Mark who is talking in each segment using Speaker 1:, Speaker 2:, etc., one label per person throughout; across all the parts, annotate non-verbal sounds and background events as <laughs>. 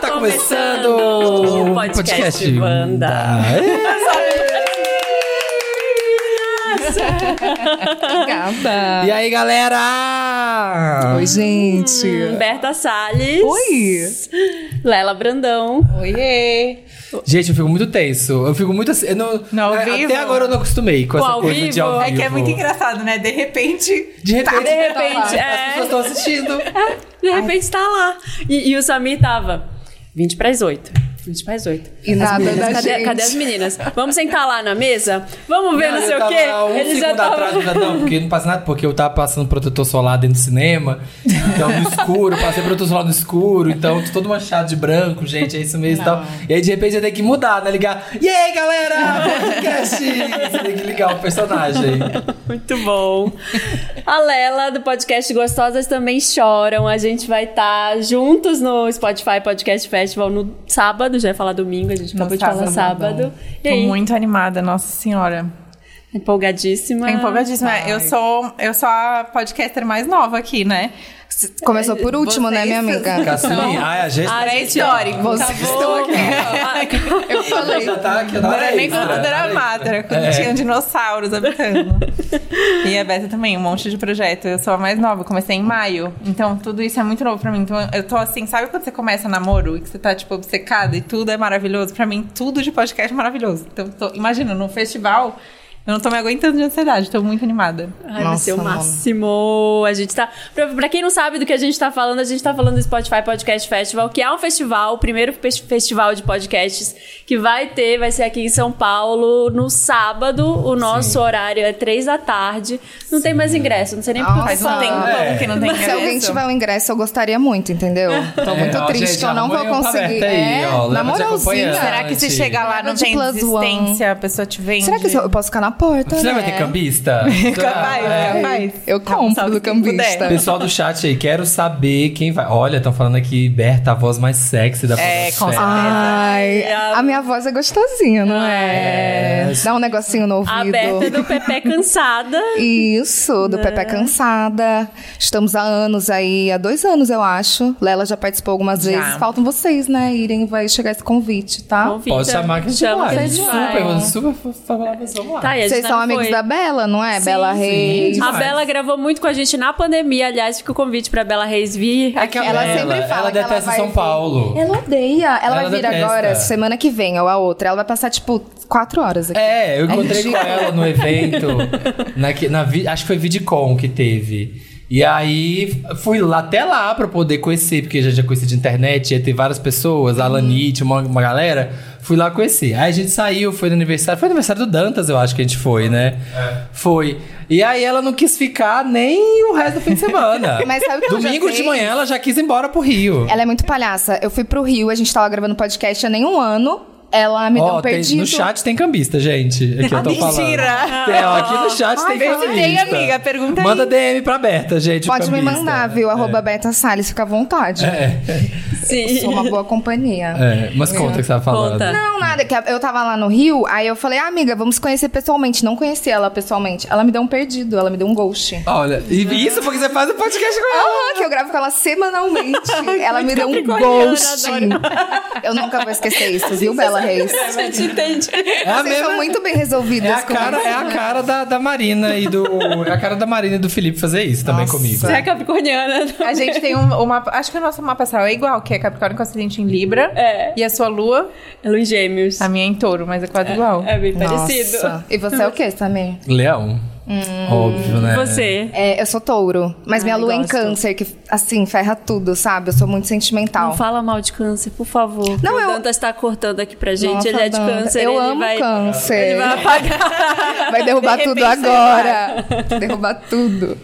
Speaker 1: Tá começando
Speaker 2: Tá o
Speaker 1: o
Speaker 2: podcast
Speaker 1: podcast
Speaker 2: Wanda.
Speaker 3: Obrigada.
Speaker 1: E aí, galera?
Speaker 3: Oi, gente.
Speaker 2: Humberta Salles.
Speaker 3: Oi.
Speaker 2: Lela Brandão.
Speaker 3: Oiê.
Speaker 1: Gente, eu fico muito tenso. Eu fico muito assim. eu não-
Speaker 3: No ao
Speaker 1: é,
Speaker 3: vivo?
Speaker 1: Até agora eu não acostumei com
Speaker 2: Com
Speaker 1: essa
Speaker 2: ao
Speaker 1: coisa de
Speaker 2: vivo?
Speaker 1: ao
Speaker 2: É
Speaker 1: vivo.
Speaker 3: É que é muito engraçado, né? De repente.
Speaker 1: De repente,
Speaker 2: De repente,
Speaker 1: as pessoas
Speaker 2: é.
Speaker 1: estão assistindo.
Speaker 2: De repente tá lá. E, e o Samir tava 20 para as 8. 20 para as 8.
Speaker 3: E nada da
Speaker 2: Cadê,
Speaker 3: gente.
Speaker 2: cadê as meninas? Vamos sentar lá na mesa? Vamos ver não,
Speaker 1: eu
Speaker 2: sei o
Speaker 1: tava
Speaker 2: quê?
Speaker 1: lá Um
Speaker 2: Ele já
Speaker 1: segundo
Speaker 2: tava...
Speaker 1: atrás, já não, porque não passa nada, porque eu tava passando protetor solar dentro do cinema. Então, no escuro, eu passei protetor solar no escuro, então tô todo manchado de branco, gente, é isso mesmo e tal. E aí, de repente, eu tenho que mudar, né? Ligar. E aí, galera? Podcast! Você tem que ligar o personagem.
Speaker 2: <laughs> Muito bom. A Lela do podcast Gostosas também choram. A gente vai estar juntos no Spotify Podcast Festival no sábado. Já ia falar domingo, a gente acabou de
Speaker 1: tá
Speaker 2: falar sábado. E
Speaker 4: Tô
Speaker 2: aí,
Speaker 4: muito animada, nossa senhora.
Speaker 2: empolgadíssima.
Speaker 4: Tô
Speaker 3: Tá
Speaker 4: empolgadíssima. Eu sou, eu sou a podcaster mais nova aqui, né?
Speaker 3: Começou por último, né, minha amiga?
Speaker 1: Cassini, ai, a gente.
Speaker 2: A
Speaker 4: <laughs> É
Speaker 2: gente-
Speaker 4: histórico.
Speaker 3: Vocês estão aqui.
Speaker 2: Ah,
Speaker 4: <laughs>
Speaker 3: Eu falei.
Speaker 1: já tá aqui,
Speaker 4: Não era nem quando eu era madra, quando
Speaker 1: É.
Speaker 4: tinha dinossauros habitando. e a Beta também, um monte de projeto. Eu sou a mais nova, eu comecei em maio. Então tudo isso é muito novo pra mim. Então eu tô assim, sabe quando você começa namoro e que você tá, tipo, obcecada e tudo é maravilhoso? Pra mim, tudo de podcast é maravilhoso. Então, tô, imagina, num festival, eu não tô me aguentando de ansiedade, tô muito animada.
Speaker 2: Ai, vai ser o
Speaker 3: Nossa, mano.
Speaker 2: máximo. A gente tá. Pra, pra quem não sabe do que a gente tá falando, a gente tá falando do Spotify Podcast Festival, que é um festival, o primeiro fes- festival de podcasts que vai ter, vai ser aqui em São Paulo no sábado. O nosso horário é três da tarde. Não tem mais ingresso, não sei nem porque
Speaker 3: Nossa.
Speaker 2: faz um tempo.
Speaker 1: É.
Speaker 4: Como que não tem
Speaker 3: Se alguém
Speaker 4: ingresso?
Speaker 3: tiver um ingresso, eu gostaria muito, entendeu? Tô
Speaker 1: É,
Speaker 3: muito triste que eu não vou conseguir. é, na moralzinha.
Speaker 4: Será que se chegar lá não
Speaker 3: De
Speaker 4: tem
Speaker 3: plus one.
Speaker 4: resistência, a pessoa te vende?
Speaker 3: Será que eu posso ficar na porta?
Speaker 1: Você
Speaker 3: né?
Speaker 1: vai ter cambista?
Speaker 4: Capaz,
Speaker 1: É.
Speaker 4: capaz. Tá
Speaker 3: Eu compro
Speaker 4: Salve
Speaker 3: do
Speaker 4: quem puder.
Speaker 3: cambista.
Speaker 1: Pessoal do chat aí, quero saber quem vai. Olha, estão falando aqui, Berta, a voz mais sexy da
Speaker 4: É, com
Speaker 1: podosfera.
Speaker 3: Ai, a minha voz é gostosinha, não é?
Speaker 1: É.
Speaker 3: Dá um negocinho no ouvido.
Speaker 2: Aberta do Pepe é Cansada.
Speaker 3: Isso, do Pepe é Cansada. Estamos há anos aí, há dois anos, eu acho. Lela já participou algumas vezes. Faltam vocês, né, irem, vai chegar esse convite, tá?
Speaker 2: Convida.
Speaker 1: Pode chamar que é a gente
Speaker 2: Chama
Speaker 1: vai.
Speaker 2: que a gente
Speaker 1: Super,
Speaker 2: vai.
Speaker 1: você super favoráveis, vamos lá.
Speaker 2: Tá, e a gente
Speaker 3: Vocês são
Speaker 2: não
Speaker 3: amigos
Speaker 2: foi.
Speaker 3: da Bela, não é? Bela Reis.
Speaker 2: A
Speaker 1: demais.
Speaker 2: Bela gravou muito com a gente na pandemia. Aliás, fica o convite pra Bela Reis vir.
Speaker 1: É que a
Speaker 3: Ela
Speaker 1: Bela,
Speaker 3: sempre fala
Speaker 1: ela
Speaker 3: que ela
Speaker 1: detesta
Speaker 3: vai
Speaker 1: São
Speaker 3: vir.
Speaker 1: Paulo.
Speaker 3: Ela odeia. Ela,
Speaker 1: Ela
Speaker 3: vai vir
Speaker 1: detesta.
Speaker 3: agora, semana que vem, ou a outra. Ela vai passar, tipo, quatro horas aqui.
Speaker 1: É, eu encontrei com
Speaker 3: ridículo.
Speaker 1: ela no evento. na, que- na vi- acho que foi Vidicon que teve. E aí fui lá até lá pra poder conhecer, porque já já conheci de internet, ia ter várias pessoas, a Lanite, uma, uma galera. Fui lá conhecer. Aí a gente saiu, foi no aniversário. Foi no aniversário do Dantas, eu acho que a gente foi, né? Foi. E aí ela não quis ficar nem o resto do fim de semana.
Speaker 3: <laughs> Mas sabe o que ela já
Speaker 1: Domingo de
Speaker 3: fez?
Speaker 1: manhã ela já quis ir embora pro Rio.
Speaker 3: Ela é muito palhaça. Eu fui pro Rio, a gente tava gravando podcast há nem um ano. Ela me deu
Speaker 1: Ó,
Speaker 3: um
Speaker 1: tem-
Speaker 3: perdido.
Speaker 1: no chat tem cambista, gente. É que eu tô falando.
Speaker 4: mentira!
Speaker 1: Tem, ó, aqui no chat tem
Speaker 4: vê se
Speaker 1: cambista.
Speaker 4: tem, amiga, pergunta aí.
Speaker 1: Manda DM pra Berta, gente.
Speaker 3: Pode me
Speaker 1: cambista.
Speaker 3: mandar, viu? Arroba Beta Salles, fica à vontade. Eu
Speaker 2: Sim.
Speaker 3: Sou uma boa companhia.
Speaker 1: É, mas conta o que você tava falando.
Speaker 2: Conta.
Speaker 3: Não, nada. Que eu tava lá no Rio, aí eu falei, ah, amiga, vamos conhecer pessoalmente. Não conheci ela pessoalmente. Ela me deu um perdido, ela me deu um ghost.
Speaker 1: Olha, e isso porque você faz o podcast com ela.
Speaker 3: Aham, que eu gravo com ela semanalmente.
Speaker 1: <laughs>
Speaker 3: ela me deu um
Speaker 2: Capricorniana,
Speaker 3: ghost. Eu nunca vou esquecer isso, viu, Bela Reis?
Speaker 2: A gente entende.
Speaker 1: É a
Speaker 3: Ah, Vocês são
Speaker 1: mesma.
Speaker 3: muito bem
Speaker 1: <laughs>
Speaker 3: resolvidas
Speaker 1: É a
Speaker 3: com
Speaker 1: cara,
Speaker 3: isso.
Speaker 1: é a cara da, da Marina e do. É a cara da Marina e do Felipe fazer isso também
Speaker 3: Nossa.
Speaker 1: comigo.
Speaker 2: Você é capricorniana.
Speaker 4: A gente tem um, um mapa. Acho que o nosso mapa astral é igual, que é Capricórnio com acidente em Libra.
Speaker 2: É.
Speaker 4: E a sua lua,
Speaker 2: Ela em gêmeos.
Speaker 4: a minha é em touro, mas é quase igual.
Speaker 2: É bem
Speaker 3: Nossa.
Speaker 2: parecido.
Speaker 3: E você é o quê, Samir?
Speaker 1: Leão.
Speaker 3: Hum.
Speaker 1: Óbvio, né?
Speaker 2: Você.
Speaker 3: É, eu sou touro, mas minha
Speaker 2: Ai,
Speaker 3: lua é em
Speaker 2: gosto.
Speaker 3: câncer, que assim, ferra tudo, sabe? Eu sou muito sentimental.
Speaker 2: Não fala mal de câncer, por favor.
Speaker 3: Não,
Speaker 2: o
Speaker 3: eu-
Speaker 2: Dantas tá cortando aqui pra gente.
Speaker 3: Nossa,
Speaker 2: ele é de
Speaker 3: Danta,
Speaker 2: câncer.
Speaker 3: Eu
Speaker 2: ele
Speaker 3: amo
Speaker 2: vai...
Speaker 3: câncer.
Speaker 2: Ele vai apagar.
Speaker 3: <laughs>
Speaker 2: <laughs>
Speaker 3: Vai derrubar
Speaker 2: De
Speaker 3: tudo
Speaker 2: repente, ele
Speaker 3: agora. derrubar tudo.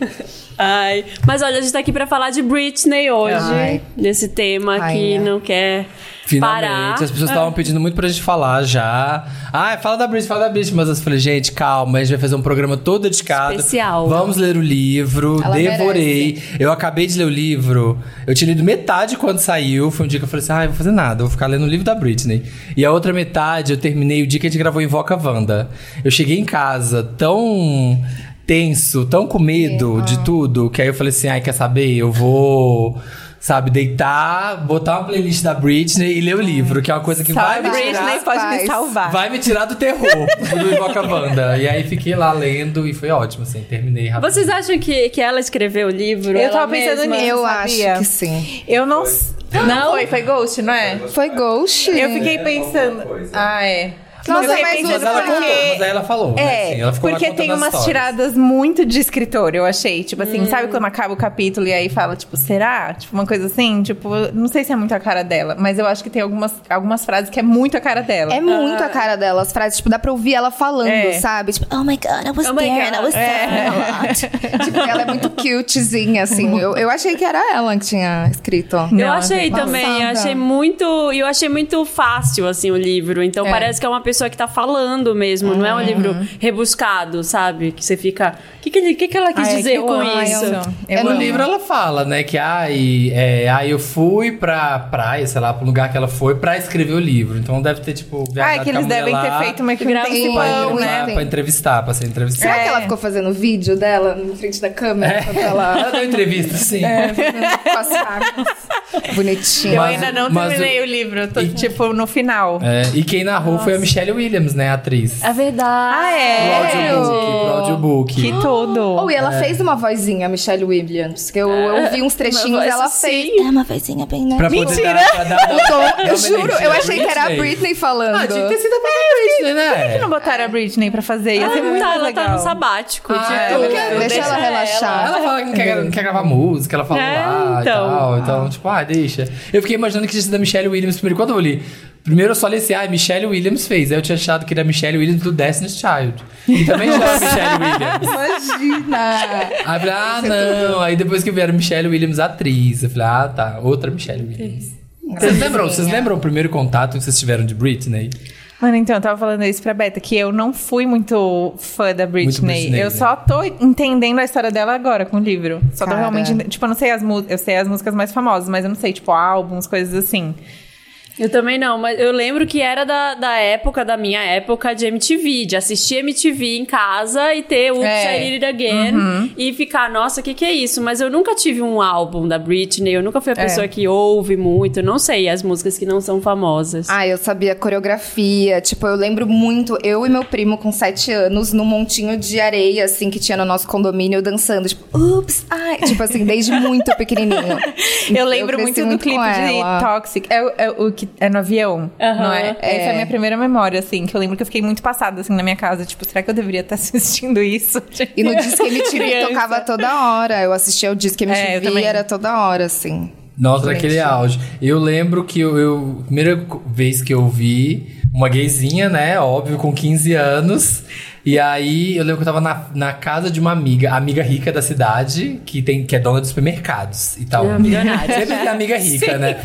Speaker 2: Ai. Mas olha, a gente tá aqui pra falar de Britney hoje.
Speaker 3: Ai. né?
Speaker 2: Desse tema que
Speaker 3: Rainha.
Speaker 2: não quer
Speaker 1: Finalmente,
Speaker 2: parar.
Speaker 1: as pessoas estavam pedindo muito pra gente falar já. Ah, fala da Britney, fala da Britney. Mas eu falei, gente, calma, a gente vai fazer um programa todo dedicado.
Speaker 2: Especial.
Speaker 1: Vamos ler o livro,
Speaker 3: Ela
Speaker 1: devorei. Eu acabei de ler o livro, eu tinha lido metade quando saiu. Foi um dia que eu falei assim, ah, eu vou fazer nada, eu vou ficar lendo o livro da Britney. E a outra metade eu terminei o dia que a gente gravou Invoca Wanda. Eu cheguei em casa tão... tenso, tão com medo de tudo, que aí eu falei assim: ai, quer saber? Eu vou. Sabe, deitar, botar uma playlist da Britney e ler o livro, que é uma coisa que vai me
Speaker 4: Britney
Speaker 1: tirar.
Speaker 4: pode me
Speaker 3: paz.
Speaker 4: salvar.
Speaker 1: Vai me tirar do terror do Iboca Banda. E aí fiquei lá lendo e foi ótimo, assim, terminei rápido.
Speaker 2: Vocês acham que, que ela escreveu o livro?
Speaker 4: Eu
Speaker 2: Ela
Speaker 4: tava pensando
Speaker 2: mesma?
Speaker 4: nisso.
Speaker 3: Eu
Speaker 4: sabia?
Speaker 3: acho que sim.
Speaker 4: Eu não. s-
Speaker 2: Não?
Speaker 4: Foi, foi Ghost, não é?
Speaker 3: Foi Ghost?
Speaker 4: Eu fiquei pensando.
Speaker 5: coisa.
Speaker 4: Ah, é.
Speaker 3: Nossa,
Speaker 4: Eu fiquei
Speaker 3: mas
Speaker 4: pensando
Speaker 1: Mas ela
Speaker 4: porque-
Speaker 1: contou, mas aí ela falou. né,
Speaker 4: É,
Speaker 1: assim, ela ficou lá
Speaker 4: porque
Speaker 1: contando
Speaker 4: tem
Speaker 1: as
Speaker 4: umas
Speaker 1: histórias.
Speaker 4: tiradas muito de escritor, eu achei. Tipo
Speaker 2: Hum.
Speaker 4: assim, sabe quando acaba o capítulo e aí fala, tipo, será? Tipo, uma coisa assim, tipo, não sei se é muito a cara dela, mas eu acho que tem algumas, algumas frases que é muito a cara dela.
Speaker 3: É muito a cara dela, as frases, tipo, dá pra ouvir ela falando,
Speaker 4: É.
Speaker 3: sabe? Tipo, oh my god, I was
Speaker 2: Oh my
Speaker 3: there, and I
Speaker 2: God.
Speaker 3: was there a lot. tipo, ela é muito <laughs> cutezinha, assim. Eu, eu achei que era ela que tinha escrito.
Speaker 4: Não, é
Speaker 2: eu achei
Speaker 3: passada.
Speaker 2: também, achei muito, e eu achei muito fácil assim o livro. Então
Speaker 3: É.
Speaker 2: parece que é uma pessoa que tá falando mesmo, não é
Speaker 4: Uhum.
Speaker 2: um livro rebuscado, sabe? Que você fica, o que que, ele- que que ela quis
Speaker 4: Ai,
Speaker 2: dizer
Speaker 4: que
Speaker 2: com
Speaker 4: eu amo,
Speaker 2: isso?
Speaker 4: eu amo. Eu
Speaker 1: É No
Speaker 4: amo.
Speaker 1: livro ela fala, né, que ai, é, ai, eu fui pra praia, sei lá, pro lugar que ela foi pra escrever o livro. Então deve ter, tipo,
Speaker 4: Ah,
Speaker 1: viajado
Speaker 4: é
Speaker 1: com
Speaker 4: que
Speaker 1: a
Speaker 4: eles
Speaker 1: mulher
Speaker 4: devem ter
Speaker 1: lá
Speaker 4: feito uma
Speaker 1: pra,
Speaker 3: Sim,
Speaker 4: que
Speaker 3: pão,
Speaker 1: entrevistar-
Speaker 3: né?
Speaker 1: pra entrevistar, pra ser entrevistada.
Speaker 3: Será
Speaker 4: É.
Speaker 3: que ela ficou fazendo vídeo dela na frente da
Speaker 1: É, <laughs>
Speaker 3: câmera? Pra
Speaker 4: <laughs>
Speaker 3: ela
Speaker 1: Ela "Ah, deu entrevista, sim.
Speaker 4: É.
Speaker 3: passar. Bonitinha.
Speaker 4: Eu
Speaker 1: Mas-
Speaker 4: ainda não
Speaker 1: mas
Speaker 4: terminei o livro, eu tô, tipo, no final.
Speaker 1: É, e quem narrou foi a Michelle Williams, né, a atriz.
Speaker 2: É verdade.
Speaker 4: Ah,
Speaker 1: Pro
Speaker 4: é?
Speaker 1: audiobook, pro audiobook.
Speaker 4: Que tudo.
Speaker 3: Ou e ela fez uma vozinha, a Michelle Williams, que eu,
Speaker 4: É.
Speaker 3: eu vi uns trechinhos,
Speaker 2: Isso
Speaker 3: ela
Speaker 2: sim.
Speaker 3: fez. É uma vozinha bem, né?
Speaker 1: Pra poder
Speaker 4: Mentira!
Speaker 1: dar- pra dar uma- dar uma
Speaker 3: Eu juro,
Speaker 1: energia
Speaker 3: eu
Speaker 1: à
Speaker 3: achei que era a Britney falando.
Speaker 1: Ah, tinha que ter sido a própria Britney, né?
Speaker 4: É, Por que não botaram a Britney pra fazer? Ia ser é muito
Speaker 2: tá, ela
Speaker 4: legal.
Speaker 2: tá no sabático.
Speaker 1: Ah,
Speaker 2: tipo,
Speaker 1: é,
Speaker 2: eu
Speaker 1: porque
Speaker 4: né?
Speaker 2: quero
Speaker 1: deixa
Speaker 2: deixar
Speaker 1: ela
Speaker 3: relaxar.
Speaker 1: Ah, Ela fala que não quer, não quer gravar música, ela fala
Speaker 2: É,
Speaker 1: lá
Speaker 2: então.
Speaker 1: e tal. Então, tipo, ah, deixa. Eu fiquei imaginando que tinha sido a Michelle Williams primeiro. Quando eu li, primeiro eu só li assim, ah, Michelle Williams fez. Aí eu tinha achado que era a Michelle Williams do Destiny's Child. E também já
Speaker 2: <laughs>
Speaker 1: era Michelle Williams.
Speaker 3: Imagina!
Speaker 1: Aí eu falei, ah, não. Aí depois que vieram Michelle Williams, atriz. Eu falei, ah, tá, outra Michelle Williams. Vocês lembram,
Speaker 2: é.
Speaker 1: vocês lembram o primeiro contato que vocês tiveram de Britney?
Speaker 4: Mano, então, eu tava falando isso pra Beta, que eu não fui muito fã da Britney.
Speaker 1: Muito Britney,
Speaker 4: eu
Speaker 1: né?
Speaker 4: só tô entendendo a história dela agora com o livro. Só tô
Speaker 3: Cara.
Speaker 4: realmente. ent- Tipo, eu não sei as músicas. Eu sei as músicas mais famosas, mas eu não sei, tipo, álbuns, coisas assim.
Speaker 2: Eu também não, mas eu lembro que era da, da época, da minha época de MTV, de assistir MTV em casa e ter Oops,
Speaker 4: É.
Speaker 2: I Did It Again e ficar, nossa, o que, que é isso? Mas eu nunca tive um álbum da Britney, eu nunca fui a
Speaker 4: É.
Speaker 2: pessoa que ouve muito, não sei as músicas que não são famosas.
Speaker 3: Ah, eu sabia coreografia. Tipo, eu lembro muito, eu e meu primo com sete anos, num montinho de areia, assim, que tinha no nosso condomínio, dançando. Tipo, ups, ai. Tipo assim, desde muito pequenininho.
Speaker 4: <laughs> Eu lembro
Speaker 3: cresci
Speaker 4: muito do
Speaker 3: muito
Speaker 4: clipe
Speaker 3: com ela.
Speaker 4: de Toxic. É, o- é o que é no avião,
Speaker 2: Aham.
Speaker 4: não é?
Speaker 3: É.
Speaker 4: Essa é a minha primeira memória, assim, que eu lembro que eu fiquei muito passada, assim, na minha casa. Tipo, será que eu deveria estar <laughs> assistindo isso?
Speaker 3: E no disco
Speaker 2: <laughs>
Speaker 3: MTV
Speaker 4: Criança.
Speaker 3: tocava toda hora. Eu assistia o disco
Speaker 4: É, eu
Speaker 3: MTV
Speaker 4: também.
Speaker 3: era toda hora, assim.
Speaker 1: Nossa, daquele auge. Eu lembro que eu, eu- Primeira co- vez que eu vi uma gayzinha, né? Óbvio, com 15 anos. E aí eu lembro que eu tava na, na casa de uma amiga, amiga rica da cidade, que, tem, que é dona de supermercados e tal.
Speaker 2: É, milionária.
Speaker 1: Sempre tem amiga rica, <laughs> né?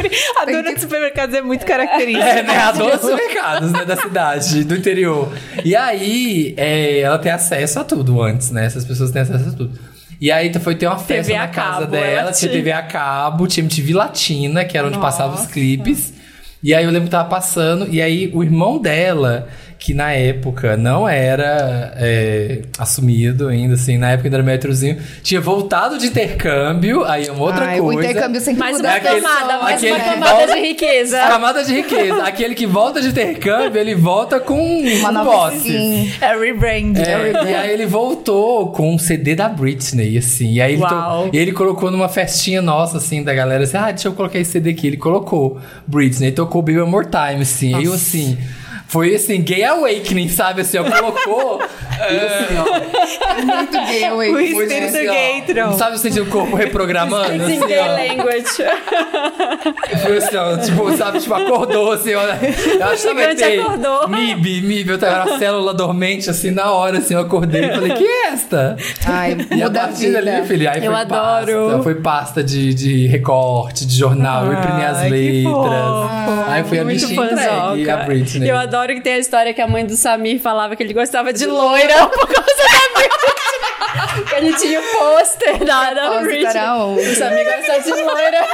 Speaker 4: a dona de supermercados é muito característica.
Speaker 1: É, né? A dona dos mercados, né? Da cidade, do interior. E aí, é, ela tem acesso a tudo antes, né? Essas pessoas têm acesso a tudo. E aí então, foi ter uma festa
Speaker 2: TV a
Speaker 1: na casa
Speaker 2: cabo, ela
Speaker 1: dela, tinha
Speaker 2: tinha.
Speaker 1: TV a cabo, tinha MTV Latina, que era onde passavam os clipes. E aí eu lembro que tava passando, e aí o irmão dela, que na época não era é, assumido ainda, assim, na época ainda era meio heterozinho, tinha voltado de intercâmbio, aí é uma outra
Speaker 3: Ai,
Speaker 1: coisa.
Speaker 3: O intercâmbio sempre
Speaker 2: Mais
Speaker 3: muda
Speaker 2: uma
Speaker 3: a pessoa.
Speaker 2: camada, mais
Speaker 1: aquele
Speaker 2: uma
Speaker 1: que
Speaker 2: camada
Speaker 1: volta-
Speaker 2: de riqueza.
Speaker 1: Camada de riqueza. Aquele que volta de intercâmbio, ele volta com
Speaker 3: Uma
Speaker 1: um
Speaker 3: nova
Speaker 1: posse.
Speaker 3: skin.
Speaker 4: É rebrand.
Speaker 1: É, e aí ele voltou com um CD da Britney, assim. E aí ele, to-
Speaker 2: Uau.
Speaker 1: e ele colocou numa festinha nossa, assim, da galera, assim, ah, deixa eu colocar esse CD aqui. Ele colocou Britney, tocou Baby One More Time, assim. Aí eu, assim, foi, assim, gay awakening, sabe? Assim, ó, colocou... e eu, assim, ó,
Speaker 3: Muito gay, ué.
Speaker 4: O
Speaker 1: foi,
Speaker 2: é.
Speaker 1: tipo,
Speaker 4: espírito
Speaker 1: assim, ó,
Speaker 4: gay, Tron.
Speaker 1: Sabe o sentido do corpo reprogramando?
Speaker 2: It's in
Speaker 1: assim,
Speaker 2: gay
Speaker 1: ó.
Speaker 2: language.
Speaker 1: Foi assim, ó, tipo, sabe, tipo, acordou, assim, olha. Eu acho que
Speaker 2: gigante
Speaker 1: eu
Speaker 2: acordou.
Speaker 1: MIB, MIB, eu tava na célula dormente, assim, na hora, assim, eu acordei e falei, que é
Speaker 2: <laughs>
Speaker 1: esta?
Speaker 3: Ai,
Speaker 1: E a
Speaker 3: muda a
Speaker 1: partir
Speaker 3: vida.
Speaker 1: dali, filho, aí
Speaker 2: Eu
Speaker 1: foi
Speaker 2: adoro.
Speaker 1: pasta. Foi pasta de, de recorte, de jornal, eu imprimi as
Speaker 4: Ai, que
Speaker 1: letras.
Speaker 4: fofo.
Speaker 1: Aí foi a
Speaker 2: Muito
Speaker 1: bichinha entregue, a
Speaker 2: fanzoca.
Speaker 1: Britney.
Speaker 2: Eu adoro que tem a história que a mãe do Samir falava que ele gostava de loira <laughs> por causa da Britney. que ele tinha o pôster da, da
Speaker 3: Nossa,
Speaker 2: Britney.
Speaker 3: era um.
Speaker 2: O Samir gostava de loira.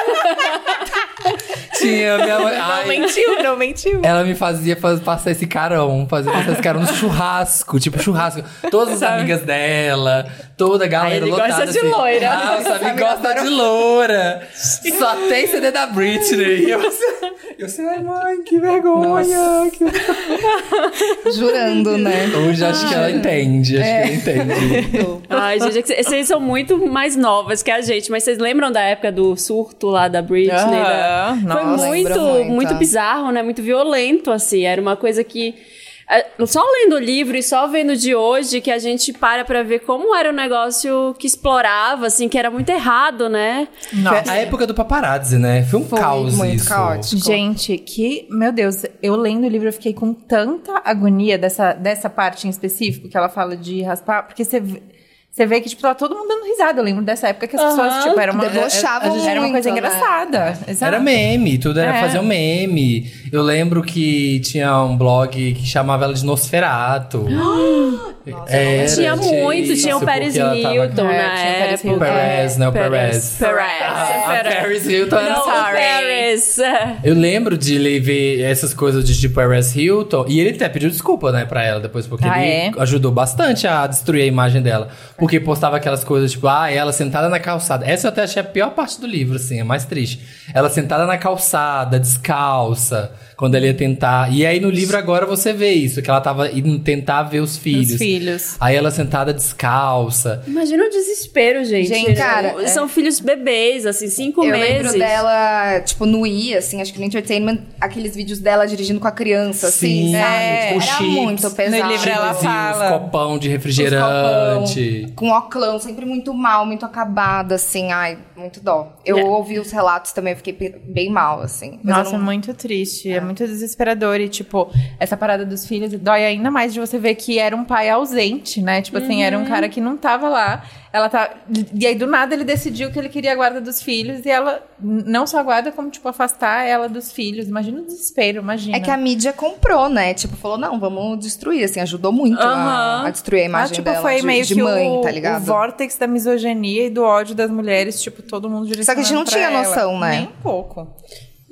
Speaker 1: tinha. Minha mãe,
Speaker 4: Não
Speaker 1: ai,
Speaker 4: mentiu, não mentiu.
Speaker 1: ela me fazia faz- passar esse carão, fazia passar esse carão no churrasco, tipo churrasco. Todas as amigas dela, toda a galera
Speaker 2: ele
Speaker 1: lotada.
Speaker 2: gosta de loira. <laughs>
Speaker 1: Ah,
Speaker 3: Essa
Speaker 1: sabe,
Speaker 3: amiga
Speaker 1: gosta de loura. Só tem CD da Britney. E Eu, assim, eu sei, ai mãe, que vergonha. que-
Speaker 3: Jurando, né?
Speaker 1: Hoje acho que ela entende, acho
Speaker 2: É.
Speaker 1: que ela entende.
Speaker 2: Ai, gente, é que vocês são muito mais novas que a gente, mas vocês lembram da época do surto lá da Britney?
Speaker 4: Ah,
Speaker 2: da- É né? Foi
Speaker 3: nossa,
Speaker 2: muito,
Speaker 3: lembro muito.
Speaker 2: muito bizarro, né? Muito violento, assim. Era uma coisa que. eh, Só lendo o livro e só vendo de hoje que a gente para pra ver como era um negócio que explorava, assim, que era muito errado, né?
Speaker 1: A época do paparazzi, né? Foi um
Speaker 3: Foi
Speaker 1: caos
Speaker 3: muito
Speaker 1: isso.
Speaker 3: caótico.
Speaker 4: Gente, que. Meu Deus, eu lendo o livro, eu fiquei com tanta agonia dessa, dessa parte em específico que ela fala de raspar, porque você. vê- Você vê que, tipo, tava todo mundo dando risada. Eu lembro dessa época que as pessoas,
Speaker 2: Aham,
Speaker 4: tipo, era uma...
Speaker 3: debochavam
Speaker 4: Era uma
Speaker 3: muito,
Speaker 4: coisa
Speaker 3: né?
Speaker 4: engraçada. Exato.
Speaker 1: Era meme, tudo era
Speaker 4: É.
Speaker 1: fazer um meme. Eu lembro que tinha um blog que chamava ela de Nosferato.
Speaker 2: <gasps>
Speaker 1: Era,
Speaker 2: tinha muito, tinha o
Speaker 1: isso,
Speaker 2: Paris
Speaker 1: porque ela tava-
Speaker 2: Hilton na
Speaker 4: É, tinha o Paris
Speaker 2: época.
Speaker 1: O Perez, né? O Perez.
Speaker 2: Perez.
Speaker 1: Ah, a Paris Hilton era
Speaker 2: Não, o
Speaker 1: só-
Speaker 2: Paris. É.
Speaker 1: Eu lembro de ele ver essas coisas de tipo Paris Hilton. E ele até pediu desculpa, né, pra ela depois, porque
Speaker 4: Ah,
Speaker 1: ele
Speaker 4: é?
Speaker 1: ajudou bastante a destruir a imagem dela. Porque postava aquelas coisas, tipo, ah, ela sentada na calçada. Essa eu até achei a pior parte do livro, assim, a mais triste. Ela sentada na calçada, descalça, quando ela ia tentar. E aí no livro agora você vê isso, que ela tava indo tentar ver os filhos.
Speaker 4: filhos.
Speaker 1: Aí ela sentada descalça.
Speaker 2: Imagina o desespero, gente.
Speaker 3: Gente, cara, é.
Speaker 2: São- São filhos bebês, assim, cinco
Speaker 3: Eu
Speaker 2: meses.
Speaker 3: lembro dela, tipo, no I, assim, acho que no Entertainment, aqueles vídeos dela dirigindo com a criança, assim,
Speaker 1: Sim, É,
Speaker 3: sabe?
Speaker 4: é,
Speaker 1: com
Speaker 3: Era
Speaker 1: chips.
Speaker 3: muito pesado.
Speaker 4: No livro ela
Speaker 1: Chipzinho,
Speaker 4: fala.
Speaker 1: Os copão de refrigerante.
Speaker 3: Com oclão, sempre muito mal, muito acabada, assim, ai, muito dó. Eu
Speaker 2: É.
Speaker 3: ouvi os relatos também, eu fiquei pe- bem mal, assim. Mas eu
Speaker 4: Nossa, é
Speaker 3: não-
Speaker 4: muito triste, é. muito desesperador. E, tipo, essa parada dos filhos dói ainda mais de você ver que era um pai ausente, né? Tipo assim,
Speaker 3: Uhum.
Speaker 4: era um cara que não tava lá. Ela tá. E aí, do nada, ele decidiu que ele queria a guarda dos filhos. E ela n- não só a guarda, como, tipo, afastar ela dos filhos. Imagina o desespero, imagina.
Speaker 3: É que a mídia comprou, né? Tipo, falou, não, vamos destruir, assim, ajudou muito a,
Speaker 2: Aham.
Speaker 3: a destruir a
Speaker 4: Ah,
Speaker 3: imagem
Speaker 4: tipo,
Speaker 3: dela
Speaker 4: foi
Speaker 3: de,
Speaker 4: meio
Speaker 3: de
Speaker 4: que
Speaker 3: mãe,
Speaker 4: o,
Speaker 3: tá
Speaker 4: o
Speaker 3: ligado?
Speaker 4: vórtex da misoginia e do ódio das mulheres, tipo, todo mundo direcionando
Speaker 3: Só que a gente não
Speaker 4: pra
Speaker 3: tinha
Speaker 4: ela.
Speaker 3: noção, né?
Speaker 4: Nem um pouco.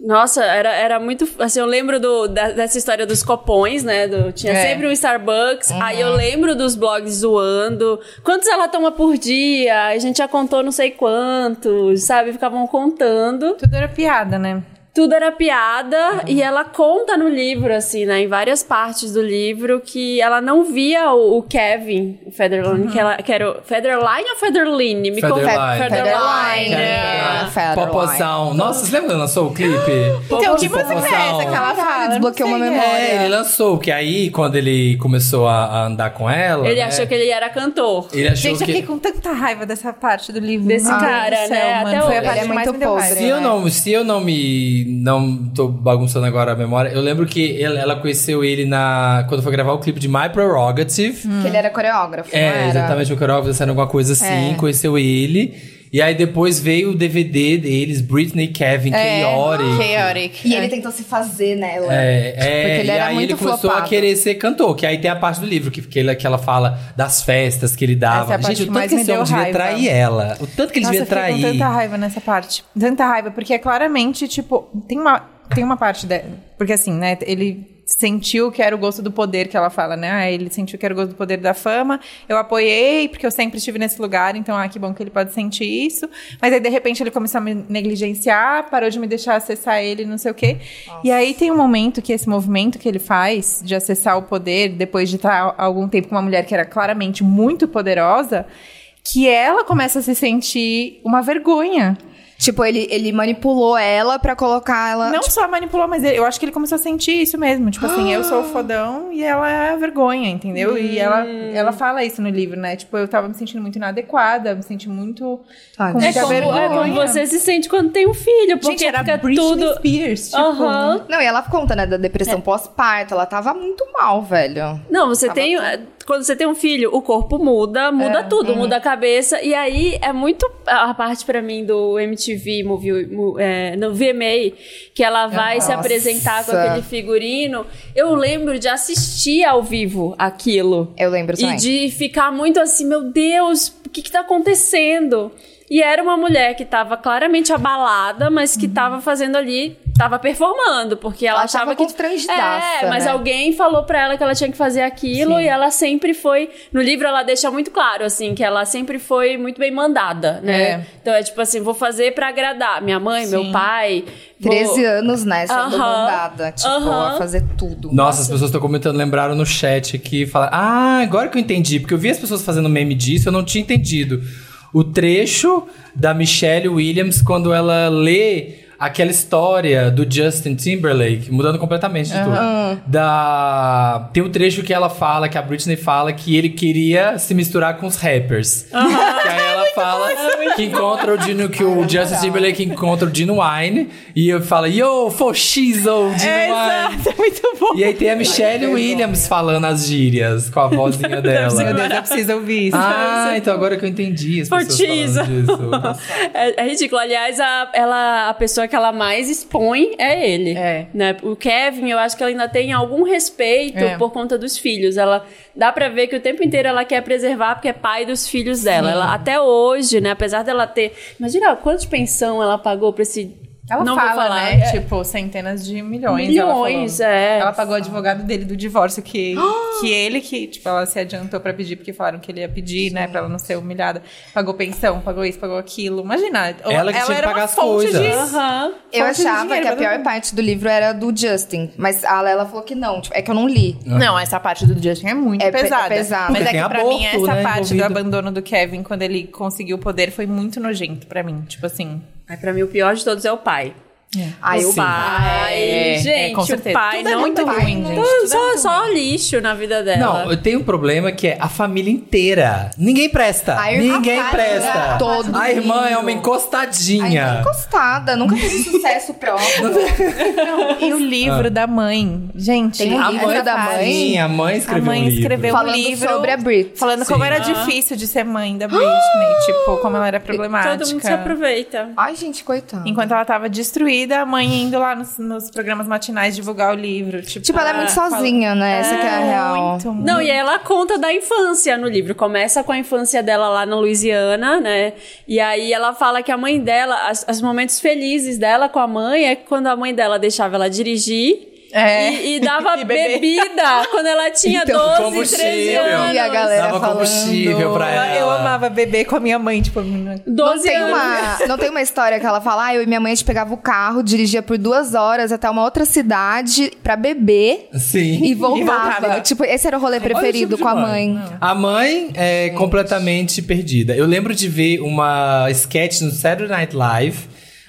Speaker 2: Nossa, era, era muito. Assim, eu lembro do- da- dessa história dos copões, né? do- tinha
Speaker 4: É.
Speaker 2: sempre um Starbucks. Aí eu lembro dos blogs zoando. Quantos ela toma por dia? A gente já contou não sei quantos, sabe? Ficavam contando.
Speaker 4: Tudo era piada, né?
Speaker 2: Tudo era piada. E ela conta no livro, assim, né? Em várias partes do livro, que ela não via o, o Kevin o Federline, que, ela, que era o Federline ou Federline? Me conta.
Speaker 1: Federline.
Speaker 3: Federline.
Speaker 4: né?
Speaker 2: É.
Speaker 3: Federline.
Speaker 1: Popozão. Nossa, vocês lembram que lançou o clipe?
Speaker 4: Então,
Speaker 1: De
Speaker 4: que
Speaker 3: tipo,
Speaker 4: música é
Speaker 1: Popozão.
Speaker 4: essa que ela fala? Eu não
Speaker 3: desbloqueou uma
Speaker 4: sei.
Speaker 3: memória.
Speaker 1: É, ele lançou, porque aí, quando ele começou a, a andar com ela.
Speaker 2: Ele
Speaker 1: né,
Speaker 2: achou que ele era cantor.
Speaker 1: Ele achou
Speaker 4: Gente, eu fiquei
Speaker 1: que.
Speaker 4: com tanta raiva dessa parte do livro.
Speaker 2: Desse
Speaker 4: Meu Deus
Speaker 2: cara,
Speaker 4: do céu,
Speaker 2: né?
Speaker 4: Mano.
Speaker 2: Até
Speaker 4: Foi a
Speaker 2: hoje.
Speaker 4: parte
Speaker 3: Ele é
Speaker 4: mais
Speaker 3: muito
Speaker 4: me deu
Speaker 3: podre.
Speaker 4: raiva.
Speaker 1: Se
Speaker 4: né?
Speaker 1: eu, não, se eu não me. Não tô bagunçando agora a memória, eu lembro que ela, ela conheceu ele na. Quando foi gravar o clipe de My
Speaker 4: Hum,
Speaker 1: Prerogative.
Speaker 3: Que ele era coreógrafo, não
Speaker 1: É,
Speaker 3: era?
Speaker 1: exatamente, o Carol fazendo alguma coisa
Speaker 4: É.
Speaker 1: assim, conheceu ele. E aí depois veio o DVD deles, Britney, Kevin,
Speaker 4: É,
Speaker 1: Chaotic.
Speaker 4: Chaotic. é.
Speaker 3: E ele tentou se fazer nela.
Speaker 1: É, é,
Speaker 3: porque ele
Speaker 1: e
Speaker 3: era
Speaker 1: aí
Speaker 3: muito
Speaker 1: ele começou
Speaker 3: flopado.
Speaker 1: a querer ser cantor, que aí tem a parte do livro que, que, ele, que ela fala das festas que ele
Speaker 4: Essa
Speaker 1: dava.
Speaker 4: é a
Speaker 1: Gente,
Speaker 4: parte
Speaker 1: o
Speaker 4: que
Speaker 1: tanto
Speaker 4: mais
Speaker 1: que
Speaker 4: me
Speaker 1: esse homem
Speaker 4: deu
Speaker 1: devia
Speaker 4: raiva.
Speaker 1: trair ela. O tanto que ele
Speaker 4: Nossa, eu
Speaker 1: devia
Speaker 4: fiquei
Speaker 1: trair.
Speaker 4: com tanta raiva nessa parte. Tanta raiva, porque é claramente, tipo, tem uma, tem uma parte da. Porque assim, né? Ele sentiu que era o gosto do poder que ela fala, né? Ah, ele sentiu que era o gosto do poder da fama. Eu apoiei, porque eu sempre estive nesse lugar, então, ah, que bom que ele pode sentir isso. Mas aí, de repente, ele começou a me negligenciar, parou de me deixar acessar ele, não sei o quê. E aí tem um momento que esse movimento que ele faz de acessar o poder, depois de estar há algum tempo com uma mulher que era claramente muito poderosa que ela começa a se sentir uma vergonha.
Speaker 3: Tipo, ele, ele manipulou ela pra colocar ela.
Speaker 2: tipo
Speaker 4: Não só manipulou, mas eu acho que ele começou a sentir isso mesmo. Tipo assim, eu
Speaker 2: Ah.
Speaker 4: sou o fodão e ela é a vergonha, entendeu? E ela,
Speaker 2: Hum.
Speaker 4: ela fala isso no livro, né? Tipo, eu tava me sentindo muito inadequada, me senti muito.
Speaker 3: Tadinha.
Speaker 4: com
Speaker 2: É
Speaker 4: muita
Speaker 2: como,
Speaker 4: vergonha.
Speaker 2: é como você se sente quando tem um filho, porque
Speaker 4: Gente, era
Speaker 2: fica
Speaker 4: Britney
Speaker 2: tudo.
Speaker 4: Spears. Tipo,
Speaker 2: Aham.
Speaker 3: Não, e ela conta, né, da
Speaker 4: É.
Speaker 3: depressão pós-parto. Ela tava muito mal, velho.
Speaker 2: Não, você tem. Quando você tem um filho, o corpo muda,
Speaker 4: É,
Speaker 2: muda tudo,
Speaker 4: uhum.
Speaker 2: muda a cabeça. E aí é muito a parte pra mim do MTV Movie, mo- é, no VMA, que ela vai se
Speaker 3: Nossa.
Speaker 2: apresentar com aquele figurino. Eu lembro de assistir ao vivo aquilo.
Speaker 3: Eu lembro
Speaker 2: E
Speaker 3: também.
Speaker 2: de ficar muito assim, meu Deus, o que que tá acontecendo? E era uma mulher que tava claramente abalada, mas que tava fazendo ali, tava performando, porque ela,
Speaker 3: Ela
Speaker 2: achava
Speaker 3: tava
Speaker 2: que.
Speaker 3: constrangidaça,
Speaker 2: É, mas
Speaker 3: né?
Speaker 2: alguém falou pra ela que ela tinha que fazer aquilo e ela sempre foi. No livro ela deixa muito claro, assim, que ela sempre foi muito bem mandada, né?
Speaker 4: É.
Speaker 2: Então é tipo assim, vou fazer pra agradar minha mãe, meu
Speaker 4: Sim.
Speaker 2: pai. vou-
Speaker 3: 13 anos, né? Sendo
Speaker 2: Aham.
Speaker 3: mandada. Tipo,
Speaker 2: Aham.
Speaker 3: a fazer tudo.
Speaker 1: Nossa, as pessoas estão comentando, lembraram no chat aqui, falaram, ah, agora que eu entendi, porque eu vi as pessoas fazendo meme disso, eu não tinha entendido. O trecho da Michelle Williams quando ela lê aquela história do Justin Timberlake, mudando completamente de tudo. Da... Tem um trecho que ela fala, que a Britney fala, que ele queria se misturar com os rappers. Que aí ela fala
Speaker 4: É
Speaker 1: que encontra o Dino, que o Justin Timberlake encontra o Dino Wine, e eu fala, yo, foxizo, Dino
Speaker 4: É,
Speaker 1: Wine.
Speaker 4: exato, é muito bom.
Speaker 1: E aí tem a Michelle Williams falando as gírias com a
Speaker 4: <laughs>
Speaker 1: vozinha
Speaker 4: Meu
Speaker 1: dela.
Speaker 4: Deus, eu preciso ouvir isso.
Speaker 1: Ah, então agora que eu entendi as pessoas
Speaker 2: Fortiza.
Speaker 1: falando <laughs> disso.
Speaker 4: <laughs>
Speaker 2: É, é ridículo. Aliás, a, ela, a pessoa que ela mais expõe é ele.
Speaker 4: É.
Speaker 2: Né? O Kevin, eu acho que ela ainda tem algum respeito
Speaker 4: É.
Speaker 2: por conta dos filhos. Ela dá pra ver que o tempo inteiro ela quer preservar porque é pai dos filhos dela. Ela, até hoje, né? Apesar dela ter. Imagina quanto de pensão ela pagou pra esse.
Speaker 4: Ela
Speaker 2: não
Speaker 4: fala,
Speaker 2: vou falar.
Speaker 4: né?
Speaker 2: é,
Speaker 4: Tipo, centenas de milhões.
Speaker 2: Milhões,
Speaker 4: ela falou.
Speaker 2: é.
Speaker 4: Ela pagou o advogado dele do divórcio, <gasps> que, que ele que, tipo, ela se adiantou pra pedir, porque falaram que ele ia pedir, né? Pra ela não ser humilhada. Pagou pensão, pagou isso, pagou aquilo. Imagina.
Speaker 1: Ela que tinha que
Speaker 4: era
Speaker 1: pagar
Speaker 4: uma
Speaker 1: as
Speaker 4: fonte de-
Speaker 1: coisas.
Speaker 2: Aham.
Speaker 3: Eu
Speaker 4: Fonte de
Speaker 3: achava
Speaker 4: dinheiro,
Speaker 3: que a
Speaker 4: mas
Speaker 3: pior
Speaker 4: não-
Speaker 3: parte do livro era do Justin, mas a Lela falou que não. Tipo, é que eu não li.
Speaker 4: Não, essa parte do Justin é muito
Speaker 3: É pe- é
Speaker 4: pesada.
Speaker 3: pesada.
Speaker 4: Mas
Speaker 1: Porque
Speaker 4: é
Speaker 1: tem
Speaker 4: que pra mim,
Speaker 1: aborto,
Speaker 4: essa
Speaker 1: né,
Speaker 4: parte
Speaker 1: envolvido.
Speaker 4: do abandono do Kevin, quando ele conseguiu o poder, foi muito nojento pra mim. Tipo assim.
Speaker 2: Ai, pra mim, o pior de todos é o pai.
Speaker 3: Aí
Speaker 2: É o
Speaker 3: eu
Speaker 2: pai.
Speaker 4: É, é,
Speaker 2: gente,
Speaker 4: com
Speaker 2: o
Speaker 4: certeza.
Speaker 2: pai
Speaker 4: Tudo é
Speaker 2: não
Speaker 4: muito
Speaker 2: tá-
Speaker 4: ruim, gente,
Speaker 2: Tudo-
Speaker 4: tudo é
Speaker 2: Só,
Speaker 4: muito
Speaker 2: só lixo na vida dela.
Speaker 1: Não, eu tenho um problema que é a família inteira. Ninguém presta.
Speaker 3: A irmã-
Speaker 1: Ninguém
Speaker 3: a
Speaker 1: presta.
Speaker 3: irmã- todo
Speaker 1: a irmã é uma
Speaker 3: mundo. Aí,
Speaker 1: encostadinha.
Speaker 3: encostada, nunca fez sucesso próprio.
Speaker 4: E o
Speaker 1: Ah.
Speaker 4: livro da mãe. Gente,
Speaker 3: Tem um
Speaker 1: A
Speaker 3: livro
Speaker 1: mãe
Speaker 3: da mãe.
Speaker 1: Sim, a mãe
Speaker 4: A
Speaker 1: escreveu
Speaker 4: mãe
Speaker 1: um livro.
Speaker 4: escreveu
Speaker 3: Falando
Speaker 4: um livro
Speaker 3: sobre a Britney.
Speaker 4: Falando como era difícil de ser mãe da <gasps> Britney, tipo, como ela era problemática.
Speaker 2: Todo mundo se aproveita.
Speaker 3: Ai, gente, coitada.
Speaker 4: Enquanto ela tava destruída, a mãe indo lá nos, nos programas matinais divulgar o livro. Tipo,
Speaker 3: Tipo, ela é muito
Speaker 4: fala-
Speaker 3: sozinha, né? Essa que é a real.
Speaker 4: Muito, muito.
Speaker 2: Não, e ela conta da infância no livro. Começa com a infância dela lá na Louisiana, né? E aí ela fala que a mãe dela, as- os momentos felizes dela com a mãe é quando a mãe dela deixava ela dirigir.
Speaker 4: É.
Speaker 2: E, e dava
Speaker 4: E beber.
Speaker 2: bebida quando ela tinha
Speaker 1: Então,
Speaker 2: 12, 13
Speaker 1: combustível.
Speaker 2: anos.
Speaker 3: E a galera
Speaker 1: Dava
Speaker 3: falando.
Speaker 1: combustível pra ela.
Speaker 4: Eu amava beber com a minha mãe, tipo, menina.
Speaker 2: 12
Speaker 3: tem
Speaker 2: anos.
Speaker 3: uma, não tem uma história que ela fala, ah, eu e minha mãe, a gente pegava o carro, dirigia por duas horas até uma outra cidade
Speaker 1: <laughs>
Speaker 3: pra beber
Speaker 1: Sim.
Speaker 3: e voltava.
Speaker 4: voltava.
Speaker 3: Tipo, esse era o
Speaker 4: é
Speaker 3: rolê
Speaker 1: tipo
Speaker 3: preferido
Speaker 1: de
Speaker 3: com a
Speaker 1: mãe.
Speaker 3: mãe.
Speaker 1: A mãe é completamente perdida. Eu lembro de ver uma sketch no Saturday Night Live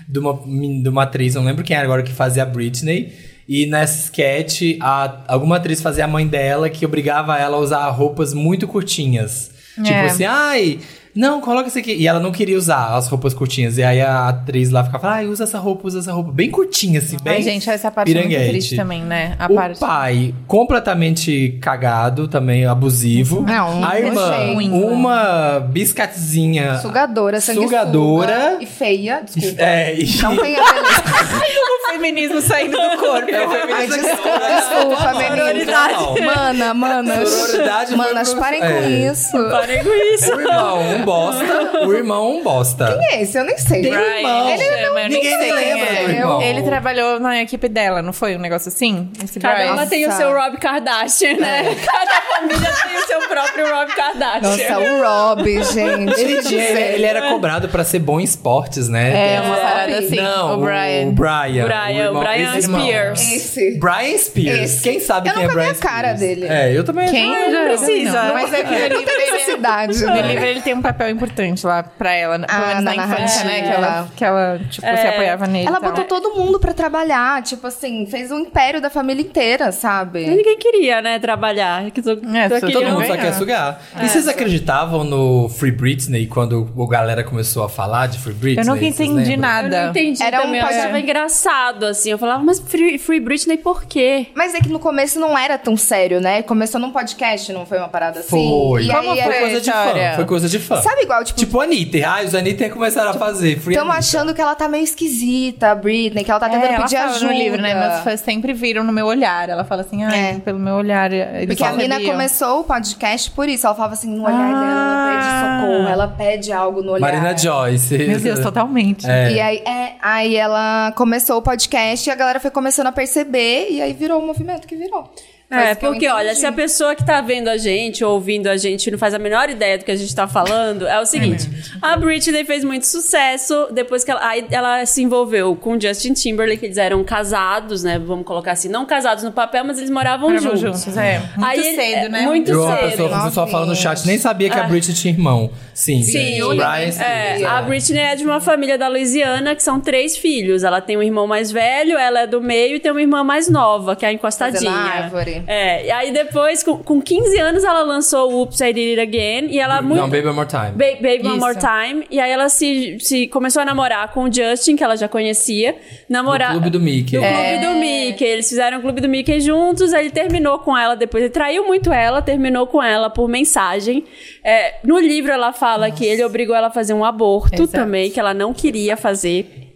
Speaker 1: de uma, men- de uma atriz, não lembro quem era agora, que fazia a Britney. E nessa sketch, a- alguma atriz fazia a mãe dela que obrigava ela a usar roupas muito curtinhas. Tipo
Speaker 4: É.
Speaker 1: assim, ai, não, coloca isso aqui. E ela não queria usar as roupas curtinhas. E aí a atriz lá ficava, ai, usa essa roupa, usa essa roupa. Bem curtinha, assim, bem.
Speaker 4: Ai, gente, essa parte é muito
Speaker 1: piranguete
Speaker 4: triste também, né? A
Speaker 1: o
Speaker 4: parte.
Speaker 1: pai completamente cagado, também abusivo.
Speaker 3: Não,
Speaker 1: a irmã,
Speaker 4: nojento.
Speaker 3: né?
Speaker 1: uma biscatezinha.
Speaker 3: Sugadora, sanguessuga.
Speaker 1: Sugadora.
Speaker 3: E feia,
Speaker 1: <laughs>
Speaker 3: desculpa.
Speaker 1: É, e...
Speaker 3: Não tem a beleza.
Speaker 4: O feminismo saindo do
Speaker 1: é
Speaker 4: corpo.
Speaker 3: Ai, desculpa, desculpa, menina.
Speaker 1: Não.
Speaker 3: Mana, manas.
Speaker 1: Sororidade foi
Speaker 3: manas,
Speaker 1: pro-
Speaker 3: parem com
Speaker 1: é.
Speaker 3: isso.
Speaker 2: Parem com isso.
Speaker 1: O irmão, um bosta. O irmão, um bosta.
Speaker 3: Quem é esse? Eu nem sei.
Speaker 1: Tem um irmão.
Speaker 2: Ele não-
Speaker 1: Ninguém
Speaker 4: sei
Speaker 1: se
Speaker 4: quem
Speaker 1: lembra
Speaker 4: é.
Speaker 1: do irmão.
Speaker 4: Ele trabalhou na equipe dela, não foi um negócio assim? Esse
Speaker 2: Cada
Speaker 4: Bryce?
Speaker 2: uma tem o seu Rob Kardashian, né? Cada família tem o seu próprio Rob Kardashian.
Speaker 3: Nossa, o Rob, gente.
Speaker 1: Ele, tinha- ele- ele era cobrado pra ser bom em esportes, né?
Speaker 4: É uma parada assim.
Speaker 1: Não,
Speaker 4: o Brian.
Speaker 1: O Brian,
Speaker 2: Brian,
Speaker 1: irmão-
Speaker 2: o Brian
Speaker 1: esse irmão.
Speaker 2: Spears.
Speaker 3: Esse.
Speaker 1: Brian Spears.
Speaker 3: Esse.
Speaker 1: Quem sabe
Speaker 3: Eu
Speaker 1: quem é
Speaker 3: nunca vi
Speaker 1: Brian
Speaker 3: a cara
Speaker 1: Spears?
Speaker 3: dele.
Speaker 1: É, eu também.
Speaker 4: Quem?
Speaker 1: Ah,
Speaker 4: Já-
Speaker 2: precisa.
Speaker 4: Não, mas é que no
Speaker 3: Não
Speaker 4: livro
Speaker 3: tem
Speaker 4: ele-
Speaker 3: necessidade,
Speaker 4: No
Speaker 3: né?
Speaker 4: livro ele tem um papel importante lá pra ela, né? pelo
Speaker 3: Ah,
Speaker 4: menos
Speaker 3: na
Speaker 4: na, infância, né? Que ela,
Speaker 3: narrativa. É.
Speaker 4: que ela tipo, se apoiava nele.
Speaker 3: Ela
Speaker 4: e tal.
Speaker 3: botou todo mundo pra trabalhar, tipo assim, fez um império da família inteira, sabe?
Speaker 2: Ninguém queria, né, trabalhar. Que só-
Speaker 4: É,
Speaker 2: só
Speaker 4: todo
Speaker 1: Todo
Speaker 2: queriam-
Speaker 1: mundo só
Speaker 4: ganhar.
Speaker 1: quer sugar. E vocês acreditavam no Free Britney quando o galera começou a falar de Free Britney?
Speaker 4: Eu nunca
Speaker 1: Vocês
Speaker 4: entendi
Speaker 1: lembram?
Speaker 4: nada.
Speaker 2: Eu não entendi
Speaker 3: Era um
Speaker 2: também, eu
Speaker 3: podcast-
Speaker 2: achava engraçado, assim. Eu falava, mas Free, Free Britney por quê?
Speaker 3: Mas é que no começo não era tão sério, né? Começou num podcast, não foi uma parada assim?
Speaker 1: Foi.
Speaker 3: E
Speaker 4: Como
Speaker 3: aí
Speaker 4: foi?
Speaker 3: era-
Speaker 1: Coisa de fã.
Speaker 4: História.
Speaker 1: Foi coisa de fã. dela.
Speaker 3: Sabe igual, tipo-
Speaker 1: Tipo Anitta. Ah, os Anitta começaram
Speaker 4: Tipo,
Speaker 1: a fazer. Free
Speaker 3: Estamos
Speaker 1: Anitta.
Speaker 3: achando que ela tá meio esquisita, a Britney, que ela tá tentando
Speaker 4: É, ela
Speaker 3: pedir
Speaker 4: fala
Speaker 3: ajuda.
Speaker 4: no livro, né? Meus fãs sempre viram no meu olhar. Ela fala assim, ai,
Speaker 3: É.
Speaker 4: pelo meu olhar. Eles
Speaker 3: Porque a
Speaker 4: sabiam.
Speaker 3: mina começou o podcast por isso. Ela falava assim, no olhar dela, ela pede socorro, ela pede algo no olhar.
Speaker 1: Ah! Marina Joyce.
Speaker 4: Meu Deus, totalmente.
Speaker 1: É.
Speaker 3: E aí, é, aí ela começou o podcast e a galera foi começando a perceber e aí virou o movimento que virou. Foi
Speaker 2: É,
Speaker 3: isso que eu
Speaker 2: porque olha,
Speaker 3: entendi.
Speaker 2: se a pessoa que tá vendo a gente, ou ouvindo a gente, não faz a menor ideia do que a gente tá falando, é o seguinte: a Britney fez muito sucesso depois que ela, aí ela se envolveu com o Justin Timberlake, eles eram casados, né? Vamos colocar assim, não casados no papel, mas eles moravam
Speaker 4: Moravam
Speaker 2: juntos.
Speaker 4: juntos, é. Muito
Speaker 2: Aí ele-
Speaker 4: cedo,
Speaker 2: é,
Speaker 4: né?
Speaker 2: muito
Speaker 1: Eu, a
Speaker 2: cedo.
Speaker 1: pessoa, a pessoa
Speaker 3: Novinhos.
Speaker 1: fala no chat, nem sabia
Speaker 4: Ah.
Speaker 1: que a Britney tinha irmão. Sim,
Speaker 2: Sim,
Speaker 1: o Brian.
Speaker 2: É, a Britney é de uma família da Louisiana que são três filhos. Ela tem um irmão mais velho, ela é do meio e tem uma irmã mais nova, que é a encostadinha.
Speaker 3: Fazendo a árvore.
Speaker 2: É, e aí depois, com, com 15 anos, ela lançou o Oops, I Did It Again. E ela tá muito.
Speaker 1: Não, Baby One More Time.
Speaker 2: Ba- Baby One
Speaker 4: Isso.
Speaker 2: More Time. E aí ela se, se começou a namorar com o Justin, que ela já conhecia. Namorar.
Speaker 1: Do Clube do Mickey. É.
Speaker 2: Do
Speaker 3: É.
Speaker 2: Clube do Mickey. Eles fizeram o Clube do Mickey juntos. Aí ele terminou com ela depois. Ele traiu muito ela, terminou com ela por mensagem. É, no livro ela fala que ele obrigou ela a fazer um aborto
Speaker 4: Exato.
Speaker 2: também, que ela não queria fazer.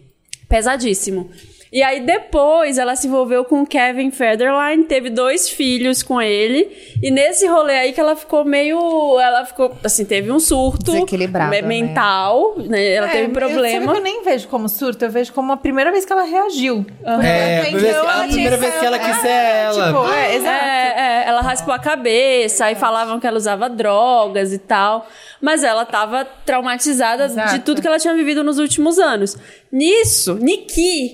Speaker 2: Pesadíssimo. E aí depois ela se envolveu com o Kevin Federline, teve dois filhos com ele. E nesse rolê aí que ela ficou meio. Ela ficou. Assim, teve um surto.
Speaker 3: Desequilibrada,
Speaker 2: me-
Speaker 3: né?
Speaker 2: Mental, né? Ela
Speaker 4: É,
Speaker 2: teve
Speaker 4: Eu, sabe que
Speaker 2: problema.
Speaker 4: eu nem vejo como surto, eu vejo como a primeira vez que ela reagiu.
Speaker 1: É, a
Speaker 4: Então,
Speaker 1: primeira vez- a
Speaker 4: ela
Speaker 1: primeira
Speaker 4: tinha
Speaker 1: vez que ela
Speaker 4: saído-
Speaker 1: quis
Speaker 4: É,
Speaker 1: ser ela.
Speaker 4: Tipo, é, exato.
Speaker 2: É, é, ela raspou a cabeça e falavam que ela usava drogas e tal. Mas ela tava traumatizada de
Speaker 4: Exato.
Speaker 2: tudo que ela tinha vivido nos últimos anos. Nisso, Niki.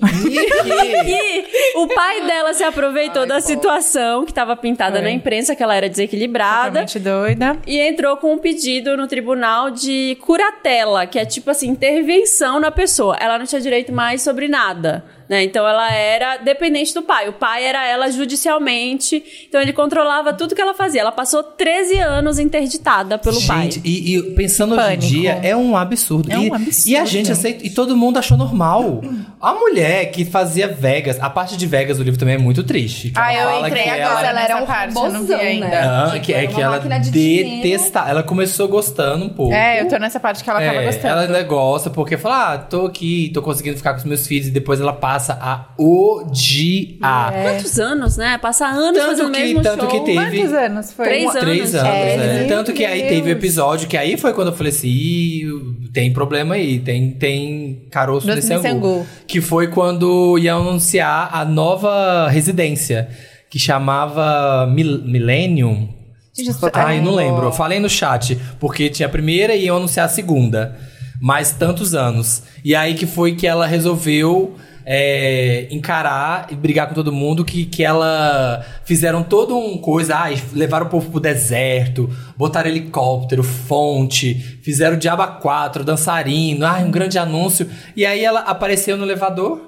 Speaker 2: Niki! o pai dela se aproveitou da situação que tava pintada
Speaker 4: Foi.
Speaker 2: na imprensa, que ela era desequilibrada.
Speaker 4: Totalmente doida.
Speaker 2: E entrou com um pedido no tribunal de curatela, que é tipo assim, intervenção na pessoa. Ela não tinha direito mais sobre nada. Né? Então ela era dependente do pai. O pai era ela judicialmente. Então ele controlava tudo que ela fazia. Ela passou 13 anos interditada pelo pai.
Speaker 1: Gente, e, e pensando
Speaker 4: Pânico.
Speaker 1: hoje em dia, é um absurdo.
Speaker 4: É
Speaker 1: e,
Speaker 4: um absurdo.
Speaker 1: E a gente aceita, e todo mundo achou normal. A mulher que fazia Vegas, a parte de Vegas do livro também é muito triste. que
Speaker 3: Ah,
Speaker 1: ela
Speaker 3: eu
Speaker 1: fala
Speaker 3: entrei
Speaker 1: que
Speaker 3: agora,
Speaker 1: Ela,
Speaker 3: ela era um
Speaker 4: nessa parte, eu não vi
Speaker 3: robôzão,
Speaker 4: ainda.
Speaker 3: né?
Speaker 1: Ah,
Speaker 3: Tipo,
Speaker 1: que é
Speaker 3: era
Speaker 1: que
Speaker 3: uma
Speaker 1: ela
Speaker 3: máquina de dinheiro.
Speaker 1: detestava. Ela começou gostando um pouco.
Speaker 4: É, eu tô nessa parte que ela tava
Speaker 1: É,
Speaker 4: gostando.
Speaker 1: ela ainda gosta porque fala, ah, tô aqui, tô conseguindo ficar com os meus filhos. E depois ela passa a odiar.
Speaker 3: É.
Speaker 2: Quantos anos, né? Passar anos
Speaker 1: é. Tanto
Speaker 2: fazendo o
Speaker 1: que,
Speaker 2: mesmo
Speaker 1: tanto
Speaker 2: show.
Speaker 1: que teve...
Speaker 4: Quantos anos foi?
Speaker 2: Três
Speaker 4: Um-
Speaker 2: anos.
Speaker 1: Três anos,
Speaker 4: É,
Speaker 1: né? Tanto que aí
Speaker 4: meu
Speaker 1: teve o
Speaker 4: Deus.
Speaker 1: episódio que aí foi quando eu falei assim: "Ih, tem problema aí, tem, tem caroço
Speaker 4: Doce
Speaker 1: nesse
Speaker 4: nesse
Speaker 1: angu.
Speaker 4: angu.
Speaker 1: Que foi quando ia anunciar a nova residência, que chamava Mil Millennium.
Speaker 3: Gente, isso-
Speaker 1: Ai, não lembro. Eu falei no chat, porque tinha a primeira e iam anunciar a segunda. Mas tantos anos. E aí que foi que ela resolveu é, encarar e brigar com todo mundo, que, que ela fizeram todo um coisa, ai, levaram o povo pro deserto, botaram helicóptero, fonte, fizeram diaba 4, dançarino, ai, um grande anúncio. E aí ela apareceu no elevador,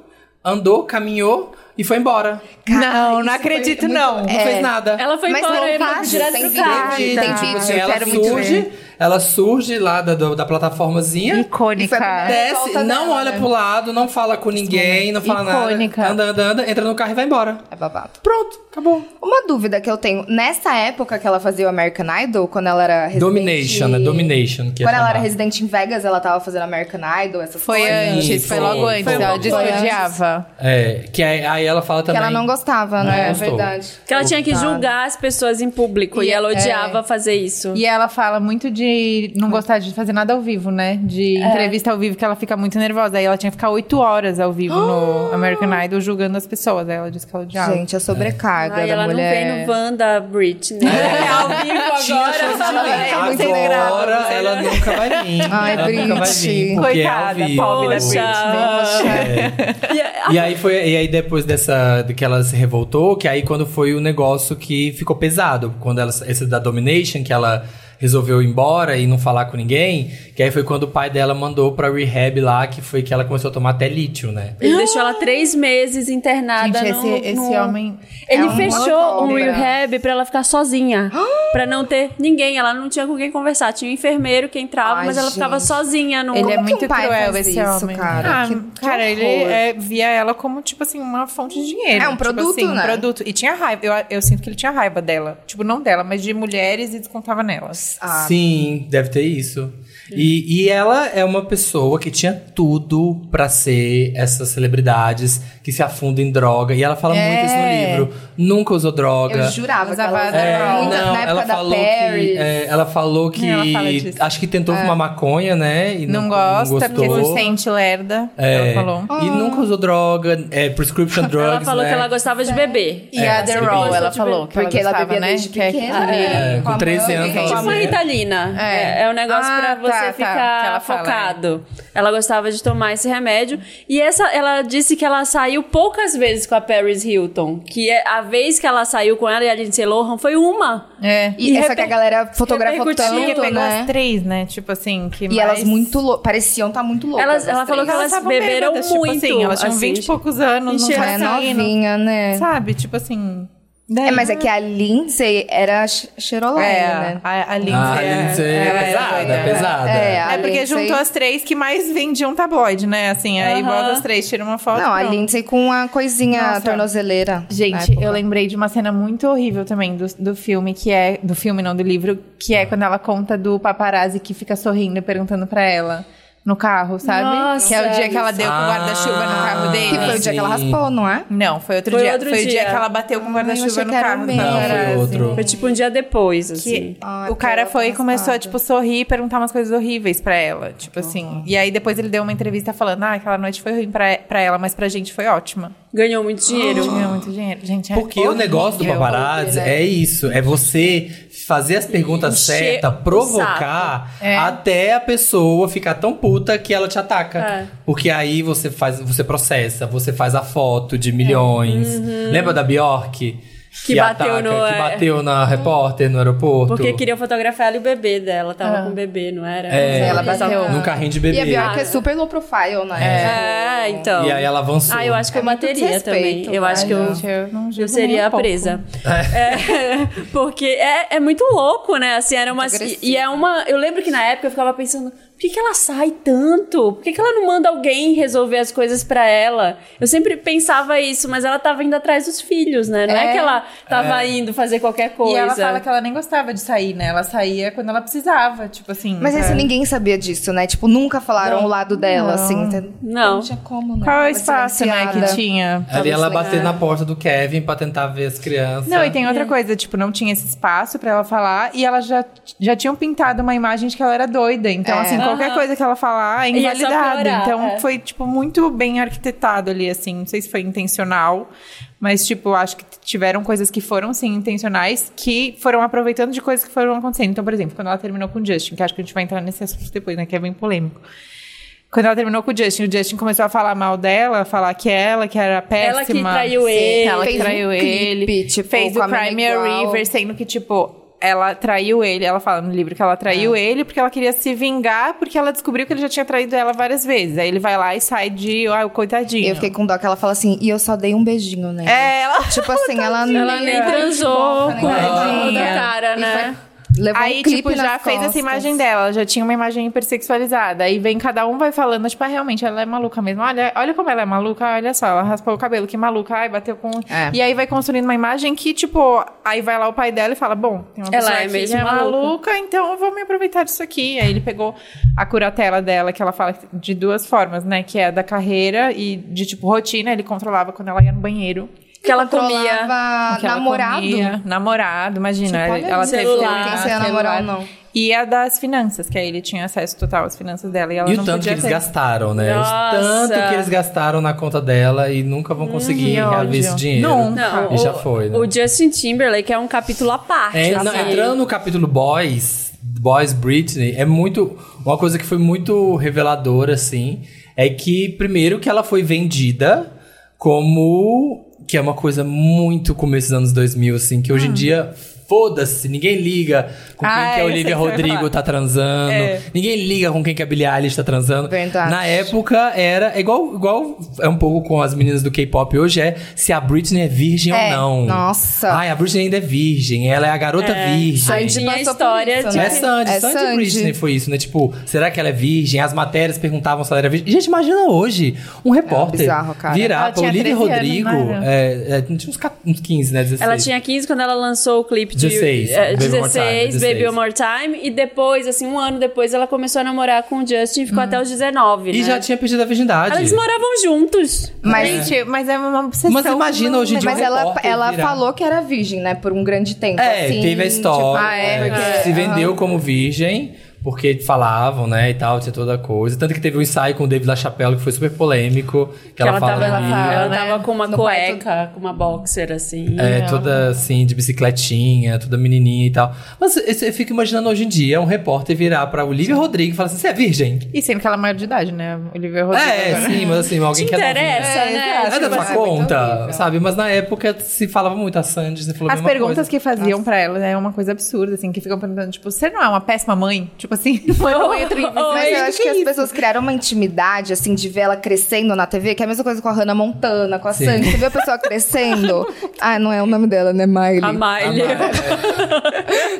Speaker 1: andou, caminhou e foi embora.
Speaker 4: Não,
Speaker 3: isso
Speaker 4: não
Speaker 3: foi
Speaker 4: acredito,
Speaker 3: muito- é,
Speaker 4: não.
Speaker 1: Não fez nada.
Speaker 2: Ela foi
Speaker 3: Mas
Speaker 2: embora
Speaker 3: não
Speaker 2: e
Speaker 3: faz,
Speaker 2: direto
Speaker 3: tem
Speaker 2: pro
Speaker 3: vídeo.
Speaker 2: carro.
Speaker 1: Tem,
Speaker 3: Tem
Speaker 1: tipo
Speaker 3: vídeo,
Speaker 1: assim,
Speaker 3: Ah, eu
Speaker 1: ela
Speaker 3: quero muito
Speaker 1: surge, ela surge lá da, do- da plataformazinha,
Speaker 3: E foi a
Speaker 4: Icônica.
Speaker 3: primeira-
Speaker 1: desce,
Speaker 3: Solta
Speaker 1: não
Speaker 3: dela,
Speaker 1: olha
Speaker 3: né?
Speaker 1: pro lado, não fala com ninguém, não fala
Speaker 4: Icônica.
Speaker 1: nada. Anda, anda, anda, entra no carro e vai embora.
Speaker 3: É babado.
Speaker 1: Pronto, acabou.
Speaker 3: Uma dúvida que eu tenho, nessa época que ela fazia o American Idol, quando ela era residente...
Speaker 1: Domination, né? Domination. Que ia
Speaker 3: Quando ela era
Speaker 1: chamar.
Speaker 3: residente em Vegas, ela tava fazendo American Idol, essas
Speaker 4: Foi
Speaker 3: coisas.
Speaker 4: antes, foi,
Speaker 1: foi,
Speaker 4: logo
Speaker 1: foi.
Speaker 4: antes.
Speaker 1: Foi um
Speaker 4: ela
Speaker 1: pouco
Speaker 4: disse que
Speaker 3: antes.
Speaker 4: odiava.
Speaker 1: É, que aí, aí ela fala
Speaker 3: Que
Speaker 1: também.
Speaker 3: ela não gostava,
Speaker 1: Não
Speaker 3: né? É
Speaker 1: gostou.
Speaker 3: verdade.
Speaker 2: Que ela tinha que
Speaker 3: Coitada.
Speaker 2: julgar as pessoas em público e,
Speaker 4: E-
Speaker 2: ela
Speaker 4: é.
Speaker 2: odiava fazer isso.
Speaker 4: E ela fala muito de não gostar de fazer nada ao vivo, né? De entrevista ao vivo, que ela fica muito nervosa. Aí ela tinha que ficar oito horas ao vivo no American Idol julgando as pessoas. Aí ela disse que ela odiava.
Speaker 3: Gente, a sobrecarga
Speaker 2: Ai,
Speaker 3: da
Speaker 2: ela
Speaker 3: mulher.
Speaker 2: não vem no Wanda Britney. É. <laughs> Ao vivo
Speaker 1: Tinha
Speaker 2: agora.
Speaker 1: chance de
Speaker 2: ela
Speaker 1: vir.
Speaker 2: vai.
Speaker 3: muito
Speaker 1: Agora
Speaker 3: integrável,
Speaker 1: ela nunca vai vir.
Speaker 3: Ai,
Speaker 1: ela nunca vai vir.
Speaker 3: Brit.
Speaker 1: Porque é
Speaker 4: Coitada,
Speaker 1: ao vivo.
Speaker 4: pobre da
Speaker 2: Poxa.
Speaker 1: É.
Speaker 2: E a-
Speaker 1: E aí foi, e aí depois dessa que ela se revoltou, que aí quando foi o negócio que ficou pesado, quando ela esse da domination que ela resolveu ir embora e não falar com ninguém, que aí foi quando o pai dela mandou pra rehab lá, que foi que ela começou a tomar até lítio, né?
Speaker 2: Ele deixou ela três meses internada.
Speaker 4: Gente,
Speaker 2: no-
Speaker 4: esse, esse
Speaker 2: no-
Speaker 4: homem.
Speaker 2: Ele
Speaker 3: é um
Speaker 2: fechou um
Speaker 3: maluco, né?
Speaker 2: rehab pra ela ficar sozinha. pra não ter ninguém. Ela não tinha com quem conversar. Tinha um enfermeiro que entrava,
Speaker 3: Ai,
Speaker 2: mas ela
Speaker 3: gente.
Speaker 2: ficava sozinha. No...
Speaker 4: Ele é
Speaker 3: Como que um
Speaker 4: muito
Speaker 3: pai
Speaker 4: cruel
Speaker 3: faz
Speaker 4: esse
Speaker 3: isso,
Speaker 4: homem.
Speaker 3: cara?
Speaker 4: Ah,
Speaker 3: Que- que
Speaker 4: cara, ele
Speaker 3: horror.
Speaker 4: é, via ela como, tipo assim, uma fonte de dinheiro.
Speaker 3: É um
Speaker 4: Tipo
Speaker 3: produto,
Speaker 4: assim,
Speaker 3: né?
Speaker 4: Um produto. E tinha raiva. Eu, eu sinto que ele tinha raiva dela. Tipo, não dela, mas de mulheres e descontava nelas.
Speaker 3: Ah,
Speaker 1: Sim, deve ter isso. E, e ela é uma pessoa que tinha tudo pra ser essas celebridades que se afundam em droga. E ela fala
Speaker 3: É.
Speaker 1: muito isso no livro. Nunca usou droga.
Speaker 3: Eu jurava
Speaker 4: Mas
Speaker 3: que ela
Speaker 4: a
Speaker 3: usava
Speaker 4: Bárbara
Speaker 1: É,
Speaker 4: não.
Speaker 3: muito
Speaker 1: não,
Speaker 3: na
Speaker 1: ela
Speaker 3: época da
Speaker 1: falou
Speaker 3: Perry.
Speaker 1: que é, ela falou que
Speaker 4: Ela fala disso. É.
Speaker 1: acho que tentou fumar maconha, né? E
Speaker 4: Não, gosta, porque
Speaker 1: gostou.
Speaker 4: se sente lerda.
Speaker 1: É,
Speaker 4: Ela falou.
Speaker 1: E nunca usou droga, é, prescription drugs,
Speaker 2: ela falou
Speaker 1: né?
Speaker 2: que ela gostava de beber.
Speaker 4: É.
Speaker 5: E a The
Speaker 1: sim.
Speaker 5: Roll, ela
Speaker 2: Porque
Speaker 5: falou. Que
Speaker 3: Porque ela
Speaker 5: ela
Speaker 3: bebia
Speaker 5: bebia
Speaker 3: desde
Speaker 5: né? Que é
Speaker 3: pequena.
Speaker 5: aquele-
Speaker 1: É, com
Speaker 3: a
Speaker 1: 13
Speaker 3: mãe,
Speaker 1: anos ela
Speaker 3: gente,
Speaker 2: Tipo uma
Speaker 1: bebia.
Speaker 2: ritalina.
Speaker 4: É.
Speaker 2: É, é um negócio
Speaker 4: Ah,
Speaker 2: pra você
Speaker 4: tá, tá, que
Speaker 2: ficar
Speaker 4: ela fala, é.
Speaker 2: focado. Ela gostava de tomar esse remédio. E essa, ela disse que ela saiu poucas vezes com a Paris Hilton. Que é- a vez que ela saiu com ela e a Lindsay Lohan foi uma.
Speaker 4: É.
Speaker 3: E,
Speaker 2: E
Speaker 3: essa
Speaker 2: reper-
Speaker 3: que a galera fotografou
Speaker 2: repercutiu,
Speaker 4: Porque
Speaker 3: tanto,
Speaker 4: pegou
Speaker 3: né?
Speaker 4: as três, né? Tipo assim, que
Speaker 3: E elas
Speaker 4: mais-
Speaker 3: muito lou- pareciam estar muito loucas.
Speaker 2: Elas-
Speaker 3: as
Speaker 2: ela falou
Speaker 3: três.
Speaker 2: que elas
Speaker 4: estavam
Speaker 2: beberam
Speaker 4: bêbadas, tipo
Speaker 2: muito,
Speaker 4: assim, elas tinham
Speaker 2: assim,
Speaker 4: 20 e
Speaker 2: tipo,
Speaker 4: poucos anos, não
Speaker 2: encheram
Speaker 3: Ela é
Speaker 4: estavam saindo.
Speaker 3: novinha, né?
Speaker 4: Sabe? Tipo assim... daí-
Speaker 3: É, mas é que a Lindsay era che- cheirolona,
Speaker 4: É,
Speaker 3: né?
Speaker 4: a, a Lindsay.
Speaker 1: Ah,
Speaker 4: é-
Speaker 1: Lindsay é,
Speaker 4: ela
Speaker 1: pesada, é,
Speaker 4: doida.
Speaker 1: pesada.
Speaker 3: É, a
Speaker 4: É porque
Speaker 3: Lindsay-
Speaker 4: juntou as três que mais vendiam tabloide, né? Assim, aí
Speaker 2: Aham.
Speaker 4: bota as três, tira uma foto.
Speaker 3: Não, a
Speaker 4: pronto.
Speaker 3: Lindsay com a coisinha
Speaker 4: Nossa.
Speaker 3: tornozeleira. né? na
Speaker 4: Gente,
Speaker 3: época.
Speaker 4: eu lembrei de uma cena muito horrível também do, do filme, que é. Do filme, não, do livro, que é quando ela conta do paparazzi que fica sorrindo e perguntando pra ela no carro, sabe?
Speaker 2: Nossa,
Speaker 4: que é o dia que ela deu com o
Speaker 1: Ah,
Speaker 4: guarda-chuva no carro dele.
Speaker 3: Que foi o dia que ela
Speaker 1: Sim.
Speaker 3: raspou, não é?
Speaker 4: Não, foi outro
Speaker 2: Foi
Speaker 4: dia.
Speaker 2: outro
Speaker 4: foi o dia
Speaker 2: dia.
Speaker 4: que ela bateu com o
Speaker 3: eu achei
Speaker 4: guarda-chuva
Speaker 3: que
Speaker 4: no
Speaker 3: era
Speaker 4: carro.
Speaker 3: o
Speaker 4: do
Speaker 3: meu.
Speaker 1: Não, foi
Speaker 4: paparazzi.
Speaker 1: outro.
Speaker 2: Foi tipo um dia depois, assim.
Speaker 4: Que
Speaker 3: Ah,
Speaker 4: o cara
Speaker 3: aquela
Speaker 4: foi e
Speaker 3: tá
Speaker 4: começou a,
Speaker 3: raspada.
Speaker 4: tipo, sorrir e perguntar umas coisas horríveis pra ela. Tipo assim. E aí depois ele deu uma entrevista falando: ah, aquela noite foi ruim pra, pra ela, mas pra gente foi ótima.
Speaker 2: Ganhou
Speaker 3: Ah,
Speaker 2: muito dinheiro.
Speaker 4: Ganhou muito dinheiro. Gente, é
Speaker 1: Porque o
Speaker 4: horrível.
Speaker 1: negócio do paparazzi
Speaker 3: horrível, né?
Speaker 1: é isso, é você fazer as perguntas
Speaker 2: Encher
Speaker 1: certas,
Speaker 2: o
Speaker 1: provocar
Speaker 4: É.
Speaker 1: até a pessoa ficar tão puta que ela te ataca.
Speaker 2: É.
Speaker 1: Porque aí você faz, você processa, você faz a foto de milhões. Lembra da Bjork?
Speaker 2: É. Uhum. Que bateu no-
Speaker 1: que
Speaker 2: é.
Speaker 1: bateu na repórter no aeroporto.
Speaker 2: Porque queriam fotografar ela e o bebê dela. Tava
Speaker 4: Ah.
Speaker 2: com o bebê, não era?
Speaker 1: É.
Speaker 3: Ela bateu.
Speaker 1: num carrinho de
Speaker 3: E
Speaker 1: bebê.
Speaker 3: a Bjork é
Speaker 2: Ah.
Speaker 3: super low profile, né?
Speaker 2: É, então.
Speaker 1: E aí ela avançou.
Speaker 2: Ah, eu acho que eu
Speaker 3: É muito
Speaker 2: bateria também.
Speaker 3: desrespeito,
Speaker 2: Eu acho que eu,
Speaker 4: Gente, eu não
Speaker 2: Eu
Speaker 4: julgo nem
Speaker 2: seria
Speaker 4: um pouco.
Speaker 2: presa. É, <laughs> porque é, é muito louco, né? Assim, era uma.
Speaker 3: Muito
Speaker 2: E,
Speaker 3: agressiva.
Speaker 2: e é uma. Eu lembro que na época eu ficava pensando: por que, que ela sai tanto? Por que, que ela não manda alguém resolver as coisas pra ela? Eu sempre pensava isso, mas ela tava indo atrás dos filhos, né? Não é,
Speaker 3: É.
Speaker 2: que ela tava indo fazer qualquer coisa.
Speaker 4: E ela fala que ela nem gostava de sair, né? Ela saía quando ela precisava, tipo assim.
Speaker 3: Mas isso
Speaker 4: é.
Speaker 3: ninguém sabia disso, né? Tipo, nunca falaram
Speaker 4: Não.
Speaker 3: o lado
Speaker 4: Não.
Speaker 3: dela, assim. entendeu?
Speaker 2: Não.
Speaker 3: tinha como, né?
Speaker 4: Qual é o
Speaker 3: Ela
Speaker 4: espaço, né, que
Speaker 3: silenciada.
Speaker 4: tinha?
Speaker 1: Ali ela
Speaker 2: Talvez
Speaker 1: bateu
Speaker 2: tenha.
Speaker 1: na porta do Kevin pra tentar ver as crianças.
Speaker 4: Não, e tem
Speaker 2: É.
Speaker 4: outra coisa, tipo, não tinha esse espaço pra ela falar e ela já, já tinham pintado uma imagem de que ela era doida. Então,
Speaker 3: É.
Speaker 4: assim, qualquer
Speaker 2: Aham.
Speaker 4: coisa que ela falar é
Speaker 2: Ia só
Speaker 4: invalidada.
Speaker 2: piorar,
Speaker 4: Então,
Speaker 2: é.
Speaker 4: foi, tipo, muito bem arquitetado ali, assim. Não sei se foi intencional, mas, tipo, acho que tiveram coisas que foram, sim, intencionais, que foram aproveitando de coisas que foram acontecendo. Então, por exemplo, quando ela terminou com o Justin, que acho que a gente vai entrar nesse assunto depois, né, que é bem polêmico. Quando ela terminou com o Justin, o Justin começou a falar mal dela, falar que ela, que era péssima.
Speaker 2: Ela que traiu ele.
Speaker 4: Ela que
Speaker 3: Fez um
Speaker 4: traiu ele.
Speaker 3: clipe, tipo,
Speaker 4: fez
Speaker 3: com
Speaker 4: o
Speaker 3: a mina
Speaker 4: Crime
Speaker 3: igual.
Speaker 4: River, sendo que, tipo, ela traiu ele. Ela fala no livro que ela
Speaker 2: É.
Speaker 4: traiu ele porque ela queria se vingar, porque ela descobriu que ele já tinha traído ela várias vezes. Aí ele vai lá e sai de. Ah, o coitadinho.
Speaker 3: Eu fiquei com dó que ela fala assim, e eu só dei um beijinho, né?
Speaker 4: É, ela.
Speaker 3: Tipo
Speaker 4: <laughs>
Speaker 3: assim, ela nem...
Speaker 2: Ela nem transou
Speaker 3: nem
Speaker 4: né?
Speaker 2: com
Speaker 3: nada.
Speaker 2: a
Speaker 4: é
Speaker 2: outra cara, né?
Speaker 3: Levou um
Speaker 4: Aí,
Speaker 3: clipe
Speaker 4: tipo, já
Speaker 3: nas
Speaker 4: fez essa
Speaker 3: costas.
Speaker 4: imagem dela, ela já tinha uma imagem hipersexualizada. Aí vem, cada um vai falando, tipo, ah, realmente, ela é maluca mesmo. Olha, olha como ela é maluca, olha só, ela raspou o cabelo, que maluca, ai, bateu com. um."
Speaker 3: É.
Speaker 4: E aí vai construindo uma imagem que, tipo, aí vai lá o pai dela e fala: Bom, tem uma
Speaker 2: Ela
Speaker 4: pessoa
Speaker 2: é
Speaker 4: aqui
Speaker 2: mesmo
Speaker 4: que é
Speaker 2: maluca.
Speaker 4: maluca. então eu vou me aproveitar disso aqui. Aí ele pegou a curatela dela, que ela fala de duas formas, né? Que é da carreira e de, tipo, rotina, ele controlava quando ela ia no banheiro.
Speaker 2: Que ela comia.
Speaker 3: Controlava
Speaker 4: O que ela
Speaker 3: namorado.
Speaker 4: comia. namorado, imagina.
Speaker 3: Tipo, olha
Speaker 4: ela
Speaker 3: isso.
Speaker 4: teve
Speaker 2: Celular,
Speaker 4: que
Speaker 3: quem
Speaker 4: ter
Speaker 3: seria
Speaker 4: celular.
Speaker 3: namorado, não.
Speaker 4: E a das finanças, que aí ele tinha acesso total às finanças dela. E, ela
Speaker 1: E
Speaker 4: não
Speaker 1: o tanto que
Speaker 4: podia
Speaker 1: eles
Speaker 4: ter.
Speaker 1: gastaram, né?
Speaker 2: Nossa.
Speaker 1: O tanto que eles gastaram na conta dela e nunca vão conseguir
Speaker 4: que
Speaker 1: reaver esse
Speaker 4: ódio.
Speaker 1: dinheiro.
Speaker 4: Não.
Speaker 2: Não,
Speaker 1: E
Speaker 2: o,
Speaker 1: já foi, né?
Speaker 2: o Justin Timberlake é um capítulo à parte.
Speaker 1: É, não,
Speaker 2: assim.
Speaker 1: entrando no capítulo Boys, Boys Britney, é muito. Uma coisa que foi muito reveladora, assim, é que, primeiro, que ela foi vendida como. Que é uma coisa muito começo dos anos 2000, assim, que hoje em dia. Foda-se, ninguém liga com quem
Speaker 4: Ah,
Speaker 1: que
Speaker 4: é,
Speaker 1: a
Speaker 4: eu sei
Speaker 1: Olivia
Speaker 4: o que você vai
Speaker 1: Rodrigo
Speaker 4: falar.
Speaker 1: tá transando. Ninguém liga com quem que a Billie Eilish tá transando.
Speaker 3: Verdade.
Speaker 1: Na época era é igual, igual é um pouco com as meninas do K-pop hoje é se a Britney é virgem ou
Speaker 3: É,
Speaker 1: não.
Speaker 3: nossa.
Speaker 1: Ai, a Britney ainda é virgem, ela é a garota virgem.
Speaker 2: Sandy
Speaker 3: Gente,
Speaker 2: tinha a
Speaker 3: passou por
Speaker 2: história
Speaker 3: isso,
Speaker 2: de
Speaker 3: né?
Speaker 1: É Sandy,
Speaker 3: É
Speaker 1: Sandy,
Speaker 3: Sandy.
Speaker 1: Britney foi isso, né? Tipo, será que ela é virgem? As matérias perguntavam se ela era virgem. Gente, imagina hoje um repórter
Speaker 3: É bizarro, cara.
Speaker 1: virar
Speaker 4: Ela
Speaker 1: pra
Speaker 4: tinha
Speaker 1: Olivia
Speaker 4: 13 anos,
Speaker 1: Rodrigo.
Speaker 4: não era?
Speaker 1: é, é, tinha uns, ca- uns 15, né? 16.
Speaker 2: Ela tinha 15 quando ela lançou o clipe de de
Speaker 1: 16,
Speaker 2: é,
Speaker 1: Baby One More
Speaker 2: 16,
Speaker 1: Time,
Speaker 2: Baby
Speaker 1: 16.
Speaker 2: One More Time. E depois, assim, um ano depois, ela começou a namorar com o Justin e ficou até os 19.
Speaker 1: E
Speaker 2: né?
Speaker 1: já tinha perdido a virgindade.
Speaker 2: Eles moravam juntos.
Speaker 3: Mas,
Speaker 4: Gente, mas é uma obsessão.
Speaker 1: Mas imagina hoje em dia
Speaker 3: mas
Speaker 1: um
Speaker 3: ela,
Speaker 1: repórter
Speaker 3: ela
Speaker 1: virar-
Speaker 3: falou que era virgem, né? Por um grande tempo.
Speaker 1: É,
Speaker 3: assim,
Speaker 1: teve a história.
Speaker 3: tipo, ah, é,
Speaker 1: é,
Speaker 3: porque-
Speaker 1: se vendeu como virgem, porque falavam, né, e tal, tinha toda a coisa. Tanto que teve um ensaio com o David LaChapelle que foi super polêmico. Que, ela, fala
Speaker 2: tava,
Speaker 1: ali,
Speaker 3: fala,
Speaker 2: ela
Speaker 3: né?
Speaker 2: tava com uma
Speaker 3: No
Speaker 2: cueca,
Speaker 3: quarto-
Speaker 2: com uma boxer, assim.
Speaker 1: É,
Speaker 2: Ela-
Speaker 1: toda assim, de bicicletinha, toda menininha e tal. Mas eu eu fico imaginando hoje em dia um repórter virar pra Olivia Rodrigo e falar assim: você é virgem?
Speaker 4: E sendo que ela é maior de idade, né? Olivia Rodrigo.
Speaker 1: É,
Speaker 4: agora.
Speaker 1: sim, mas assim, alguém
Speaker 2: Te
Speaker 1: que é novinha.
Speaker 2: interessa,
Speaker 4: É,
Speaker 2: né?
Speaker 4: exato.
Speaker 1: É da
Speaker 2: Tipo
Speaker 1: tua
Speaker 2: assim,
Speaker 3: é muito
Speaker 1: conta,
Speaker 3: horrível.
Speaker 1: sabe? Mas na época se falava muito, a Sandy, você falou a
Speaker 4: As
Speaker 1: mesma
Speaker 4: perguntas
Speaker 1: coisa.
Speaker 4: que faziam pra ela é uma coisa absurda, assim, que ficam perguntando, tipo, você não é uma péssima mãe? Tipo assim, <laughs> não é uma outra entrevista.
Speaker 3: Mas eu
Speaker 4: que
Speaker 3: acho que, as
Speaker 4: isso?
Speaker 3: pessoas criaram uma intimidade, assim, de ver ela crescendo na TV, que é a mesma coisa com a Hannah Montana, com a
Speaker 1: Sim.
Speaker 3: Sandy. Você vê a pessoa
Speaker 1: <laughs>
Speaker 3: crescendo? ah, não é o nome dela, né? Miley.
Speaker 2: A Miley.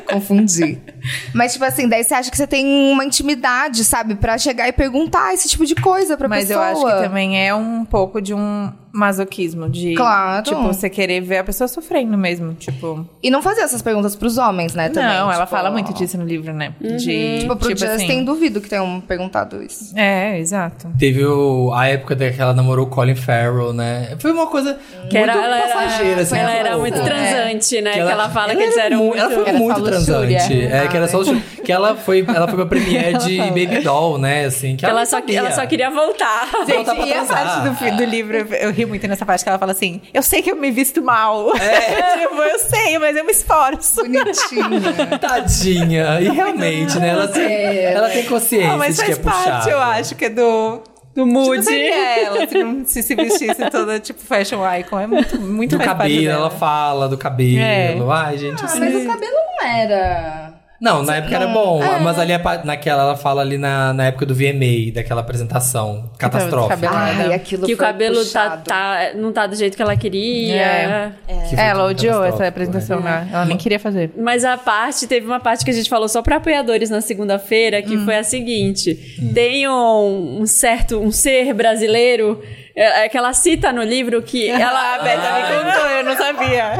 Speaker 3: Confundi. <laughs> Mas, tipo assim, daí você acha que você tem uma intimidade, sabe? Pra chegar e perguntar esse tipo de coisa pra
Speaker 4: Mas
Speaker 3: pessoa.
Speaker 4: eu acho que também é um pouco de um masoquismo, de...
Speaker 3: Claro.
Speaker 4: Tipo, você querer ver a pessoa sofrendo mesmo, tipo...
Speaker 3: E não fazer essas perguntas pros homens, né? Também,
Speaker 4: não, ela
Speaker 3: tipo,
Speaker 4: fala muito disso no livro, né? De,
Speaker 3: Tipo, pro Justin,
Speaker 4: assim,
Speaker 3: duvido que tenham perguntado isso.
Speaker 4: É, exato.
Speaker 1: Teve o- a época da que ela namorou o Colin Farrell, né? Foi uma coisa
Speaker 2: Que
Speaker 1: muito
Speaker 2: era, ela era,
Speaker 1: passageira, assim.
Speaker 2: ela
Speaker 1: né?
Speaker 2: era
Speaker 1: Foi
Speaker 2: muito
Speaker 1: louco.
Speaker 2: transante, né? Que ela, fala que
Speaker 1: ela
Speaker 2: eles
Speaker 1: era
Speaker 2: eram
Speaker 1: mu-
Speaker 2: muito...
Speaker 1: Ela foi
Speaker 4: Era
Speaker 1: muito
Speaker 4: só
Speaker 1: transante.
Speaker 4: luxúria.
Speaker 1: É, que era só luxúria.
Speaker 2: <laughs>
Speaker 1: Que ela foi, ela foi pra premiere de Baby Doll, né? Assim, que
Speaker 2: que
Speaker 1: ela,
Speaker 2: ela
Speaker 1: não
Speaker 2: só,
Speaker 1: sabia.
Speaker 2: ela só queria voltar.
Speaker 1: Voltar
Speaker 4: Gente,
Speaker 1: pra Ah.
Speaker 4: e a
Speaker 1: transar.
Speaker 4: parte do, fi- do livro, eu ri muito nessa parte que ela fala assim: Eu sei que eu me visto mal.
Speaker 1: É.
Speaker 4: <laughs> tipo, eu sei, mas eu me esforço.
Speaker 3: Bonitinha.
Speaker 1: Tadinha. E realmente, né? Ela tem,
Speaker 3: É,
Speaker 1: ela tem consciência
Speaker 4: Ah, mas
Speaker 1: de que é
Speaker 4: faz parte,
Speaker 1: puxado.
Speaker 4: eu acho, que é do.
Speaker 2: Do
Speaker 4: Tipo,
Speaker 2: mood.
Speaker 4: sei que é ela, se, se se vestisse toda, tipo, fashion icon. É muito,
Speaker 1: Do
Speaker 4: muito faz parte
Speaker 1: cabelo,
Speaker 4: dela.
Speaker 1: ela fala do cabelo.
Speaker 4: É.
Speaker 1: Ai, gente, eu
Speaker 3: ah,
Speaker 1: sei.
Speaker 3: mas o cabelo Ah. não era.
Speaker 1: Não, na época era bom, mas ali a pa- naquela ela fala ali na, na época do VMA, daquela apresentação catastrófica.
Speaker 4: cabelo- Pelada.
Speaker 3: Ai, aquilo
Speaker 2: Que o
Speaker 3: foi
Speaker 2: cabelo tá,
Speaker 3: puxado.
Speaker 2: tá- não tá do jeito que ela queria.
Speaker 4: É.
Speaker 1: que foi
Speaker 4: Ela
Speaker 1: tudo
Speaker 4: odiou
Speaker 1: catastrófico,
Speaker 4: essa apresentação, né? Ela nem queria fazer.
Speaker 2: Mas a parte, teve uma parte que a gente falou só pra apoiadores na segunda-feira, que
Speaker 3: Hum.
Speaker 2: foi a seguinte: tem um, um certo, um ser brasileiro, é, é que ela cita no livro
Speaker 3: <laughs>
Speaker 2: que ela.
Speaker 4: Ela, a Beta
Speaker 3: Ah.
Speaker 4: me
Speaker 1: Ah.
Speaker 4: contou, eu não sabia.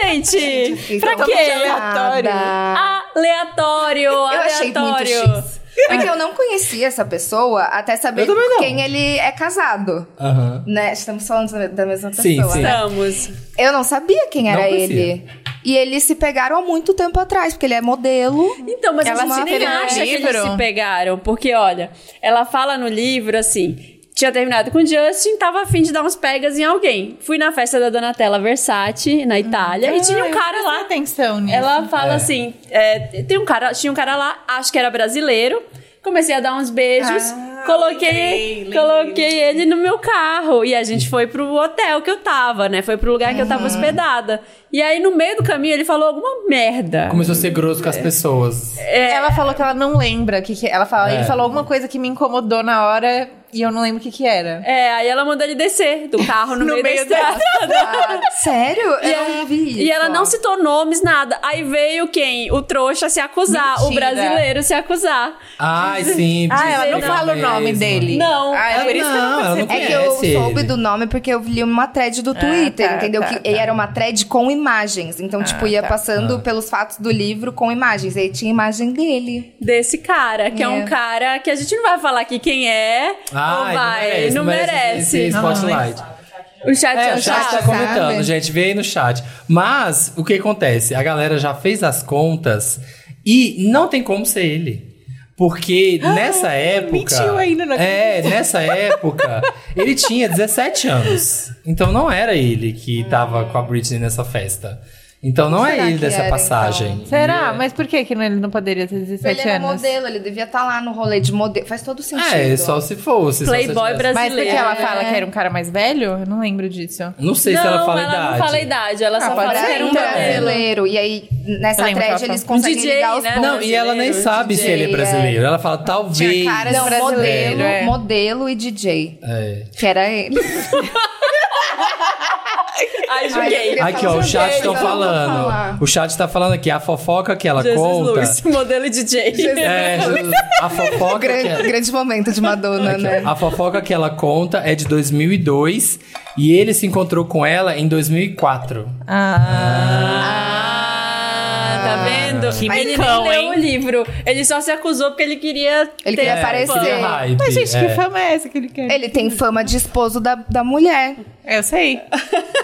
Speaker 3: <laughs>
Speaker 2: gente, pra
Speaker 3: então
Speaker 2: quê?
Speaker 4: ela- aleatório.
Speaker 3: Nada.
Speaker 2: Aleatório,
Speaker 3: Eu achei muito
Speaker 2: aleatório.
Speaker 3: X. Porque eu não conhecia essa pessoa até saber
Speaker 1: Eu também não.
Speaker 3: quem ele é casado.
Speaker 1: Aham.
Speaker 3: Né? Estamos falando da- da mesma
Speaker 1: Sim,
Speaker 3: pessoa,
Speaker 1: sim.
Speaker 3: né?
Speaker 2: Estamos.
Speaker 3: Eu não sabia quem era
Speaker 1: Não conhecia.
Speaker 3: ele. E eles se pegaram há muito tempo atrás, porque ele é modelo.
Speaker 2: Então, mas
Speaker 3: Ela
Speaker 2: a gente nem
Speaker 3: manteve no
Speaker 2: acha que eles
Speaker 4: um livro.
Speaker 2: se pegaram. Porque, olha, ela fala no livro assim. Tinha terminado com o Justin, tava afim de dar uns pegas em alguém. Fui na festa da Donatella Versace, na Itália, e
Speaker 4: Ah,
Speaker 2: tinha um cara lá.
Speaker 4: atenção nisso.
Speaker 2: Ela fala
Speaker 1: É.
Speaker 2: assim: é, tem um cara, tinha um cara lá, acho que era brasileiro. Comecei a dar uns beijos,
Speaker 4: Ah,
Speaker 2: coloquei,
Speaker 4: lembrei, lembrei.
Speaker 2: coloquei ele no meu carro. E a gente foi pro hotel que eu tava, né? Foi pro lugar que eu
Speaker 4: Ah.
Speaker 2: tava hospedada. E aí, no meio do caminho, ele falou alguma merda.
Speaker 1: Começou a ser grosso
Speaker 4: É.
Speaker 1: com as pessoas.
Speaker 4: Ela falou que ela não lembra o que, que ela fala.
Speaker 1: É.
Speaker 4: Ele falou alguma coisa que me incomodou na hora e eu não lembro o que, que era.
Speaker 2: É, aí ela mandou ele descer do carro no,
Speaker 4: No
Speaker 2: meio,
Speaker 4: meio
Speaker 2: da
Speaker 4: da-
Speaker 2: estrada.
Speaker 3: Ah, sério?
Speaker 2: E
Speaker 3: eu não vi isso.
Speaker 2: <laughs> E ela não citou nomes, nada. Aí veio quem? O trouxa se acusar, o
Speaker 4: Mentira.
Speaker 2: brasileiro se acusar.
Speaker 1: Ai, sim.
Speaker 4: Ah, ela
Speaker 1: dizer
Speaker 4: não fala o nome
Speaker 1: mesmo.
Speaker 4: dele.
Speaker 2: Não.
Speaker 4: Ah, é por isso que eu
Speaker 1: Não,
Speaker 4: não
Speaker 1: ela não
Speaker 4: percebi.
Speaker 3: É que eu
Speaker 1: conhece
Speaker 3: soube
Speaker 1: ele.
Speaker 3: do nome porque eu li uma thread do Twitter,
Speaker 4: tá,
Speaker 3: entendeu?
Speaker 4: tá,
Speaker 3: que
Speaker 4: tá.
Speaker 3: e era uma thread com imagens. Então, tipo, ia passando
Speaker 1: Ah.
Speaker 3: pelos fatos do livro com imagens. E aí tinha imagem dele.
Speaker 2: Desse cara, que é. um
Speaker 3: É.
Speaker 2: cara que a gente não vai falar aqui quem é,
Speaker 1: Ai,
Speaker 2: ou vai, não merece.
Speaker 1: esse spotlight.
Speaker 2: O chat
Speaker 1: É,
Speaker 2: já
Speaker 1: o chat tá
Speaker 2: sabe.
Speaker 3: sabe.
Speaker 1: comentando, gente. Vê aí no chat. Mas, o que acontece? A galera já fez as contas e não tem como ser ele.
Speaker 3: <gasps>
Speaker 1: Porque
Speaker 3: Ah,
Speaker 1: nessa época.
Speaker 4: mentiu ainda, não
Speaker 3: né?
Speaker 1: É, nessa época, ele tinha 17 anos. Então não era ele que tava com a Britney nessa festa. Então não é
Speaker 3: Será
Speaker 1: ele
Speaker 3: que
Speaker 1: dessa
Speaker 3: era,
Speaker 1: passagem.
Speaker 3: então?
Speaker 4: Será? Mas por que, que ele não poderia ter 17
Speaker 3: Ele era
Speaker 4: anos?
Speaker 3: modelo, ele devia estar lá no rolê de modelo. Faz todo sentido.
Speaker 1: É, só se fosse. só se
Speaker 2: Playboy
Speaker 1: tivesse-
Speaker 4: Mas porque ela
Speaker 2: Brasileiro.
Speaker 4: fala que era um cara mais velho? Eu não lembro disso.
Speaker 1: Não sei se ela fala a idade.
Speaker 2: não fala a idade, ela só
Speaker 4: pode
Speaker 2: fala
Speaker 3: Era
Speaker 2: que era um
Speaker 3: um
Speaker 2: modelo.
Speaker 3: brasileiro. E aí, nessa
Speaker 4: Eu lembro que
Speaker 3: thread,
Speaker 4: ela
Speaker 3: eles
Speaker 4: falou.
Speaker 3: conseguem
Speaker 2: Um DJ,
Speaker 3: ligar os
Speaker 2: né?
Speaker 3: pontos.
Speaker 1: Não, e ela nem
Speaker 2: Brasileiro,
Speaker 1: sabe se
Speaker 3: DJ,
Speaker 1: ele é brasileiro. Ela fala, talvez.
Speaker 3: Tinha cara de
Speaker 4: Não,
Speaker 3: brasileiro,
Speaker 4: modelo, é.
Speaker 3: modelo e DJ.
Speaker 1: É.
Speaker 3: Que
Speaker 1: <laughs>
Speaker 3: era ele.
Speaker 2: Ai, joguei.
Speaker 3: Ai,
Speaker 1: Aqui, ó, o
Speaker 3: Talvez,
Speaker 1: chat estão
Speaker 3: eu não vou
Speaker 1: falando.
Speaker 3: falar.
Speaker 1: O chat tá falando aqui, a fofoca que ela
Speaker 2: Jesus
Speaker 1: conta. <laughs>
Speaker 2: Lewis, modelo DJ.
Speaker 1: É, Jesus- a fofoca que
Speaker 3: grande,
Speaker 1: ela...
Speaker 3: grande momento de Madonna, né?
Speaker 1: A fofoca que ela conta é de 2002 e ele se encontrou com ela em 2004.
Speaker 4: Ah.
Speaker 2: Ah, tá vendo?
Speaker 1: Que
Speaker 2: ele
Speaker 4: micão,
Speaker 2: nem leu
Speaker 4: hein?
Speaker 2: o livro. Ele só se acusou porque ele queria.
Speaker 3: Ele
Speaker 2: ter
Speaker 3: queria
Speaker 2: fama.
Speaker 3: aparecer.
Speaker 1: cria É, hype,
Speaker 4: Mas, gente,
Speaker 1: é.
Speaker 4: que fama é essa que ele quer?
Speaker 3: Ele tem fama de esposo da, da mulher,
Speaker 4: Eu sei.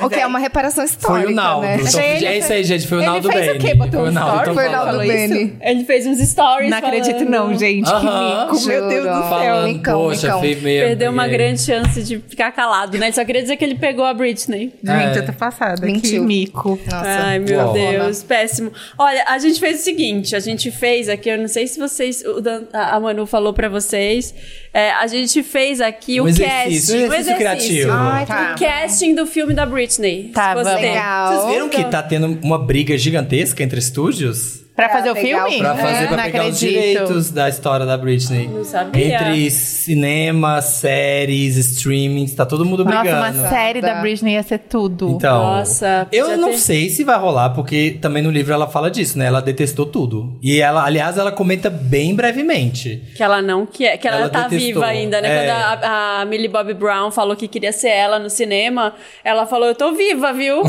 Speaker 3: o que é uma reparação histórica,
Speaker 1: Foi o Naldo.
Speaker 3: né?
Speaker 1: Então,
Speaker 4: Ele
Speaker 1: é isso aí, gente. Foi o
Speaker 4: ele
Speaker 1: Naldo
Speaker 4: fez o
Speaker 1: Bene.
Speaker 4: quê? Botou
Speaker 1: Foi o
Speaker 4: um
Speaker 1: Naldo.
Speaker 4: story?
Speaker 1: então
Speaker 3: <laughs> Foi o
Speaker 1: falando.
Speaker 3: Naldo
Speaker 4: Falou isso?
Speaker 3: Bene.
Speaker 2: Ele fez uns stories.
Speaker 4: Não acredito,
Speaker 2: falando.
Speaker 4: não, gente.
Speaker 1: Aham.
Speaker 4: Que mico, meu Deus do
Speaker 3: Juro.
Speaker 4: céu.
Speaker 1: Falando,
Speaker 3: Micão,
Speaker 1: poxa,
Speaker 3: micão.
Speaker 1: feio mesmo.
Speaker 2: Perdeu uma
Speaker 1: e aí?
Speaker 2: grande chance de ficar calado, né? Ele só queria dizer que ele pegou a Britney.
Speaker 1: É.
Speaker 4: Gente, eu tô passada. Que
Speaker 3: Mentiu.
Speaker 4: mico.
Speaker 3: Nossa.
Speaker 2: Ai, meu
Speaker 1: Uau.
Speaker 2: Deus, péssimo. Olha, a gente fez o seguinte, a gente fez aqui, eu não sei se vocês, o Dan- a a Manu falou pra vocês, é, a gente fez aqui
Speaker 1: Um
Speaker 2: o
Speaker 1: exercício,
Speaker 2: casting,
Speaker 1: um
Speaker 2: o
Speaker 1: exercício criativo.
Speaker 3: Ai,
Speaker 4: Tá.
Speaker 2: O casting do filme da Britney.
Speaker 4: Tá,
Speaker 2: se você-
Speaker 4: vamos. Então,
Speaker 3: Legal.
Speaker 1: Vocês viram que tá tendo uma briga gigantesca entre estúdios?
Speaker 4: Pra
Speaker 3: Pra
Speaker 4: fazer o
Speaker 3: pegar
Speaker 4: filme?
Speaker 3: o-
Speaker 1: Pra fazer,
Speaker 4: É,
Speaker 1: pra
Speaker 4: não
Speaker 1: pegar os
Speaker 4: acredito.
Speaker 1: direitos da história da Britney. Não
Speaker 2: sabia.
Speaker 1: Entre cinema, séries, streamings, tá todo mundo
Speaker 4: Nossa,
Speaker 1: brigando.
Speaker 4: uma série da Britney ia ser tudo.
Speaker 1: Então,
Speaker 2: Nossa,
Speaker 1: eu
Speaker 2: podia
Speaker 1: não
Speaker 2: ter-
Speaker 1: sei se vai rolar, porque também no livro ela fala disso, né? Ela detestou tudo. E ela, aliás, ela comenta bem brevemente.
Speaker 2: Que ela não quer, que ela,
Speaker 1: Ela
Speaker 2: tá
Speaker 1: detestou.
Speaker 2: viva ainda, né?
Speaker 1: É.
Speaker 2: Quando a, a Millie Bobby Brown falou que queria ser ela no cinema, ela falou, eu tô viva, viu?
Speaker 3: Uh,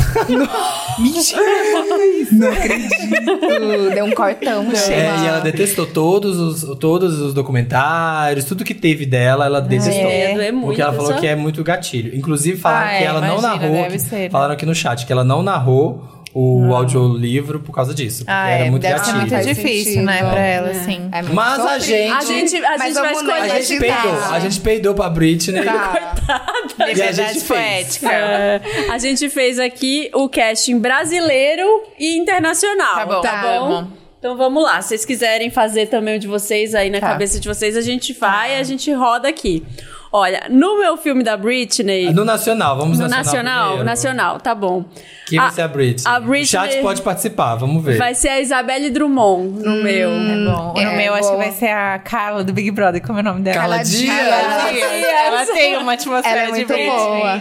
Speaker 3: Deu um cortão. deu
Speaker 1: É,
Speaker 3: uma-
Speaker 1: e ela detestou todos os, todos os documentários, tudo que teve dela, ela detestou.
Speaker 2: medo, é muito,
Speaker 1: porque ela falou
Speaker 2: só.
Speaker 1: que é muito gatilho. Inclusive, falaram
Speaker 4: Ah, é,
Speaker 1: que ela não
Speaker 4: imagina,
Speaker 1: narrou.
Speaker 4: deve
Speaker 1: que-
Speaker 4: ser, né?
Speaker 1: Falaram aqui no chat que ela não narrou o audiolivro por causa disso. Porque
Speaker 4: Ah,
Speaker 1: era
Speaker 4: é,
Speaker 1: muito
Speaker 4: deve
Speaker 1: gatilho.
Speaker 4: ser muito
Speaker 3: Faz
Speaker 4: difícil,
Speaker 3: sentido.
Speaker 4: né, pra ela, assim.
Speaker 3: É muito
Speaker 1: Mas a
Speaker 3: sofrido.
Speaker 1: gente-
Speaker 2: A gente- a
Speaker 3: Mas
Speaker 2: gente vai
Speaker 3: vamos
Speaker 2: escolher.
Speaker 1: A
Speaker 3: legislar.
Speaker 1: gente peidou, a gente peidou pra Britney.
Speaker 3: Tá.
Speaker 1: E a
Speaker 4: Liberdade
Speaker 1: gente fez.
Speaker 4: poética.
Speaker 2: É, a gente fez aqui o casting brasileiro e internacional.
Speaker 4: Tá bom,
Speaker 2: tá
Speaker 4: tá
Speaker 2: bom?
Speaker 4: bom.
Speaker 2: Então vamos lá. Se vocês quiserem fazer também o de vocês aí na
Speaker 4: Tá.
Speaker 2: cabeça de vocês, a gente vai e a gente roda aqui. Olha, no meu filme da Britney.
Speaker 1: Ah, No nacional, vamos
Speaker 2: no
Speaker 1: nacional.
Speaker 2: nacional,
Speaker 1: primeiro.
Speaker 2: nacional, tá bom.
Speaker 1: Quem vai ser a Britney?
Speaker 2: a Britney-
Speaker 1: O chat pode participar, vamos ver.
Speaker 2: Vai ser a Isabelle Drummond no meu.
Speaker 4: É bom. O
Speaker 3: É,
Speaker 4: meu acho que
Speaker 3: boa.
Speaker 4: vai ser a Carla do Big Brother. Como é o nome dela?
Speaker 1: Carla Dias.
Speaker 4: Ela, ela tem uma atmosfera
Speaker 3: Ela é muito
Speaker 4: de Britney.
Speaker 3: boa.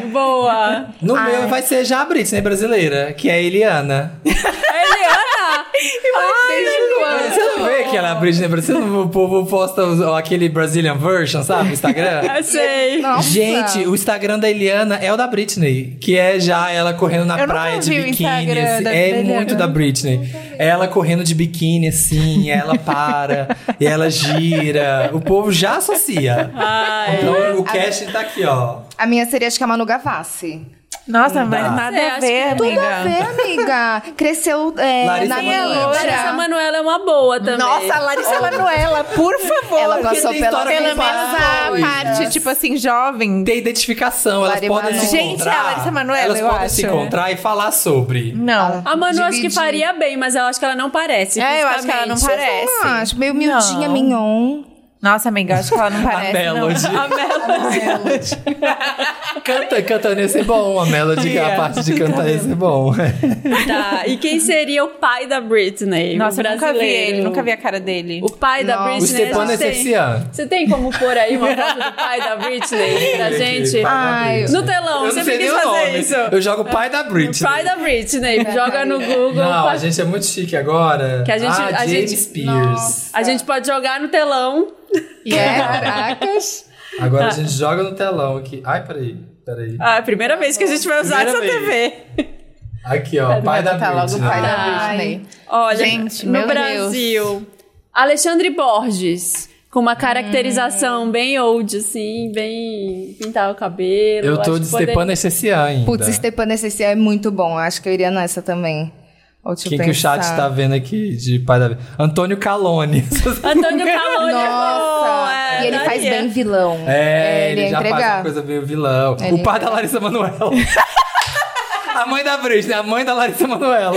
Speaker 2: Boa.
Speaker 1: No
Speaker 4: Ah, é.
Speaker 1: meu vai ser já a Britney brasileira, que é a Eliana.
Speaker 2: Eliana!
Speaker 1: Você não vê que ela é a Britney brasileira? O povo posta os- aquele Brazilian version, sabe? No Instagram.
Speaker 4: <laughs>
Speaker 2: Eu sei.
Speaker 3: Nossa.
Speaker 1: Gente, o Instagram da Eliana é o da Britney, que é já ela correndo na
Speaker 4: Eu nunca
Speaker 1: praia de
Speaker 4: vi o
Speaker 1: biquíni.
Speaker 4: Instagram
Speaker 1: assim,
Speaker 4: da
Speaker 1: é
Speaker 4: Eliana.
Speaker 1: muito da Britney. É Ela correndo de biquíni assim, ela
Speaker 4: <laughs>
Speaker 1: para, e ela gira. O povo já associa.
Speaker 4: Ah,
Speaker 2: Ai.
Speaker 4: é.
Speaker 1: Então o cast tá aqui, ó.
Speaker 3: A minha seria acho que é a Manu Gavassi.
Speaker 4: Nossa, mas
Speaker 1: dá.
Speaker 4: nada
Speaker 2: É,
Speaker 4: a
Speaker 2: acho
Speaker 4: ver,
Speaker 2: que-
Speaker 3: Tudo a
Speaker 4: amiga.
Speaker 3: ver, amiga. Cresceu é,
Speaker 1: Larissa
Speaker 3: na
Speaker 1: Manoela.
Speaker 2: Larissa
Speaker 3: loira.
Speaker 2: Manoela é uma boa também.
Speaker 4: Nossa, Larissa Manoela, por favor.
Speaker 3: Ela passou
Speaker 1: tem
Speaker 3: pela
Speaker 1: história
Speaker 4: Pelo
Speaker 1: com
Speaker 3: principal.
Speaker 4: menos a
Speaker 1: Coisas.
Speaker 4: parte, tipo assim, jovem.
Speaker 1: ter identificação,
Speaker 3: Larissa
Speaker 1: elas podem se
Speaker 3: Manoela.
Speaker 4: Gente,
Speaker 1: encontrar.
Speaker 4: a Larissa Manoela,
Speaker 1: elas
Speaker 4: eu
Speaker 1: podem se
Speaker 4: acho.
Speaker 1: encontrar e falar sobre.
Speaker 4: Não.
Speaker 2: A Manu acho que
Speaker 3: Dividir.
Speaker 2: faria bem, mas eu acho que ela não parece.
Speaker 4: É, eu acho que ela não
Speaker 2: fisicamente.
Speaker 4: parece.
Speaker 3: Ah, acho meio miudinha,
Speaker 4: Não.
Speaker 3: mignon.
Speaker 4: Nossa, amiga, eu acho que ela não
Speaker 1: a
Speaker 4: parece. não.
Speaker 1: Melody. Canta, cantando ia ser bom. A Melody, é
Speaker 4: Yeah.
Speaker 1: a parte de cantar ia ser bom.
Speaker 2: <laughs> Tá. E quem seria o pai da Britney?
Speaker 4: Nossa,
Speaker 2: o
Speaker 4: eu nunca
Speaker 2: brasileiro.
Speaker 4: vi ele, nunca vi a cara dele.
Speaker 2: O pai da
Speaker 3: Nossa.
Speaker 2: Britney.
Speaker 1: o Stefano é
Speaker 2: a gente tem-
Speaker 1: Essercian.
Speaker 2: Você tem como pôr aí uma foto do pai da Britney pra Tá, gente?
Speaker 3: Ai,
Speaker 2: No telão,
Speaker 1: é eu
Speaker 2: você
Speaker 1: não sei
Speaker 2: quis
Speaker 1: nem o
Speaker 2: fazer
Speaker 1: nome.
Speaker 2: isso.
Speaker 1: Eu jogo pai da Britney.
Speaker 2: Pai da Britney. Joga no Google.
Speaker 1: Não, a
Speaker 2: pa-
Speaker 1: gente é muito chique agora.
Speaker 2: Que a gente-
Speaker 1: ah,
Speaker 2: a
Speaker 1: James
Speaker 2: gente-
Speaker 1: Spears.
Speaker 2: a gente pode jogar no telão.
Speaker 3: É, caracas.
Speaker 1: Agora a gente joga no telão aqui. Ai, peraí, peraí.
Speaker 2: Ah, é a primeira vez que a gente vai usar
Speaker 1: Primeira
Speaker 2: essa
Speaker 1: vez.
Speaker 2: TV.
Speaker 1: Aqui, ó, pai da
Speaker 3: Tá
Speaker 1: Britney.
Speaker 3: logo o pai da
Speaker 2: Ai.
Speaker 3: Britney.
Speaker 2: Olha,
Speaker 4: Gente,
Speaker 2: no
Speaker 4: meu
Speaker 2: Brasil, Alexandre Borges, com uma
Speaker 3: Hum.
Speaker 2: caracterização bem old, assim, bem pintar o cabelo.
Speaker 1: Eu tô
Speaker 2: acho
Speaker 1: de
Speaker 2: que poder-
Speaker 1: Stefano Essercian ainda.
Speaker 3: Putz, Stepan Essencial é muito bom. Eu Acho que eu iria nessa também. Ou
Speaker 1: Quem que o chat tá vendo aqui de pai da Antônio Calone.
Speaker 2: <laughs> Antônio Calone
Speaker 3: Nossa!
Speaker 2: é bom, é,
Speaker 3: e ele faz
Speaker 2: daria.
Speaker 3: bem vilão.
Speaker 1: É, ele,
Speaker 3: ele ia
Speaker 1: já faz
Speaker 3: entregar.
Speaker 1: uma coisa meio vilão.
Speaker 3: Ele
Speaker 1: o pai da Larissa Manoela. a mãe da Britney, a mãe da Larissa Manoela.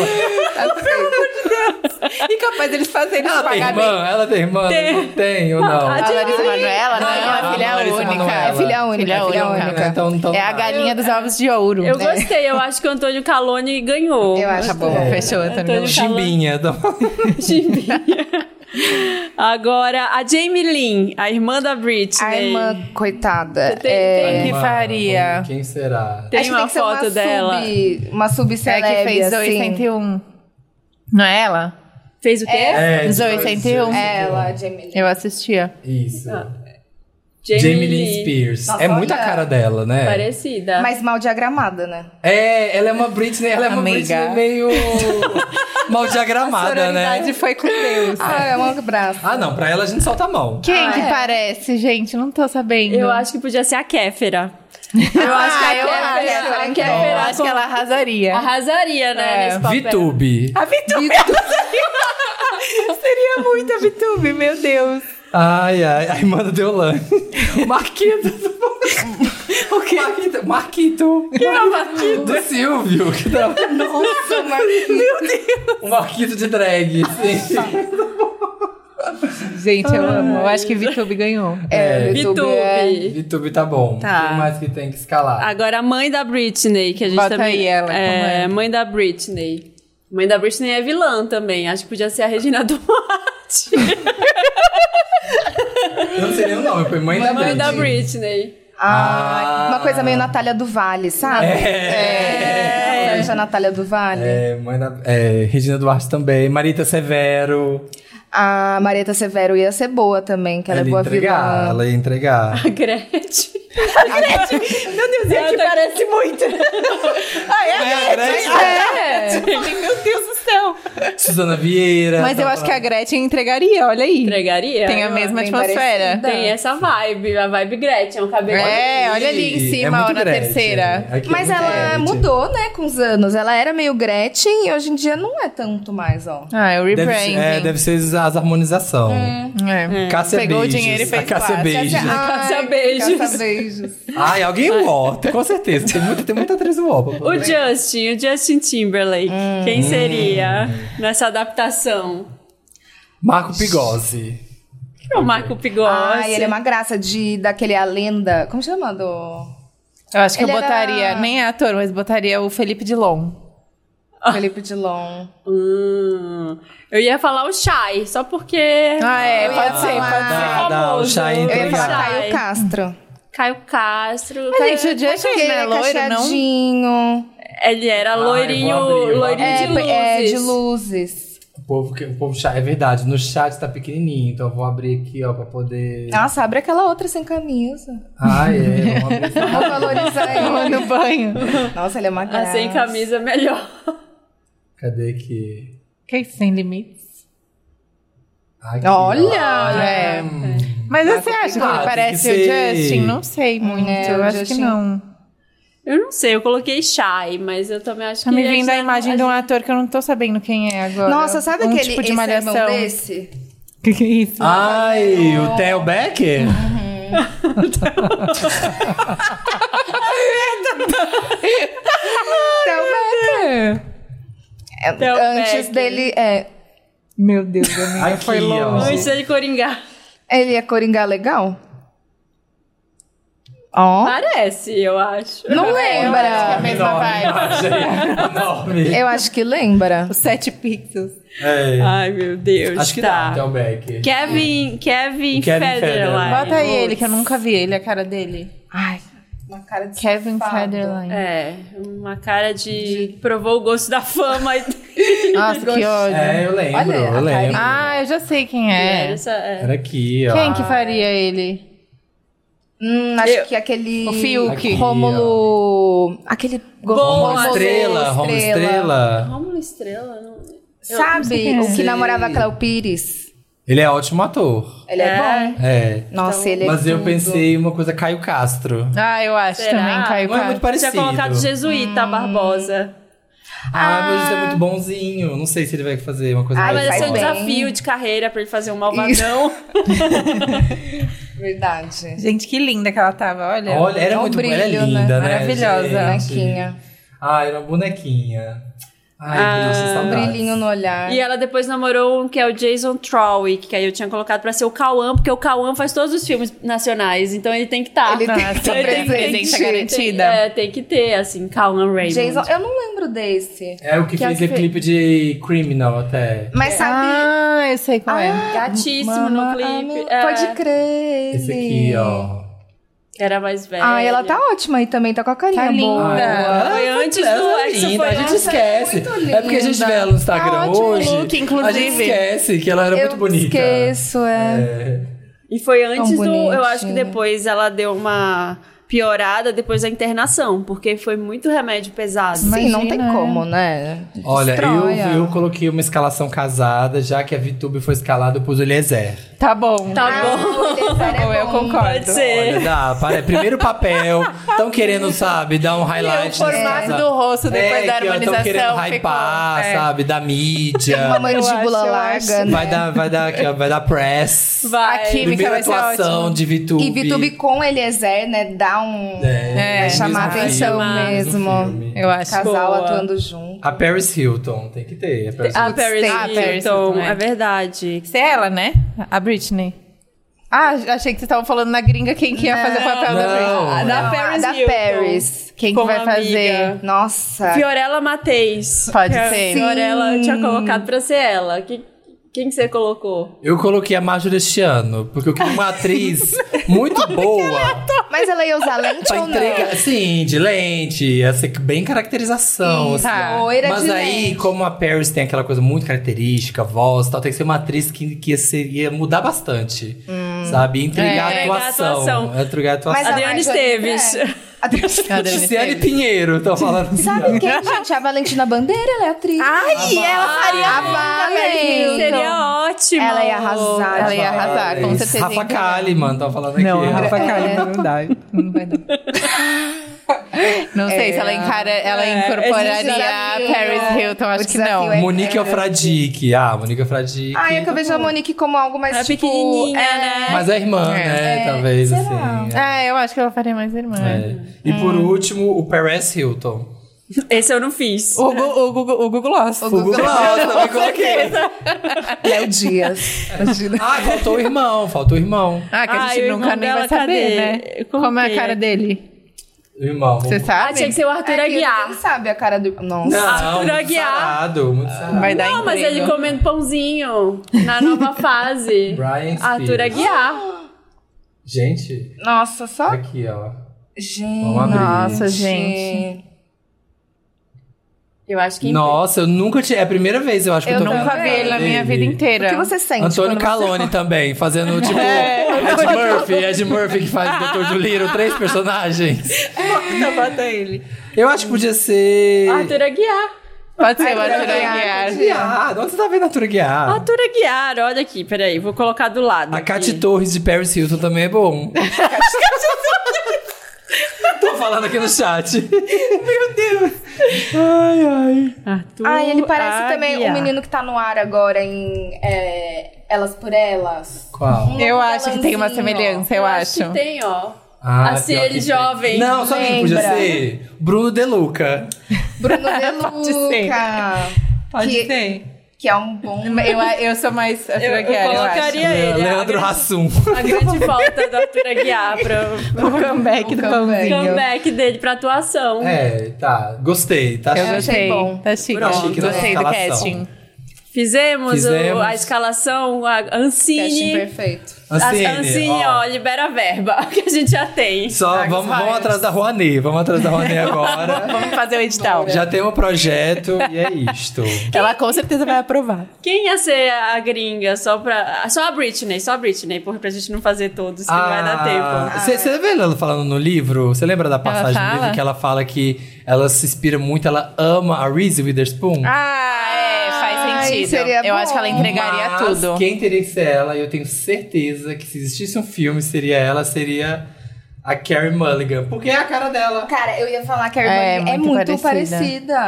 Speaker 4: E capaz deles fazerem
Speaker 1: Ela tem Ah, irmã? Ela tem irmã?
Speaker 2: Tem.
Speaker 1: Não tem ou não?
Speaker 2: Ah,
Speaker 4: A Larissa Manoela, não,
Speaker 1: Não,
Speaker 4: é
Speaker 1: não,
Speaker 4: filha
Speaker 1: Larissa
Speaker 4: única.
Speaker 1: Manoela.
Speaker 3: É filha única,
Speaker 4: Filha
Speaker 3: filha
Speaker 4: única.
Speaker 3: única.
Speaker 1: Então, então,
Speaker 4: É a galinha dos ovos de ouro. né?
Speaker 2: Eu gostei, eu acho que o Antônio Calone ganhou.
Speaker 3: Eu acho
Speaker 4: Tá bom,
Speaker 3: que-
Speaker 4: fechou, Antônio.
Speaker 2: Antônio-
Speaker 1: Chimbinha.
Speaker 2: <laughs> Agora, a Jamie Lynn, a irmã da Britney.
Speaker 3: A irmã, coitada.
Speaker 2: Tem-
Speaker 3: é...
Speaker 2: tem-
Speaker 4: que faria?
Speaker 1: Quem será?
Speaker 2: Tem
Speaker 3: acho que
Speaker 2: uma
Speaker 3: que ser
Speaker 2: foto dela.
Speaker 3: Sub, uma
Speaker 4: É
Speaker 3: subceleb,
Speaker 4: que fez Zoe
Speaker 3: assim.
Speaker 4: 81. Não é ela?
Speaker 2: Fez o quê?
Speaker 1: É,
Speaker 4: Zoe
Speaker 1: dois,
Speaker 4: 81.
Speaker 3: Ela, Jamie Lee.
Speaker 4: Eu assistia.
Speaker 1: Isso. Jamie Lynn Spears. é muito a
Speaker 3: olha.
Speaker 1: cara dela, né?
Speaker 2: Parecida.
Speaker 3: Mas mal diagramada, né?
Speaker 1: É, ela é uma Britney, ela é uma
Speaker 4: Amiga.
Speaker 1: Britney meio. mal
Speaker 4: A
Speaker 1: diagramada,
Speaker 4: sororidade
Speaker 1: né?
Speaker 4: foi com Deus.
Speaker 3: Ah, é um
Speaker 4: <laughs>
Speaker 3: abraço.
Speaker 1: Ah, não, pra ela a gente solta a mão.
Speaker 4: Quem
Speaker 3: Ah,
Speaker 4: que
Speaker 3: é.
Speaker 4: parece, gente? Não tô sabendo.
Speaker 2: Eu acho que podia ser a Kéfera.
Speaker 4: eu
Speaker 3: acho que a
Speaker 4: eu
Speaker 3: Kéfera-
Speaker 4: acho,
Speaker 3: a
Speaker 4: eu
Speaker 2: Kéfera
Speaker 4: acho que
Speaker 2: com-
Speaker 4: ela arrasaria.
Speaker 2: Arrasaria, né?
Speaker 4: É.
Speaker 2: Nesse papel. <laughs>
Speaker 1: Vitube.
Speaker 4: A Vitube seria muito a Vitube, meu Deus.
Speaker 1: Ai, ai, ai, manda Deolane. Marquito. <laughs> o quê? Marquito. Marquito. Que é o Marquito? Do Silvio. Que tra...
Speaker 3: Nossa, mas...
Speaker 1: O Marquito de drag. Sim.
Speaker 4: Gente, eu amo. Eu acho que Vitube ganhou.
Speaker 3: É, o YouTube é...
Speaker 2: Vitube.
Speaker 1: Vitube tá bom.
Speaker 2: Tá.
Speaker 1: Tem mais que tem que escalar.
Speaker 2: Agora a mãe da Britney, que a gente
Speaker 4: Bota
Speaker 2: também.
Speaker 4: aí ela, como
Speaker 2: é,
Speaker 4: é?
Speaker 2: mãe da Britney. Mãe da Britney é vilã também. Acho que podia ser a Regina <laughs>
Speaker 4: <laughs>
Speaker 2: Duarte.
Speaker 1: Eu não sei nem o nome. Foi mãe, da
Speaker 2: mãe
Speaker 1: Britney.
Speaker 2: da Britney.
Speaker 1: Ah.
Speaker 3: Ah, uma coisa meio Natália do Vale, sabe? É. Veja a Natália do Vale.
Speaker 1: É, mãe da... É, Regina Duarte também. Marita Severo.
Speaker 3: A Marieta Severo ia ser boa também, que ela, é
Speaker 1: ia
Speaker 3: boa
Speaker 1: entregar.
Speaker 3: vilã.
Speaker 1: Ela ia entregar.
Speaker 2: A Gretchen.
Speaker 4: <laughs> Meu Deus,
Speaker 2: Ela
Speaker 4: que
Speaker 2: tá- <laughs>
Speaker 4: parece muito. Ai, é,
Speaker 1: É, a Gretchen.
Speaker 4: é. Eu falei, meu Deus do céu.
Speaker 1: Suzana Vieira. tá
Speaker 4: Mas eu acho que a Gretchen entregaria, olha aí.
Speaker 2: Entregaria?
Speaker 4: Tem a
Speaker 2: Eu-
Speaker 4: mesma
Speaker 3: bem
Speaker 4: atmosfera.
Speaker 3: parecida.
Speaker 2: Tem essa vibe, a vibe Gretchen, o cabelo.
Speaker 4: É, olha ali em cima, ó,
Speaker 1: muito
Speaker 4: na
Speaker 1: Gretchen.
Speaker 4: terceira.
Speaker 1: Aqui é
Speaker 3: Mas
Speaker 1: muito
Speaker 3: ela
Speaker 1: Gretchen.
Speaker 3: mudou, né, com os anos. Ela era meio Gretchen e hoje em dia não é tanto mais, ó.
Speaker 4: Ah, é o
Speaker 1: Deve ser,
Speaker 4: rebranding.
Speaker 1: é, deve ser as harmonização.
Speaker 4: É.
Speaker 1: Cássia
Speaker 4: Pegou o
Speaker 1: Beijos,
Speaker 4: dinheiro e fez
Speaker 1: a
Speaker 4: é
Speaker 1: Cássia
Speaker 4: quatro.
Speaker 1: Beijos.
Speaker 3: Ai,
Speaker 2: Cássia Beijos.
Speaker 3: Cássia Beijos.
Speaker 1: Ai, alguém o com certeza. Tem muita, tem muita atriz o
Speaker 2: O Justin, o Justin Timberlake.
Speaker 1: Hum.
Speaker 2: Quem seria nessa adaptação?
Speaker 1: Marco Pigossi.
Speaker 2: Que é o Marco Pigossi.
Speaker 3: Ai, ele é uma graça de, daquele A Lenda... Como chama? Do...
Speaker 4: Eu acho que
Speaker 3: Ele
Speaker 4: eu
Speaker 3: era-
Speaker 4: botaria, nem é ator, mas botaria o Felipe Dilon. Ah.
Speaker 3: Felipe Dilon.
Speaker 2: Hum. Eu ia falar o Shai, só porque.
Speaker 4: Ah, é, pode ser,
Speaker 3: falar-
Speaker 4: pode
Speaker 1: Dá,
Speaker 4: ser.
Speaker 1: dá, o chá
Speaker 2: Eu ia
Speaker 3: Eu ia
Speaker 1: entregar.
Speaker 3: falar
Speaker 2: Obrigada.
Speaker 3: Caio Castro.
Speaker 2: Caio Castro.
Speaker 4: Mas, gente, o
Speaker 3: Porque
Speaker 4: Justin
Speaker 3: ele
Speaker 4: não é
Speaker 3: é
Speaker 4: loiro, não?
Speaker 3: cacheadinho.
Speaker 2: Ele era loirinho,
Speaker 1: eu vou abrir, eu vou
Speaker 2: loirinho
Speaker 3: É,
Speaker 2: de luzes.
Speaker 3: é, de luzes.
Speaker 1: O povo, que- o povo chat, é verdade, no chat tá pequenininho, então eu vou abrir aqui, ó, pra poder...
Speaker 4: Ah.
Speaker 3: Nossa, abre aquela outra sem camisa.
Speaker 1: Ai, é, vamos abrir
Speaker 3: Vou <laughs> valorizar
Speaker 4: Tava
Speaker 3: ele.
Speaker 4: <laughs> no banho.
Speaker 3: Nossa, ele é uma
Speaker 2: Ah,
Speaker 3: graça.
Speaker 2: sem camisa melhor.
Speaker 1: Cadê aqui?
Speaker 4: Que sem limites.
Speaker 1: Ai, que
Speaker 3: Olha,
Speaker 1: legal.
Speaker 3: é.
Speaker 4: Mas você acha que
Speaker 1: Ah,
Speaker 4: ele
Speaker 1: tem
Speaker 4: parece
Speaker 1: que
Speaker 4: o
Speaker 1: ser.
Speaker 4: Justin? Não sei muito,
Speaker 3: É,
Speaker 4: eu
Speaker 3: o
Speaker 4: acho que
Speaker 3: Justin.
Speaker 4: não.
Speaker 2: Eu não sei, eu coloquei Shai, mas eu também acho
Speaker 4: Tá
Speaker 2: que.
Speaker 4: me
Speaker 2: ele
Speaker 4: vindo a
Speaker 2: já-
Speaker 4: imagem de um ator que eu não tô sabendo quem é agora.
Speaker 3: Nossa, sabe
Speaker 4: um
Speaker 3: aquele
Speaker 4: tipo de
Speaker 3: esse é
Speaker 4: malhação.
Speaker 3: irmão desse?
Speaker 4: <laughs> que que é isso?
Speaker 1: Ah. Ai, o Theo Becker?
Speaker 3: Então, é,
Speaker 2: Então,
Speaker 3: antes
Speaker 2: Beck.
Speaker 3: dele, é,
Speaker 4: Meu Deus,
Speaker 1: <laughs>
Speaker 4: amiga,
Speaker 1: Aqui,
Speaker 4: foi longe.
Speaker 1: ó.
Speaker 2: Antes de coringar.
Speaker 3: ele é coringa legal?
Speaker 2: <laughs>
Speaker 3: Ó.
Speaker 2: Parece, eu acho.
Speaker 3: Não
Speaker 4: A
Speaker 3: lembra.
Speaker 1: É
Speaker 4: mesma vibe.
Speaker 1: Enorme, enorme.
Speaker 3: Eu acho que lembra.
Speaker 4: Os sete pixels.
Speaker 1: É.
Speaker 2: Ai, meu Deus.
Speaker 1: Acho que dá,
Speaker 2: tá.
Speaker 1: Theo Becker.
Speaker 2: Kevin, Kevin,
Speaker 1: Kevin né? Federline.
Speaker 2: Federline.
Speaker 4: Bota aí ele,
Speaker 2: Putz.
Speaker 4: que eu nunca vi ele, a cara dele.
Speaker 3: Ai, uma cara de
Speaker 4: Kevin
Speaker 3: safado.
Speaker 4: Federline.
Speaker 2: É, uma cara de. provou o gosto da fama. e-
Speaker 4: Nossa, que ódio.
Speaker 1: É, eu lembro,
Speaker 3: Olha, a
Speaker 1: eu lembro.
Speaker 3: carinha.
Speaker 4: Ah, eu já sei quem é.
Speaker 2: Era essa- é.
Speaker 1: Era aqui, ó.
Speaker 4: Quem que faria ele?
Speaker 3: Hum, acho
Speaker 2: Eu-
Speaker 3: que aquele
Speaker 4: O Fiuk.
Speaker 1: Aqui,
Speaker 3: Rômulo, aquele
Speaker 2: Bom,
Speaker 1: Romulo Estrela, Romulo Estrela.
Speaker 2: Rômulo Estrela? Não...
Speaker 3: Sabe,
Speaker 4: Eu não sei quem é.
Speaker 3: o que
Speaker 1: Sei.
Speaker 3: namorava a Cléo Pires?
Speaker 1: Ele é ótimo ator.
Speaker 3: Ele é,
Speaker 2: É.
Speaker 3: bom.
Speaker 1: É.
Speaker 3: Nossa, ele é
Speaker 1: Mas eu
Speaker 3: tudo.
Speaker 1: pensei uma coisa, Caio Castro.
Speaker 4: Ah, eu acho
Speaker 2: Será?
Speaker 4: também, Caio
Speaker 1: Não é muito
Speaker 4: Castro.
Speaker 1: parecido.
Speaker 2: Tinha colocado Jesuíta
Speaker 3: Hum.
Speaker 2: Barbosa.
Speaker 1: Ah, meu Deus, é
Speaker 3: Ah.
Speaker 1: muito bonzinho. Não sei se ele vai fazer uma coisa
Speaker 3: Ah,
Speaker 2: Mas
Speaker 1: mais.
Speaker 3: ele
Speaker 2: esse é
Speaker 3: faz
Speaker 2: um
Speaker 3: bem.
Speaker 2: desafio de carreira pra ele fazer um malvadão.
Speaker 3: Verdade.
Speaker 4: Gente, que linda que ela tava, olha.
Speaker 1: Olha, era
Speaker 3: É um
Speaker 1: muito
Speaker 3: brilho,
Speaker 1: ela é
Speaker 3: né?
Speaker 1: linda, né?
Speaker 4: Maravilhosa.
Speaker 1: gente?
Speaker 3: Bonequinha.
Speaker 1: Ah, era uma bonequinha. Ai, que delícia,
Speaker 3: Um
Speaker 1: saudades.
Speaker 3: brilhinho no
Speaker 2: <laughs>
Speaker 3: olhar.
Speaker 2: E ela depois namorou um que é o Jason Trowick, que aí eu tinha colocado pra ser o Cauã, porque o Cauã faz todos os filmes nacionais, então <laughs> ele tem que estar.
Speaker 3: Ele tem que
Speaker 4: Nossa,
Speaker 3: ter
Speaker 4: tem
Speaker 3: presente.
Speaker 4: presença garantida.
Speaker 2: é, tem que ter, assim, Cauã Raymond.
Speaker 3: Jason, eu não lembro desse.
Speaker 1: É o que,
Speaker 3: Que é o
Speaker 1: fez
Speaker 3: que
Speaker 1: o
Speaker 3: fez.
Speaker 1: clipe de Criminal até.
Speaker 3: Mas sabe...
Speaker 4: Ah, eu sei qual é.
Speaker 2: Gatíssimo no clipe.
Speaker 3: amigo,
Speaker 2: é,
Speaker 3: Pode crer.
Speaker 1: Esse aqui, ó.
Speaker 2: que Era mais velha.
Speaker 3: Ah, ela tá ótima aí também, tá com a carinha
Speaker 4: Tá
Speaker 3: boa.
Speaker 4: linda.
Speaker 1: Ah,
Speaker 2: Foi
Speaker 1: ela é
Speaker 2: antes do
Speaker 1: ela é
Speaker 2: Exo,
Speaker 1: linda,
Speaker 2: foi-
Speaker 1: A gente
Speaker 3: Nossa,
Speaker 1: esquece.
Speaker 3: ela é muito
Speaker 1: É porque a gente
Speaker 3: linda.
Speaker 1: vê ela no Instagram
Speaker 4: Tá ótimo o
Speaker 1: hoje.
Speaker 4: look,
Speaker 1: a gente
Speaker 4: inclusive.
Speaker 1: esquece que ela era
Speaker 3: eu
Speaker 1: muito bonita.
Speaker 3: esqueço, é.
Speaker 1: É.
Speaker 2: E foi antes do. Eu
Speaker 3: bonitinha.
Speaker 2: acho que depois ela deu uma. piorada depois da internação, porque foi muito remédio pesado.
Speaker 3: Sim, não tem
Speaker 4: Imagina, é.
Speaker 3: como, né?
Speaker 1: Olha, eu,
Speaker 3: Destrói,
Speaker 1: eu
Speaker 3: ó.
Speaker 1: coloquei uma escalação casada, já que a VTube foi escalada, eu pus o Eliezer.
Speaker 4: Tá bom.
Speaker 2: Tá
Speaker 3: Ah,
Speaker 2: bom.
Speaker 3: o Eliezer
Speaker 4: <laughs>
Speaker 3: é
Speaker 4: Bom, eu
Speaker 3: bom.
Speaker 4: concordo.
Speaker 2: Pode
Speaker 4: É.
Speaker 2: ser.
Speaker 1: Olha, dá, para, é primeiro papel. Estão
Speaker 4: <laughs>
Speaker 1: querendo, sabe, dar um highlight.
Speaker 4: o formato
Speaker 1: nessa- É,
Speaker 4: do rosto depois da
Speaker 1: que, ó, tão
Speaker 4: harmonização
Speaker 1: querendo
Speaker 4: ficou-
Speaker 1: hypar,
Speaker 4: é.
Speaker 1: sabe, da mídia.
Speaker 4: <laughs>
Speaker 3: Uma
Speaker 4: Eu
Speaker 3: mandíbula
Speaker 4: acho, eu
Speaker 3: larga, né?
Speaker 1: Vai dar, vai dar, aqui, ó, vai dar press.
Speaker 2: Vai.
Speaker 4: Aqui- Química
Speaker 1: Primeira
Speaker 4: vai ser
Speaker 1: atuação
Speaker 4: ótimo.
Speaker 1: de VTube.
Speaker 3: E VTube com Eliezer, né? Dá um.
Speaker 1: É,
Speaker 4: É,
Speaker 1: no
Speaker 3: chamar
Speaker 1: mesmo
Speaker 3: atenção
Speaker 1: filme, no
Speaker 3: mesmo.
Speaker 1: filme.
Speaker 4: Eu acho.
Speaker 3: Casal
Speaker 2: Boa.
Speaker 3: atuando junto.
Speaker 1: A Paris Hilton, tem que ter. A Paris
Speaker 2: A
Speaker 1: Hilton.
Speaker 2: Paris
Speaker 3: Ah,
Speaker 2: Hilton,
Speaker 4: Paris Hilton, é.
Speaker 2: é verdade.
Speaker 4: Você é ela, né? A Britney. Ah, achei que vocês estavam falando na gringa quem que ia fazer o papel da
Speaker 1: Não,
Speaker 4: Britney.
Speaker 1: Ah,
Speaker 3: Não,
Speaker 1: da
Speaker 3: a
Speaker 2: Paris
Speaker 3: da
Speaker 2: Hilton.
Speaker 3: Paris. Quem que
Speaker 2: Como
Speaker 3: vai fazer?
Speaker 2: amiga.
Speaker 3: Nossa.
Speaker 2: Fiorella Mateis.
Speaker 4: Pode
Speaker 2: Que a
Speaker 4: ser.
Speaker 2: Fiorella eu tinha
Speaker 3: Sim.
Speaker 2: colocado pra ser ela. Que- quem que você colocou?
Speaker 1: Eu coloquei a Marjorie este ano, porque eu queria uma
Speaker 3: <laughs>
Speaker 1: atriz
Speaker 3: é
Speaker 1: muito boa.
Speaker 3: Mas ela ia usar lente
Speaker 1: Pra
Speaker 3: ou não?
Speaker 1: entregar, sim, de lente, ia ser bem caracterização.
Speaker 3: Isso,
Speaker 1: assim.
Speaker 3: tá, loira
Speaker 1: Mas
Speaker 3: de
Speaker 1: aí,
Speaker 3: lente.
Speaker 1: como a Paris tem aquela coisa muito característica, voz e tal, tem que ser uma atriz que, que ia, ser- ia mudar bastante.
Speaker 3: Hum.
Speaker 1: Sabe? Entregar
Speaker 2: É,
Speaker 1: a atuação.
Speaker 2: entregar a atuação.
Speaker 1: Entregar a atuação.
Speaker 3: Mas a
Speaker 2: Adriane
Speaker 3: Marjorie-
Speaker 2: Esteves.
Speaker 3: é.
Speaker 2: <laughs>
Speaker 3: Adriane-
Speaker 4: Adriane
Speaker 1: Luciane
Speaker 4: Esteves.
Speaker 1: Pinheiro, tô falando assim.
Speaker 3: Sabe quem, é gente? A Valentina Bandeira, ela é atriz.
Speaker 4: Ai, ela faria
Speaker 3: a Valen.
Speaker 2: Seria ótimo.
Speaker 3: Então, Ela ia arrasar.
Speaker 4: Ela ia arrasar, com
Speaker 1: Isso.
Speaker 4: certeza.
Speaker 1: Rafa Kalimann, tô falando aqui.
Speaker 4: Não, a Rafa
Speaker 3: É.
Speaker 4: Kalimann não dá. Não vai dar. <laughs> Não sei
Speaker 3: É.
Speaker 4: se ela, encara, ela
Speaker 2: É,
Speaker 4: incorporaria
Speaker 2: esse
Speaker 4: a
Speaker 3: desafio,
Speaker 4: Paris
Speaker 3: é.
Speaker 4: Hilton,
Speaker 3: O
Speaker 4: acho que
Speaker 3: desafio
Speaker 4: não.
Speaker 3: é-
Speaker 1: Monique Ofradique. Ah, Monique Ofradique.
Speaker 3: Ai, é que eu vejo a Monique como algo mais
Speaker 2: Ela é
Speaker 3: tipo...
Speaker 2: pequenininha,
Speaker 3: é,
Speaker 2: né?
Speaker 1: Mas a irmã,
Speaker 4: É.
Speaker 1: né?
Speaker 3: É,
Speaker 1: Talvez,
Speaker 3: será?
Speaker 1: assim. é.
Speaker 4: É, eu acho que ela faria mais irmã.
Speaker 1: É. E por último, o Perez Hilton.
Speaker 2: Esse eu não fiz.
Speaker 4: O, Gu- o, Gu- o Google Lost.
Speaker 1: O Google Glass, também coloquei.
Speaker 3: é, Léo Dias.
Speaker 2: <laughs>
Speaker 3: Imagina.
Speaker 1: Ah, faltou o irmão, faltou o irmão.
Speaker 4: Ah, que a
Speaker 2: Ai,
Speaker 4: gente
Speaker 2: o
Speaker 4: nunca
Speaker 2: irmão
Speaker 4: nem
Speaker 2: dela,
Speaker 4: vai
Speaker 2: cadê?
Speaker 4: saber, né?
Speaker 2: Como
Speaker 4: Como, é
Speaker 2: que
Speaker 4: a cara
Speaker 2: é?
Speaker 4: dele?
Speaker 1: O irmão.
Speaker 4: Você
Speaker 2: Ah,
Speaker 4: sabe?
Speaker 2: tinha que ser o Arthur
Speaker 3: É que
Speaker 2: Aguiar.
Speaker 3: Ninguém sabe a cara do... Nossa.
Speaker 1: Não,
Speaker 2: Arthur
Speaker 1: muito
Speaker 2: Aguiar.
Speaker 1: sarado, muito sarado.
Speaker 4: Vai dar
Speaker 2: Não, mas
Speaker 4: emprego.
Speaker 2: ele comendo pãozinho na <laughs> nova fase.
Speaker 1: Brian Spears.
Speaker 2: Arthur Aguiar.
Speaker 1: Gente,
Speaker 3: Nossa, só...
Speaker 1: aqui, ó.
Speaker 3: Gente.
Speaker 1: Vamos abrir.
Speaker 4: Nossa, gente.
Speaker 2: Eu acho que
Speaker 1: Nossa, eu nunca tinha. É a primeira vez, eu acho que eu,
Speaker 3: Eu
Speaker 1: tô vendo
Speaker 4: Nunca
Speaker 1: a
Speaker 4: vi
Speaker 1: cara
Speaker 4: ele na minha
Speaker 1: dele.
Speaker 4: vida
Speaker 3: O que
Speaker 4: inteira.
Speaker 3: você sente?
Speaker 1: Antônio
Speaker 3: quando você-
Speaker 1: Calone também, fazendo tipo Ed Murphy, Ed Murphy que faz o Dr. Dolittle, três personagens. Tá
Speaker 4: Então bota ele.
Speaker 1: Eu acho que podia ser.
Speaker 2: Arthur Aguiar.
Speaker 4: Pode ser o
Speaker 3: Arthur
Speaker 4: Arthur
Speaker 3: Aguiar.
Speaker 4: Aguiar.
Speaker 1: Guiar. Onde você tá vendo Arthur Guiar?
Speaker 2: Arthur Aguiar, olha aqui, peraí, vou colocar do lado.
Speaker 1: A
Speaker 2: aqui.
Speaker 1: Cat Torres de Paris Hilton também é bom. Tô falando aqui no chat. Meu Deus. Ai, ai.
Speaker 2: Arthur
Speaker 3: Ah, ele parece também o
Speaker 2: Aguiar.
Speaker 3: menino que tá no ar agora em é, Elas por Elas. Um
Speaker 1: Qual?
Speaker 4: é Eu acho que tem uma
Speaker 3: Galãzinho.
Speaker 4: semelhança, eu acho.
Speaker 2: que tem, ó.
Speaker 1: Ah,
Speaker 2: Assim,
Speaker 1: pior que
Speaker 2: ele
Speaker 1: tem.
Speaker 2: jovem,
Speaker 1: Não, sabe quem podia
Speaker 3: lembra?
Speaker 1: ser? Bruno De Luca.
Speaker 3: Bruno De
Speaker 4: <laughs> Pode ser.
Speaker 3: Luca. que,
Speaker 4: ser.
Speaker 3: que é um
Speaker 4: <laughs>
Speaker 3: bom.
Speaker 4: Eu, eu sou mais Arthur
Speaker 2: Eu, eu
Speaker 4: Aguiar, eu acho.
Speaker 2: colocaria ele. a
Speaker 1: Leandro
Speaker 2: grande-
Speaker 1: Hassum.
Speaker 2: A <laughs> grande falta do Arthur Aguiar pra
Speaker 4: O comeback do
Speaker 3: O comeback.
Speaker 4: pãozinho.
Speaker 2: comeback dele pra atuação.
Speaker 1: É, tá. Gostei, tá?
Speaker 4: Eu
Speaker 1: certo.
Speaker 4: gostei.
Speaker 3: achei bom.
Speaker 4: Tá chique.
Speaker 1: Tá chique na
Speaker 4: gostei do
Speaker 1: escalação.
Speaker 4: casting.
Speaker 2: Fizemos, o-
Speaker 1: Fizemos.
Speaker 2: a escalação, a
Speaker 4: é
Speaker 3: Casting
Speaker 2: Ancine.
Speaker 3: é perfeito.
Speaker 2: A
Speaker 1: Ancine,
Speaker 2: Ancine, ó, libera a verba <laughs> que a gente já tem.
Speaker 1: Só vamos, vamos
Speaker 4: Myers.
Speaker 1: atrás da Rouanet. Vamos atrás da
Speaker 2: <laughs>
Speaker 1: Rouanet agora.
Speaker 4: Vamos fazer o edital.
Speaker 1: Já tem um projeto e é isto.
Speaker 4: Ela com certeza vai aprovar.
Speaker 2: Quem ia ser a gringa? Só pra. Só a Britney, só a Britney, porque pra gente não fazer todos, que vai
Speaker 1: Ah.
Speaker 2: dar tempo.
Speaker 1: Você vê ela falando no livro? Você lembra da passagem do
Speaker 4: fala?
Speaker 1: livro que ela fala que ela se inspira muito, ela ama a Reese Witherspoon?
Speaker 4: Ah, é,
Speaker 3: Ai,
Speaker 4: faz sentido.
Speaker 3: seria
Speaker 4: eu
Speaker 3: bom.
Speaker 4: acho que ela entregaria
Speaker 1: Mas
Speaker 4: tudo.
Speaker 1: Quem teria que ser ela, e eu tenho certeza que se existisse um filme, seria ela, seria a Carrie Mulligan. Porque é a cara dela.
Speaker 3: Cara, eu ia falar que a irmã
Speaker 4: É,
Speaker 3: é,
Speaker 4: muito
Speaker 3: muito,
Speaker 4: parecida.
Speaker 3: parecida.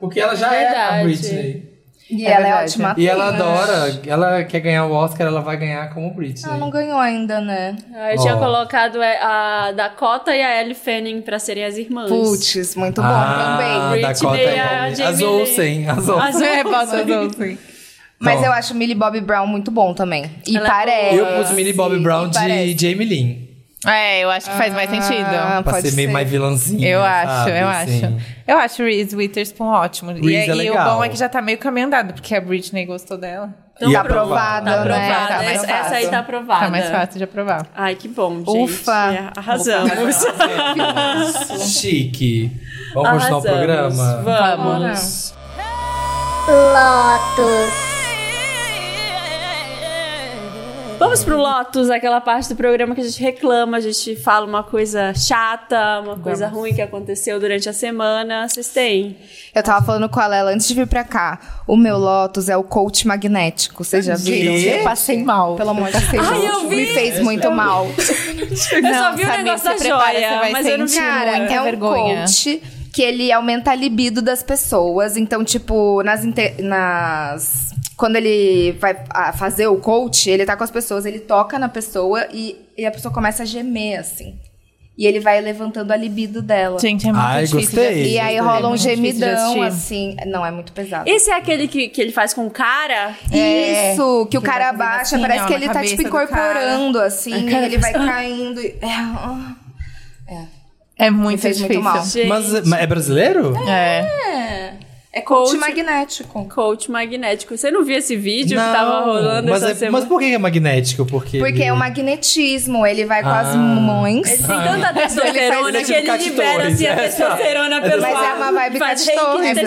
Speaker 1: Porque ela já é a
Speaker 2: Verdade.
Speaker 1: Britney.
Speaker 3: E
Speaker 4: É
Speaker 3: ela é
Speaker 4: verdade.
Speaker 3: ótima
Speaker 1: E ela
Speaker 3: atriz.
Speaker 1: adora, ela quer ganhar o Oscar, ela vai ganhar como Britney.
Speaker 3: Ela não ganhou ainda, né?
Speaker 2: Ah, Eu tinha
Speaker 1: Ó.
Speaker 2: colocado é, a Dakota e a Ellie Fanning pra serem as
Speaker 4: é
Speaker 2: irmãs.
Speaker 3: Putz, muito bom
Speaker 1: ah,
Speaker 3: também.
Speaker 2: Britney,
Speaker 1: Dakota
Speaker 2: a
Speaker 1: é.
Speaker 2: Jamie
Speaker 1: As Olsen, as Olsen.
Speaker 2: As-
Speaker 4: <laughs> É, bota os outros.
Speaker 3: Mas
Speaker 1: Bom.
Speaker 3: eu acho Millie Bobby Brown muito bom também. E
Speaker 2: Ela é
Speaker 3: parece.
Speaker 1: Eu pus Millie Bobby
Speaker 3: e
Speaker 1: Brown
Speaker 3: parece.
Speaker 1: de Jamie Lynn.
Speaker 4: É, eu acho que faz mais
Speaker 3: Ah,
Speaker 4: sentido.
Speaker 1: Pra
Speaker 3: pode
Speaker 1: ser meio
Speaker 3: ser.
Speaker 1: mais vilãzinha.
Speaker 4: Eu acho,
Speaker 1: sabe?
Speaker 4: eu
Speaker 1: Assim.
Speaker 4: acho. Eu acho Reese Witherspoon ótimo. E-
Speaker 1: Reese é
Speaker 4: e, o
Speaker 1: legal.
Speaker 4: bom é que já tá meio caminho andado, porque a Britney gostou dela.
Speaker 1: E é
Speaker 3: tá
Speaker 1: aprovada,
Speaker 2: Tá
Speaker 3: aprovada, né?
Speaker 2: aprovada.
Speaker 3: Tá mais
Speaker 2: essa, essa aí
Speaker 3: fácil.
Speaker 2: tá aprovada.
Speaker 4: Tá mais fácil de aprovar.
Speaker 2: Ai, que bom, gente.
Speaker 3: Ufa.
Speaker 2: Arrasamos.
Speaker 1: né? Chique. Vamos continuar o
Speaker 2: Arrasamos.
Speaker 1: programa?
Speaker 2: Vamos.
Speaker 5: Lotus.
Speaker 2: Vamos pro Lotus, aquela parte do programa que a gente reclama, a gente fala uma coisa chata, uma coisa ruim que aconteceu durante a semana. Vocês têm?
Speaker 3: Eu tava falando com a Lela antes de vir pra cá. O meu Lotus é o coach magnético. Vocês já viram?
Speaker 1: Quê?
Speaker 4: Eu passei mal.
Speaker 3: Pelo amor de Deus.
Speaker 2: Ai, eu
Speaker 3: Me
Speaker 2: vi!
Speaker 3: fez
Speaker 1: é
Speaker 3: muito mal.
Speaker 2: Eu só vi o
Speaker 4: Samir,
Speaker 2: negócio
Speaker 4: se
Speaker 2: da
Speaker 4: prepara,
Speaker 2: joia,
Speaker 4: você vai
Speaker 2: mas eu não vi.
Speaker 4: sentir.
Speaker 3: Cara,
Speaker 4: muita
Speaker 3: é um
Speaker 4: vergonha.
Speaker 3: coach que ele aumenta a libido das pessoas. Então, tipo, nas... inte- nas... Quando ele vai ah, fazer o coach, ele tá com as pessoas, ele toca na pessoa e, e a pessoa começa a gemer, assim. E ele vai levantando a libido dela.
Speaker 4: Gente, é muito
Speaker 1: Ai,
Speaker 4: difícil. de
Speaker 1: gostei.
Speaker 4: assistir.
Speaker 3: E aí
Speaker 4: É
Speaker 3: rola um
Speaker 4: muito difícil de
Speaker 3: gemidão,
Speaker 4: assistir.
Speaker 3: assim. Não, é muito pesado.
Speaker 2: Esse é aquele que, que ele faz com o cara?
Speaker 3: É, Isso, que o
Speaker 4: vai
Speaker 3: cara
Speaker 4: fazendo
Speaker 3: abaixa,
Speaker 4: assim,
Speaker 3: parece
Speaker 4: ó,
Speaker 3: que
Speaker 4: na
Speaker 3: ele tá tipo
Speaker 4: cabeça do cara.
Speaker 3: incorporando, assim, e ele vai caindo. e- É, ah,
Speaker 4: É
Speaker 3: me
Speaker 4: muito
Speaker 3: fez
Speaker 4: difícil.
Speaker 3: muito mal.
Speaker 2: Gente,
Speaker 1: Mas, mas é brasileiro?
Speaker 4: É.
Speaker 3: É coach,
Speaker 2: Coach-
Speaker 3: magnético.
Speaker 2: coach magnético. Você não viu esse vídeo que tava rolando
Speaker 1: mas,
Speaker 2: essa
Speaker 1: é-
Speaker 2: semana?
Speaker 1: mas por que é magnético? Porque,
Speaker 3: Porque é
Speaker 1: ele-
Speaker 3: o magnetismo, ele vai com as
Speaker 1: Ah.
Speaker 3: mães.
Speaker 2: Ele tem tanta testosterona
Speaker 3: faz
Speaker 2: que ele
Speaker 1: identificar
Speaker 2: libera
Speaker 1: titores,
Speaker 2: assim a
Speaker 1: é,
Speaker 2: testosterona pelo
Speaker 3: Mas é uma vibe
Speaker 2: faz reiki de
Speaker 3: castores, assim.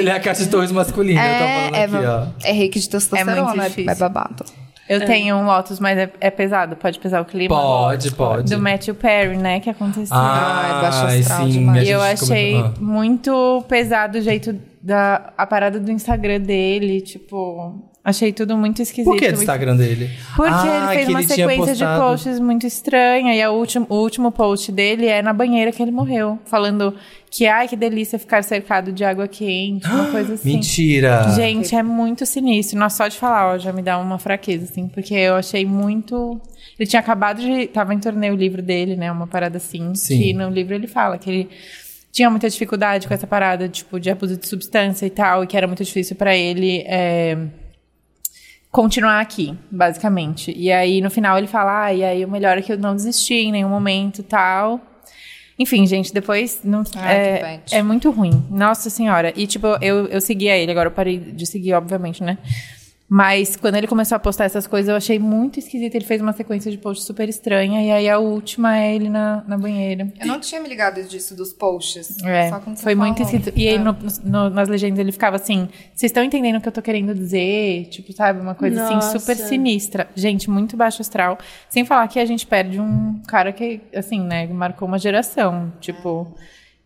Speaker 1: <laughs> Ele é a caixa de torres masculina,
Speaker 3: É, é,
Speaker 1: eu tô falando aqui,
Speaker 3: é rico de
Speaker 4: É
Speaker 3: testosterona,
Speaker 4: muito
Speaker 3: é,
Speaker 4: difícil.
Speaker 3: babado.
Speaker 4: Eu tenho um Lotus, mas é, é pesado. Pode pesar o clima?
Speaker 1: Pode, pode.
Speaker 4: Do Matthew Perry, né? Que aconteceu.
Speaker 3: Ai, baixo
Speaker 1: Ah,
Speaker 3: astral
Speaker 1: sim.
Speaker 3: demais.
Speaker 1: a Ah.
Speaker 4: e eu
Speaker 1: gente
Speaker 4: achei
Speaker 1: comentou-
Speaker 4: muito pesado o jeito da a parada do Instagram dele, tipo, achei tudo muito
Speaker 1: Ah.
Speaker 4: esquisito.
Speaker 1: Por que é do Instagram dele?
Speaker 4: Porque
Speaker 1: Ah,
Speaker 4: ele fez
Speaker 1: que
Speaker 4: uma
Speaker 1: ele tinha
Speaker 4: sequência de
Speaker 1: postado.
Speaker 4: posts muito estranha e a última, o último post dele é na banheira que ele morreu, falando que ai que delícia ficar cercado de água quente, uma
Speaker 1: <gasps>
Speaker 4: coisa assim.
Speaker 1: Mentira.
Speaker 4: Gente, é muito sinistro. Nossa, só de falar, ó, já me dá uma fraqueza, assim, porque eu achei muito. Ele tinha acabado de. Tava em torneio o livro dele, né? Uma parada assim.
Speaker 1: Sim.
Speaker 4: Que no livro ele fala que ele tinha muita dificuldade com essa parada, tipo, de abuso de substância e tal, e que era muito difícil pra ele. é, Continuar aqui, basicamente. E aí, no final, ele fala: Ah, e aí o melhor é que eu não desisti em nenhum momento tal. Enfim, gente, depois. Não,
Speaker 3: Ai,
Speaker 4: é-
Speaker 3: que bad.
Speaker 4: é é muito ruim. Nossa senhora. E, tipo, eu, eu seguia ele, agora eu parei de seguir, obviamente, né? Mas quando ele começou a postar essas coisas, eu achei muito esquisito. Ele fez uma sequência de posts super estranha. E aí a última é ele na, na banheira.
Speaker 3: Eu não tinha me ligado disso dos posts.
Speaker 4: É,
Speaker 3: só quando você
Speaker 4: foi muito
Speaker 3: falou.
Speaker 4: esquisito. E aí
Speaker 3: É.
Speaker 4: no- no- nas legendas ele ficava assim: vocês estão entendendo o que eu tô querendo dizer? Tipo, sabe? Uma coisa
Speaker 2: Nossa.
Speaker 4: assim, super sinistra. Gente, muito baixo astral. Sem falar que a gente perde um cara que, assim, né, marcou uma geração. Tipo,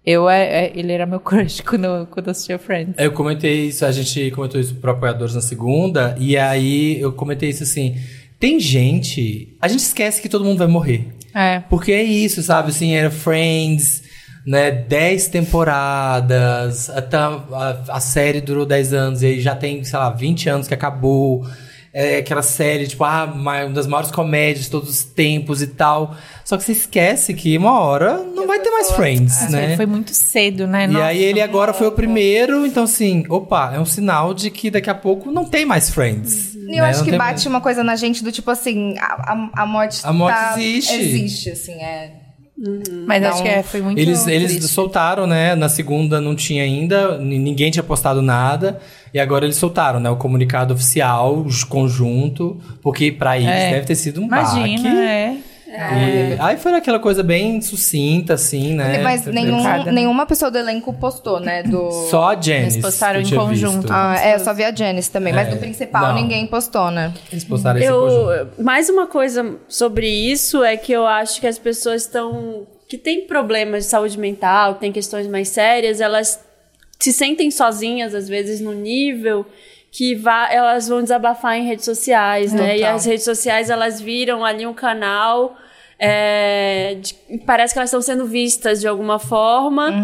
Speaker 4: eu, é, é- ele era meu <laughs> crush quando, quando eu assistia Friends.
Speaker 1: Eu comentei isso, a gente comentou isso pro Apoiadores na segunda, e aí eu comentei isso assim. Tem gente. A gente esquece que todo mundo vai morrer.
Speaker 4: É.
Speaker 1: Porque é isso, sabe? Assim, era Friends, né? Dez temporadas, até a, a série durou 10 anos, e aí já tem, sei lá, 20 anos que acabou. É aquela série, tipo, ah, ma- uma das maiores comédias de todos os tempos e tal. Só que você esquece que uma hora não vai ter mais Friends,
Speaker 4: Nossa,
Speaker 1: né?
Speaker 4: ele Foi muito cedo,
Speaker 1: E
Speaker 4: né? Nossa.
Speaker 1: aí ele agora foi o primeiro, então assim, opa, é um sinal de que daqui a pouco não tem mais Friends.
Speaker 3: Uhum.
Speaker 1: né?
Speaker 3: E eu acho que bate uma coisa na gente do tipo assim, a, a, a morte
Speaker 1: A morte
Speaker 3: tá-
Speaker 1: existe.
Speaker 3: Existe, assim, é.
Speaker 4: Mas
Speaker 3: Dá
Speaker 4: acho que
Speaker 3: um-
Speaker 4: é, foi muito
Speaker 1: Eles, eles
Speaker 4: triste.
Speaker 1: soltaram, né? Na segunda não tinha ainda, n- ninguém tinha postado nada. E agora eles soltaram, né? O comunicado oficial, os conjunto. Porque pra eles
Speaker 4: É.
Speaker 1: deve ter sido um
Speaker 4: Imagina,
Speaker 1: baque.
Speaker 4: é.
Speaker 1: E- aí foi aquela coisa bem sucinta, assim, né?
Speaker 3: Mas nenhum-
Speaker 4: complicado, né?
Speaker 3: nenhuma pessoa do elenco postou, né? Do...
Speaker 1: Só a Janice.
Speaker 4: Eles postaram
Speaker 1: que eu
Speaker 4: em
Speaker 1: tinha
Speaker 4: conjunto.
Speaker 1: visto.
Speaker 3: Ah, é, eu só vi a Janice também, mas
Speaker 1: É,
Speaker 3: do principal
Speaker 1: não.
Speaker 3: ninguém postou, né?
Speaker 1: Eles postaram esse conjunto.
Speaker 2: Eu, mais uma coisa sobre isso é que eu acho que as pessoas estão. que têm problemas de saúde mental, têm questões mais sérias, elas se sentem sozinhas, às vezes, no nível que vá, elas vão desabafar em redes sociais, né? E
Speaker 3: Total.
Speaker 2: as redes sociais, elas viram ali um canal. é, de- parece que elas estão sendo vistas de alguma forma.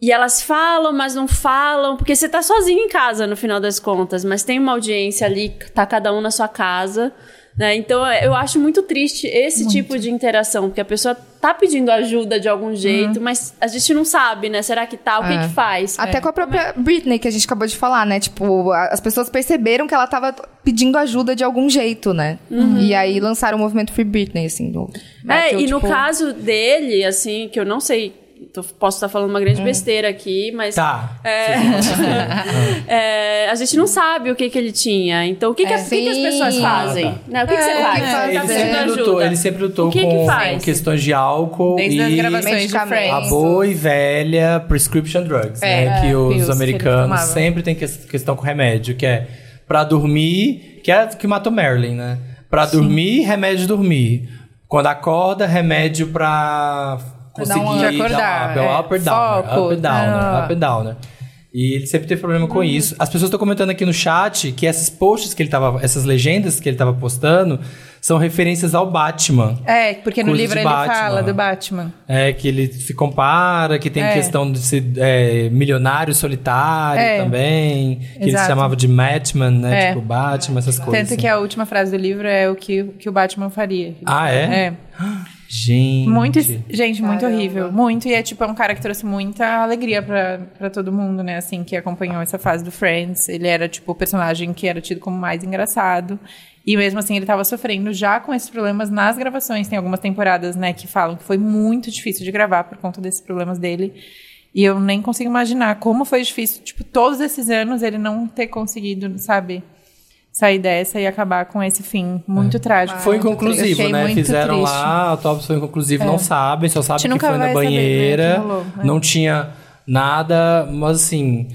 Speaker 2: E elas falam, mas não falam, porque você tá sozinho em casa no final das contas, mas tem uma audiência ali, tá cada um na sua casa, né? Então é, eu acho muito triste esse tipo de interação, porque a pessoa tá pedindo ajuda de algum jeito, mas a gente não sabe, né? Será que tá? O que
Speaker 3: É.
Speaker 2: que faz?
Speaker 3: Até com a própria Britney, que a gente acabou de falar, né? Tipo, a- as pessoas perceberam que ela tava pedindo ajuda de algum jeito, né? E aí lançaram o movimento Free Britney, assim. Do,
Speaker 2: Uhum. É,
Speaker 3: bateu,
Speaker 2: e no
Speaker 3: tipo,
Speaker 2: caso dele, assim, que eu não sei, tô- posso estar falando uma grande besteira aqui, mas
Speaker 1: Tá.
Speaker 2: é, a gente não sabe o que que ele tinha. Então, o que, que,
Speaker 3: É,
Speaker 2: as- o que que as
Speaker 3: sim.
Speaker 2: pessoas fazem?
Speaker 1: Ah, tá.
Speaker 2: né? O que, que
Speaker 4: É,
Speaker 2: você
Speaker 4: o
Speaker 2: faz?
Speaker 3: que
Speaker 2: Tá
Speaker 3: faz?
Speaker 1: Ele
Speaker 2: pedindo
Speaker 1: sempre,
Speaker 2: ajuda.
Speaker 1: lutou, ele sempre lutou
Speaker 2: O que que
Speaker 1: com
Speaker 2: faz?
Speaker 1: questões de álcool
Speaker 4: Desde as
Speaker 1: e
Speaker 4: gravações de
Speaker 3: medicamentos.
Speaker 4: Friends.
Speaker 1: a boa e velha prescription drugs,
Speaker 4: É,
Speaker 1: né?
Speaker 4: é,
Speaker 1: Que os
Speaker 4: pills que
Speaker 1: americanos
Speaker 4: eles tomavam.
Speaker 1: sempre têm que- questão com remédio, que é pra dormir, que é o que matou Marilyn, né? Pra dormir, remédio de dormir. Quando acorda, remédio pra
Speaker 3: Pra dar
Speaker 1: conseguir
Speaker 3: um
Speaker 1: dar um
Speaker 4: acordar,
Speaker 1: up, é
Speaker 4: é.
Speaker 1: o up and down,
Speaker 4: Foco, Uhum.
Speaker 1: up and down,
Speaker 4: tá.
Speaker 1: up and down, né? E ele sempre teve problema com isso. As pessoas estão comentando aqui no chat que esses posts que ele tava, essas legendas que ele tava postando são referências ao Batman.
Speaker 4: É, porque no
Speaker 1: Coisa
Speaker 4: livro
Speaker 1: de
Speaker 4: ele
Speaker 1: Batman.
Speaker 4: fala do Batman.
Speaker 1: É, que ele se compara, que tem
Speaker 4: É.
Speaker 1: questão de ser é, milionário solitário
Speaker 4: É.
Speaker 1: também. Que ele se
Speaker 4: Exato.
Speaker 1: chamava de Batman, né?
Speaker 4: É.
Speaker 1: Tipo, Batman, essas coisas.
Speaker 4: Tanto que a última frase do livro é o que, que o Batman faria.
Speaker 1: é. Ah, é?
Speaker 4: É.
Speaker 1: Gente.
Speaker 4: Muito, gente, muito
Speaker 3: Caramba.
Speaker 4: horrível. Muito. E é tipo, é um cara que trouxe muita alegria pra, pra todo mundo, né? Assim, que acompanhou essa fase do Friends. Ele era, tipo, o personagem que era tido como mais engraçado. E mesmo assim, ele tava sofrendo já com esses problemas nas gravações. Tem algumas temporadas, né, que falam que foi muito difícil de gravar por conta desses problemas dele. E eu nem consigo imaginar como foi difícil, tipo, todos esses anos ele não ter conseguido, sabe, sair dessa e acabar com esse fim muito trágico.
Speaker 1: Foi
Speaker 4: Eu
Speaker 1: inconclusivo,
Speaker 4: fiquei
Speaker 1: né?
Speaker 4: muito
Speaker 1: Fizeram
Speaker 4: triste. É.
Speaker 1: lá, a autópsia foi inconclusiva, não sabem, só sabem que
Speaker 4: nunca
Speaker 1: foi na
Speaker 4: vai saber, né, o que
Speaker 1: banheira,
Speaker 4: rolou, né?
Speaker 1: não tinha nada, mas assim,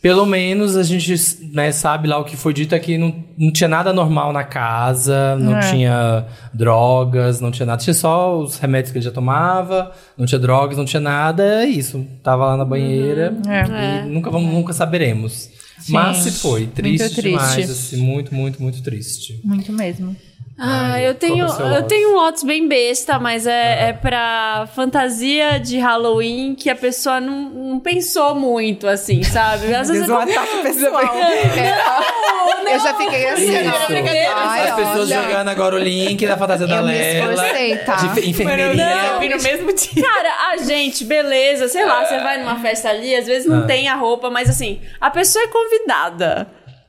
Speaker 1: pelo menos a gente né, sabe lá o que foi dito é que não, não tinha nada normal na casa, não
Speaker 4: É.
Speaker 1: tinha drogas, não tinha nada, tinha só os remédios que ele já tomava, não tinha drogas, não tinha nada, é isso, tava lá na banheira
Speaker 4: É.
Speaker 1: e nunca, vamos, nunca saberemos. Mas se foi, triste,
Speaker 4: muito
Speaker 1: demais,
Speaker 4: triste.
Speaker 1: assim, muito, muito, muito triste.
Speaker 4: Muito mesmo.
Speaker 2: Ah,
Speaker 1: Ai,
Speaker 2: eu tenho,
Speaker 1: qual que é o seu
Speaker 2: eu
Speaker 1: Lotus?
Speaker 2: tenho um Lotus bem besta, mas é, é pra fantasia de Halloween que a pessoa não, não pensou muito, assim, sabe? Às vezes é
Speaker 4: Fez
Speaker 2: eu
Speaker 4: um
Speaker 2: tô-
Speaker 4: ataque pessoal.
Speaker 3: Eu já fiquei assim,
Speaker 2: é
Speaker 1: Isso.
Speaker 3: ó.
Speaker 1: As
Speaker 3: Ai,
Speaker 1: pessoas
Speaker 3: olha,
Speaker 1: jogando agora o link da fantasia da
Speaker 3: Eu me
Speaker 1: Lela.
Speaker 3: esforcei, tá?
Speaker 1: De fe- enfermeirinha.
Speaker 2: <laughs> Não,
Speaker 4: vi no mesmo dia.
Speaker 2: Cara, a gente, beleza, sei lá, você vai numa festa ali, às vezes não
Speaker 1: Ah.
Speaker 2: tem a roupa, mas assim, a pessoa é convidada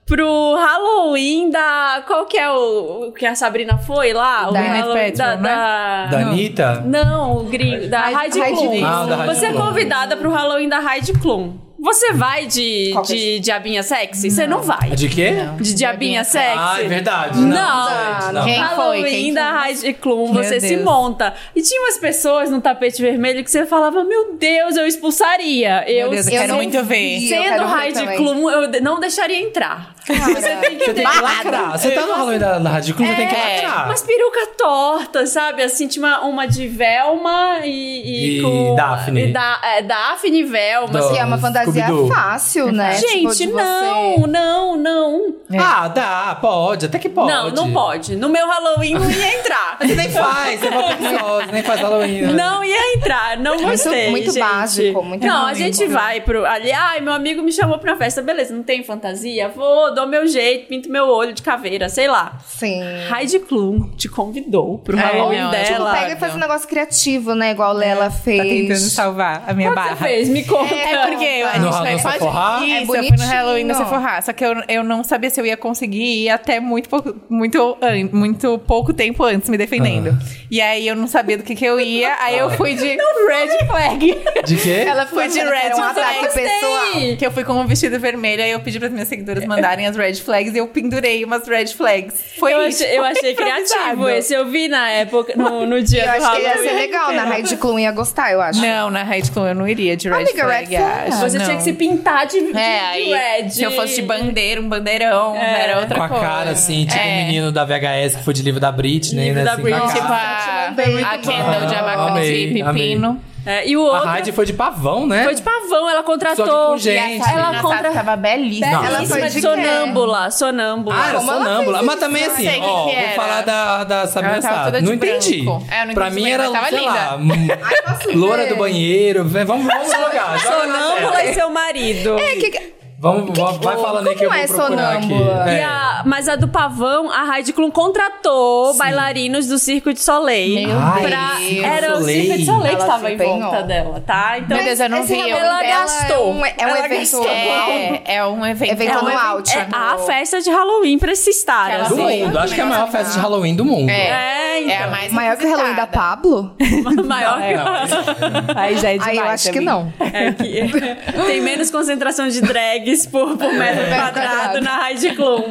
Speaker 2: pro Halloween da. Qual que é o, o que a Sabrina foi lá?
Speaker 4: Da
Speaker 2: o
Speaker 4: Gwyneth
Speaker 2: Halloween- da,
Speaker 4: Paltrow,
Speaker 2: da-
Speaker 1: Da Anitta?
Speaker 2: Não, o gringo, da Heidi
Speaker 4: Hyde-
Speaker 3: Hyde
Speaker 2: Klum.
Speaker 3: Klum.
Speaker 1: Ah, da Heidi
Speaker 2: Você é
Speaker 1: Klum.
Speaker 2: convidada pro Halloween da Heidi Klum. Você vai de,
Speaker 4: Qual que é
Speaker 2: de diabinha sexy? Você não vai.
Speaker 1: De quê?
Speaker 2: De diabinha
Speaker 4: Diabinha
Speaker 2: sexy?
Speaker 1: Ah, é verdade.
Speaker 2: Não.
Speaker 1: gente, não.
Speaker 3: Quem foi?
Speaker 2: Halloween
Speaker 3: Quem
Speaker 2: da Heidi Klum,
Speaker 4: Meu
Speaker 2: você se
Speaker 4: Deus.
Speaker 2: monta. E tinha umas pessoas no tapete vermelho que você falava, meu Deus, eu expulsaria. Eu,
Speaker 4: Meu Deus, eu
Speaker 2: eu
Speaker 4: quero
Speaker 2: não-
Speaker 4: muito ver.
Speaker 3: vi, eu
Speaker 2: Sendo
Speaker 3: quero ver
Speaker 2: Heidi
Speaker 3: também.
Speaker 2: Klum, eu de- não deixaria entrar.
Speaker 3: Cara,
Speaker 1: Você tem que lacrar. Você tá no Halloween da, da Rádio Clube, tem que lacrar.
Speaker 2: Mas É, peruca torta, sabe? Assim, tinha uma, uma de Velma e...
Speaker 1: E
Speaker 2: com,
Speaker 1: Daphne.
Speaker 2: E da, é, Daphne e Velma.
Speaker 1: Do-
Speaker 3: Que é uma fantasia
Speaker 1: Scooby-Doo.
Speaker 3: fácil, né? Tipo,
Speaker 2: Gente,
Speaker 3: de você-
Speaker 2: não, não, não.
Speaker 1: Ah, dá, pode, até que pode.
Speaker 2: Não, não pode. No meu Halloween não ia
Speaker 3: <laughs>
Speaker 2: entrar.
Speaker 1: Você nem faz, você é uma preguiçosa, nem faz Halloween. né?
Speaker 2: Não ia entrar, não
Speaker 3: Muito-
Speaker 2: gostei.
Speaker 3: é muito
Speaker 2: gente.
Speaker 3: básico, muito
Speaker 2: Não, a
Speaker 3: básico. né?
Speaker 2: gente vai pro. Ali, ai, meu amigo me chamou pra uma festa, beleza, não tem fantasia? Vou, dou meu jeito, pinto meu olho de caveira, sei lá.
Speaker 3: Sim.
Speaker 2: Heidi Klum te convidou pro
Speaker 4: É,
Speaker 2: Halloween
Speaker 4: não,
Speaker 3: Tipo,
Speaker 2: dela.
Speaker 3: pega e faz um negócio criativo, né? Igual
Speaker 2: É.
Speaker 3: Lela fez.
Speaker 4: Tá tentando salvar a minha
Speaker 2: Qual que
Speaker 4: barra.
Speaker 2: você fez? Me conta.
Speaker 4: É porque eu, a
Speaker 1: No
Speaker 4: gente
Speaker 1: Halloween
Speaker 4: vai
Speaker 1: Sephora?
Speaker 4: Isso,
Speaker 3: É
Speaker 4: eu fui no
Speaker 3: bonitinho.
Speaker 4: Halloween no Sephora. Só que eu, eu não sabia se eu ia conseguir ir até muito pouco, muito, an- muito pouco tempo antes me defendendo.
Speaker 3: Ah.
Speaker 4: E aí eu não sabia do que, que eu ia, aí eu fui de red flag.
Speaker 1: De quê?
Speaker 4: Ela foi de red
Speaker 3: Era um ataque
Speaker 4: flag.
Speaker 3: pessoal.
Speaker 4: <laughs> Que eu fui com um vestido vermelho, aí eu pedi para minhas seguidoras mandarem as red flags e eu pendurei umas red flags. Foi
Speaker 2: eu
Speaker 4: isso.
Speaker 2: achei, eu
Speaker 4: foi
Speaker 2: achei
Speaker 4: improvisado.
Speaker 2: criativo esse. Eu vi na época, no, no dia
Speaker 3: Eu
Speaker 2: do
Speaker 3: acho que
Speaker 2: Halloween.
Speaker 3: ia ser legal. Na Heidi Klum ia gostar, eu acho.
Speaker 4: Não, na Red Club eu não iria de red
Speaker 3: Amiga,
Speaker 4: flag.
Speaker 3: red flag.
Speaker 4: acho,
Speaker 2: é Você tinha
Speaker 4: não.
Speaker 2: que se pintar de, de,
Speaker 4: É,
Speaker 2: de
Speaker 4: aí,
Speaker 2: red.
Speaker 4: se eu fosse de bandeira, um
Speaker 3: É.
Speaker 4: bandeirão, era outra
Speaker 1: com a
Speaker 4: coisa.
Speaker 1: cara, assim, tipo o
Speaker 4: É.
Speaker 1: menino da VHS que foi de livro da Britney,
Speaker 2: Livro
Speaker 1: né?
Speaker 2: da
Speaker 1: assim, com a cara.
Speaker 2: Britney,
Speaker 4: Tipo a,
Speaker 3: Foi muito
Speaker 4: a
Speaker 3: bom.
Speaker 4: Kendall de
Speaker 1: Ah,
Speaker 4: abacaxi,
Speaker 1: amei, amei.
Speaker 4: pepino.
Speaker 2: É, e o outro
Speaker 1: A Heidi foi de pavão, né?
Speaker 2: foi de pavão, ela contratou.
Speaker 1: Só que com gente.
Speaker 2: Ela contra...
Speaker 4: tava belíssima.
Speaker 1: Não.
Speaker 2: Ela
Speaker 1: Ela
Speaker 2: foi
Speaker 3: foi
Speaker 2: de
Speaker 3: de
Speaker 2: sonâmbula, sonâmbula.
Speaker 1: Ah, era
Speaker 3: Como ela
Speaker 1: sonâmbula.
Speaker 3: fez
Speaker 1: Mas
Speaker 3: isso?
Speaker 1: também
Speaker 4: Não
Speaker 1: assim,
Speaker 4: sei o que
Speaker 1: ó,
Speaker 4: que
Speaker 1: vou
Speaker 4: era.
Speaker 1: falar da, da Sabrina
Speaker 4: Ela tava toda
Speaker 1: Sato.
Speaker 4: de
Speaker 1: Não entendi.
Speaker 4: branco. É, eu não
Speaker 1: pra
Speaker 4: entendi
Speaker 1: mim
Speaker 4: também,
Speaker 1: era,
Speaker 4: mas tava
Speaker 1: sei
Speaker 4: linda.
Speaker 1: lá, hum,
Speaker 3: posso
Speaker 1: loura
Speaker 3: ver.
Speaker 1: do banheiro. Vem, Vamos, vamos jogar. joga na
Speaker 2: Sonâmbula
Speaker 1: tela.
Speaker 2: e seu marido.
Speaker 3: É, que- que-
Speaker 1: Vamos, vamos- vai falando aí que eu
Speaker 3: como
Speaker 1: vou
Speaker 3: é
Speaker 1: procurar aqui.
Speaker 3: sonâmbula?
Speaker 2: E
Speaker 1: É.
Speaker 2: a- mas a do Pavão, a Heidi Klum contratou bailarinos do Circo de Soleil.
Speaker 4: Meu
Speaker 1: Ai,
Speaker 2: pra-
Speaker 1: Circo de
Speaker 2: era o
Speaker 1: Soleil.
Speaker 2: Circo de Soleil que
Speaker 3: Ela
Speaker 2: estava em
Speaker 3: se empenhou.
Speaker 2: volta dela, tá? Então,
Speaker 4: Meu Deus, eu não
Speaker 3: esse
Speaker 4: vi, eu-
Speaker 3: Rebelo
Speaker 2: Ela
Speaker 3: dela
Speaker 2: gastou.
Speaker 3: É um, é um
Speaker 2: Ela
Speaker 3: evento
Speaker 2: gastou.
Speaker 3: anual.
Speaker 4: É, é um evento.
Speaker 3: Evento
Speaker 4: é um
Speaker 3: anual,
Speaker 4: evento-
Speaker 2: é
Speaker 3: tipo.
Speaker 2: a festa de Halloween pra esses taras. assim.
Speaker 1: Do
Speaker 4: Sim.
Speaker 1: mundo. Acho que é a maior festa de Halloween do mundo.
Speaker 2: É,
Speaker 4: É a
Speaker 2: então,
Speaker 4: mais
Speaker 3: Maior que o Halloween da
Speaker 4: requisitada.
Speaker 3: Pablo?
Speaker 2: <laughs> maior que
Speaker 1: Não, isso-
Speaker 2: <laughs>
Speaker 4: Aí já é
Speaker 3: Aí eu acho que <laughs> não.
Speaker 2: É que <laughs> tem menos concentração de
Speaker 4: É
Speaker 2: drags por, por metro quadrado
Speaker 3: quadrado.
Speaker 2: na Heidi Klum.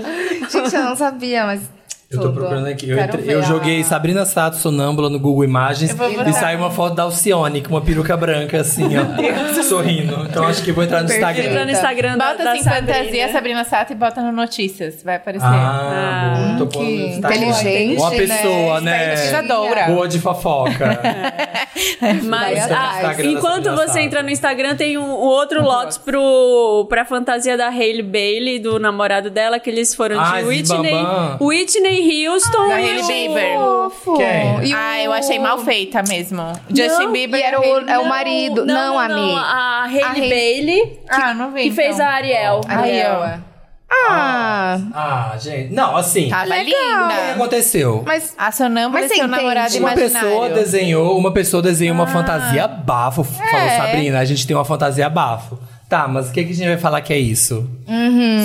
Speaker 3: Gente, eu não sabia, mas.
Speaker 1: Eu tô
Speaker 3: Tudo.
Speaker 1: procurando aqui. Eu,
Speaker 3: Quero
Speaker 1: entre-
Speaker 3: ver
Speaker 1: eu
Speaker 3: a-
Speaker 1: joguei Sabrina Sato Sonâmbula no Google Imagens
Speaker 4: Eu vou
Speaker 3: botar.
Speaker 1: e saiu uma foto da Alcione com uma peruca branca assim, ó, sorrindo. Então acho que vou entrar no
Speaker 3: Perfeito.
Speaker 2: Entra
Speaker 1: Instagram.
Speaker 2: no Instagram da,
Speaker 4: Bota
Speaker 2: da
Speaker 4: assim, fantasia Sabrina Sato e bota no notícias. Vai aparecer.
Speaker 1: Ah, boa. tô
Speaker 3: que
Speaker 1: pondo no Instagram.
Speaker 3: inteligente,
Speaker 1: Uma pessoa, né?
Speaker 4: Pesquisadora.
Speaker 1: Boa de <laughs> fofoca.
Speaker 2: Mas
Speaker 4: assim,
Speaker 3: Vai
Speaker 2: ah,
Speaker 1: atrás. Instagram da
Speaker 2: enquanto
Speaker 1: Sabrina
Speaker 2: você
Speaker 1: Sato.
Speaker 2: entra no Instagram, tem um, o outro lote pro, pra fantasia da Hailey Bailey, do namorado dela, que eles foram
Speaker 1: Ah,
Speaker 2: de
Speaker 1: esse
Speaker 2: Whitney,
Speaker 1: bambam.
Speaker 2: Whitney Houston
Speaker 4: da
Speaker 2: e
Speaker 4: Hailey
Speaker 2: o-
Speaker 4: Bieber.
Speaker 3: Fofo.
Speaker 1: Quem?
Speaker 3: E
Speaker 4: Ah,
Speaker 3: o-
Speaker 4: eu achei mal feita mesmo. Justin
Speaker 3: Não,
Speaker 4: Bieber.
Speaker 3: e era
Speaker 4: Hailey-
Speaker 3: o- é o marido. Não, amigo.
Speaker 2: A Hailey
Speaker 3: A Hailey-
Speaker 2: Bailey,
Speaker 4: Ah, não vi.
Speaker 2: que fez
Speaker 4: então.
Speaker 2: a Ariel.
Speaker 4: Ariel.
Speaker 3: Ariel. Ah, Tá.
Speaker 1: Ah, gente. Não, assim.
Speaker 4: Tava
Speaker 3: é Legal.
Speaker 1: O que
Speaker 4: linda.
Speaker 1: aconteceu?
Speaker 3: mas
Speaker 4: A sonâmbula
Speaker 3: Mas
Speaker 4: e
Speaker 3: você
Speaker 4: seu
Speaker 3: entende?
Speaker 4: namorado
Speaker 1: Uma
Speaker 4: imaginário.
Speaker 1: pessoa desenhou, uma pessoa desenhou uma fantasia bafo. Falou,
Speaker 4: É.
Speaker 1: Sabrina, a gente tem uma fantasia bafo. Tá, mas o que, que a gente vai falar que é isso?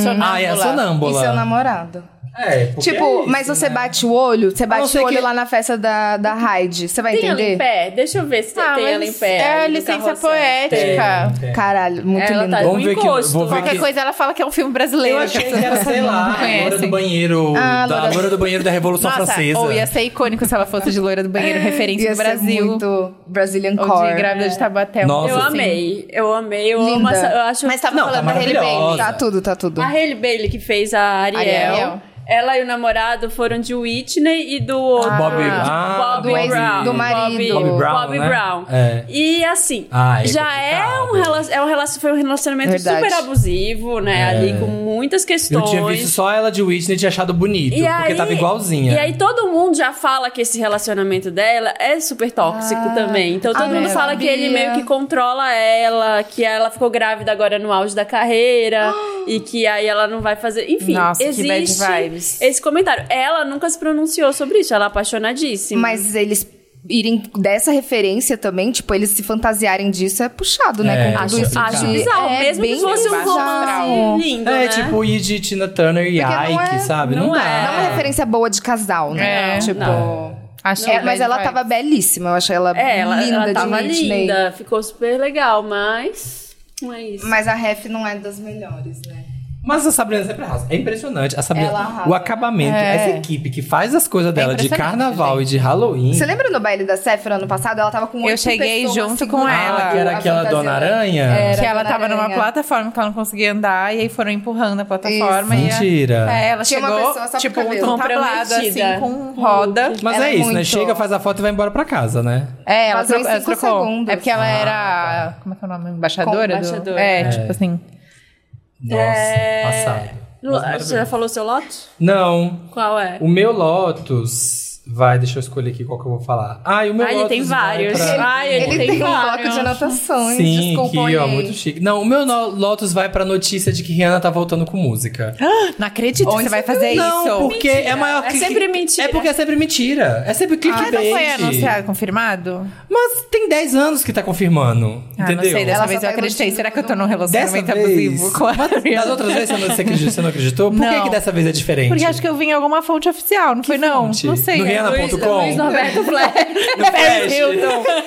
Speaker 4: Sonâmbula.
Speaker 1: Ah, é a
Speaker 3: e
Speaker 1: sonâmbula.
Speaker 3: seu namorado?
Speaker 1: É, porque
Speaker 3: tipo,
Speaker 1: é isso,
Speaker 3: mas você
Speaker 1: né?
Speaker 3: bate o olho, você
Speaker 1: não
Speaker 3: bate
Speaker 1: ser
Speaker 3: o olho
Speaker 1: que-
Speaker 3: lá na festa da, da Hyde, você
Speaker 4: um
Speaker 3: vai
Speaker 2: Tem ela em
Speaker 3: entender?
Speaker 2: pé? Deixa eu ver se
Speaker 4: Ah,
Speaker 2: tem
Speaker 4: mas
Speaker 2: ela em pé.
Speaker 4: é a
Speaker 2: aí no
Speaker 4: licença
Speaker 2: carrossel.
Speaker 1: Tem,
Speaker 4: poética.
Speaker 1: tem.
Speaker 3: Caralho, muito
Speaker 2: Ela
Speaker 3: lindo.
Speaker 2: tá
Speaker 1: Vamos
Speaker 2: no
Speaker 1: ver que-
Speaker 2: encosto.
Speaker 1: vou ver
Speaker 4: Qualquer
Speaker 1: que-
Speaker 4: coisa ela fala que é um filme brasileiro.
Speaker 1: Eu achei
Speaker 4: que
Speaker 1: que
Speaker 4: as
Speaker 1: era,
Speaker 4: pessoas
Speaker 1: sei lá,
Speaker 4: <laughs>
Speaker 1: a
Speaker 4: não
Speaker 1: loira do
Speaker 4: conhecem.
Speaker 1: banheiro.
Speaker 3: Ah,
Speaker 1: da
Speaker 3: loura-
Speaker 1: loira do banheiro da Revolução
Speaker 4: Nossa,
Speaker 1: Francesa.
Speaker 4: ou ia ser icônico se ela fosse de loira do banheiro, referência
Speaker 3: É, Ia
Speaker 4: do
Speaker 3: ser
Speaker 4: Brasil.
Speaker 3: muito Brazilian
Speaker 4: Ou
Speaker 3: Core.
Speaker 4: de grávida de Tabatel.
Speaker 1: Nossa,
Speaker 2: Eu
Speaker 1: sim.
Speaker 2: amei, eu amei, eu amo
Speaker 3: Linda.
Speaker 2: essa, eu acho...
Speaker 4: Mas tava
Speaker 1: Não,
Speaker 4: falando
Speaker 1: tá
Speaker 4: da Hailey Bailey.
Speaker 1: maravilhosa.
Speaker 3: Tá tudo, tá tudo.
Speaker 2: A Hailey Bailey, que fez a Ariel,
Speaker 4: Ariel.
Speaker 2: ela e o namorado foram de Whitney e do outro.
Speaker 1: Bob- ah,
Speaker 2: Bobby
Speaker 3: do ex-
Speaker 2: Brown.
Speaker 3: do marido.
Speaker 2: Bobby,
Speaker 1: Bobby Brown,
Speaker 2: Bobby
Speaker 1: né?
Speaker 2: Brown.
Speaker 1: É.
Speaker 2: E assim,
Speaker 1: Ah, é
Speaker 2: já é um,
Speaker 1: complicado.
Speaker 2: rela- é um rela- foi um relacionamento
Speaker 3: Verdade.
Speaker 2: super abusivo, né? Ali com
Speaker 1: É.
Speaker 2: muitas
Speaker 1: Eu
Speaker 2: questões.
Speaker 1: tinha visto só ela de Whitney e tinha achado bonito.
Speaker 2: E
Speaker 1: porque
Speaker 2: aí-
Speaker 1: tava igualzinha.
Speaker 2: E aí todo mundo já fala que esse relacionamento dela é super tóxico também. Então todo
Speaker 3: ah,
Speaker 2: mundo
Speaker 3: eu
Speaker 2: fala que ele
Speaker 3: sabia.
Speaker 2: meio que controla ela, que ela ficou grávida agora no auge da carreira e que aí ela não vai fazer. Enfim,
Speaker 4: Nossa, que bad
Speaker 2: existe
Speaker 4: vibes.
Speaker 2: esse comentário. Ela nunca se pronunciou sobre isso, ela é apaixonadíssima.
Speaker 3: Mas eles irem dessa referência também, tipo, eles se fantasiarem disso é puxado, né?
Speaker 1: É,
Speaker 3: Com
Speaker 2: acho,
Speaker 3: tudo isso.
Speaker 2: acho
Speaker 1: de-
Speaker 2: bizarro,
Speaker 3: é
Speaker 2: mesmo que
Speaker 3: bem
Speaker 2: fosse um
Speaker 4: baixo astral.
Speaker 2: romance lindo,
Speaker 1: é,
Speaker 2: né?
Speaker 1: tipo ir de Tina Turner e
Speaker 3: Porque não
Speaker 1: Ike,
Speaker 3: é-
Speaker 1: sabe?
Speaker 2: não
Speaker 1: Não, dá.
Speaker 2: é.
Speaker 3: Não é uma referência boa de casal, né?
Speaker 4: É,
Speaker 3: tipo.
Speaker 1: não.
Speaker 4: Achei
Speaker 3: É, mas
Speaker 4: bad
Speaker 3: ela
Speaker 4: vibes.
Speaker 3: tava belíssima, eu achei ela,
Speaker 2: É, ela,
Speaker 3: linda
Speaker 2: ela tava
Speaker 3: de Whitney.
Speaker 2: linda, ficou super legal, mas não é isso.
Speaker 3: Mas a ref não é das melhores, né?
Speaker 1: Mas a Sabrina sempre arrasa. É impressionante. A Sabrina,
Speaker 3: Ela arrasa.
Speaker 1: o acabamento,
Speaker 4: É.
Speaker 1: essa equipe que faz as coisas dela de
Speaker 4: impressionante,
Speaker 1: carnaval
Speaker 4: gente.
Speaker 1: e de Halloween.
Speaker 3: Você lembra no baile da Sephora ano passado? Ela tava com
Speaker 4: Eu
Speaker 3: oito
Speaker 4: cheguei
Speaker 3: pessoas assim,
Speaker 4: junto com
Speaker 3: segurando
Speaker 4: ela.
Speaker 1: Ah, que era
Speaker 3: a
Speaker 1: aquela
Speaker 3: fantasia
Speaker 1: Dona
Speaker 3: dela.
Speaker 1: Aranha?
Speaker 3: Era
Speaker 4: Que ela
Speaker 3: Dona
Speaker 4: tava numa
Speaker 3: Aranha.
Speaker 4: plataforma que ela não conseguia andar e aí foram empurrando a plataforma. e a-
Speaker 1: Mentira.
Speaker 4: É, ela
Speaker 3: Tinha uma
Speaker 4: chegou,
Speaker 3: pessoa só com
Speaker 4: tipo, um
Speaker 3: cabelo.
Speaker 4: tablado, assim,
Speaker 2: Comprometida.
Speaker 4: com roda.
Speaker 1: Mas
Speaker 3: Ela
Speaker 1: é
Speaker 3: é
Speaker 1: isso, né?
Speaker 3: muito-
Speaker 1: Chega, faz a foto e vai embora pra casa, né?
Speaker 4: É, ela
Speaker 3: Vazou em
Speaker 4: trocou. ela
Speaker 3: cinco
Speaker 4: trocou.
Speaker 3: segundos.
Speaker 4: É porque
Speaker 1: Ah,
Speaker 4: ela era. Como é que é o nome? Embaixadora?
Speaker 2: Com-
Speaker 4: do-
Speaker 2: embaixadora.
Speaker 4: É,
Speaker 1: tá. É.
Speaker 4: tipo assim.
Speaker 1: Nossa, passado.
Speaker 2: Lu-
Speaker 1: Mas
Speaker 2: Você já
Speaker 1: maravilhoso.
Speaker 2: falou seu lote?
Speaker 1: Não,
Speaker 2: Qual é?
Speaker 1: o meu Lotus... Vai, deixa eu escolher aqui qual que eu vou falar. Ah, e o meu
Speaker 2: Ah, ele
Speaker 1: Lotus
Speaker 2: tem
Speaker 1: vai
Speaker 2: vários.
Speaker 1: pra-
Speaker 3: Ele,
Speaker 2: Ai, ele
Speaker 3: ele
Speaker 2: tem
Speaker 3: tem, um
Speaker 2: vários.
Speaker 3: bloco de anotações.
Speaker 1: Sim,
Speaker 3: desculpa,
Speaker 1: aqui, ó,
Speaker 3: olhei.
Speaker 1: muito chique. Não, o meu no- Lotus vai pra notícia de que Rihanna tá voltando com música.
Speaker 4: Não acredito que
Speaker 3: Onde
Speaker 4: Ah, você vai
Speaker 3: você
Speaker 4: fazer
Speaker 1: não,
Speaker 4: isso.
Speaker 1: porque é maior
Speaker 2: É sempre mentira.
Speaker 1: É porque é sempre mentira. É sempre
Speaker 4: Mas
Speaker 1: clickbait.
Speaker 4: não Ah, então foi anunciado, confirmado?
Speaker 1: Mas tem 10 anos que tá confirmando.
Speaker 4: Ah,
Speaker 1: entendeu?
Speaker 4: não sei, dessa
Speaker 3: Ela
Speaker 4: vez
Speaker 3: só
Speaker 4: eu
Speaker 3: tá
Speaker 4: acreditei.
Speaker 3: iludindo
Speaker 4: Será que eu tô
Speaker 3: todo
Speaker 4: num
Speaker 3: mundo.
Speaker 4: relacionamento
Speaker 1: Dessa
Speaker 4: abusivo?
Speaker 1: vez.
Speaker 4: Claro.
Speaker 1: Das outras vezes você não, você acreditou, você não acreditou? Por que,
Speaker 4: Não.
Speaker 1: que dessa vez é diferente?
Speaker 4: Porque acho que eu vim em alguma fonte oficial, não foi não?
Speaker 1: fonte?
Speaker 4: Não sei.
Speaker 1: No
Speaker 4: é.
Speaker 1: Rihanna-
Speaker 2: Luiz,
Speaker 1: Ana.com.
Speaker 2: Luiz Norberto Flair.
Speaker 1: no
Speaker 4: <laughs>
Speaker 1: Flash,
Speaker 4: então.
Speaker 1: <laughs>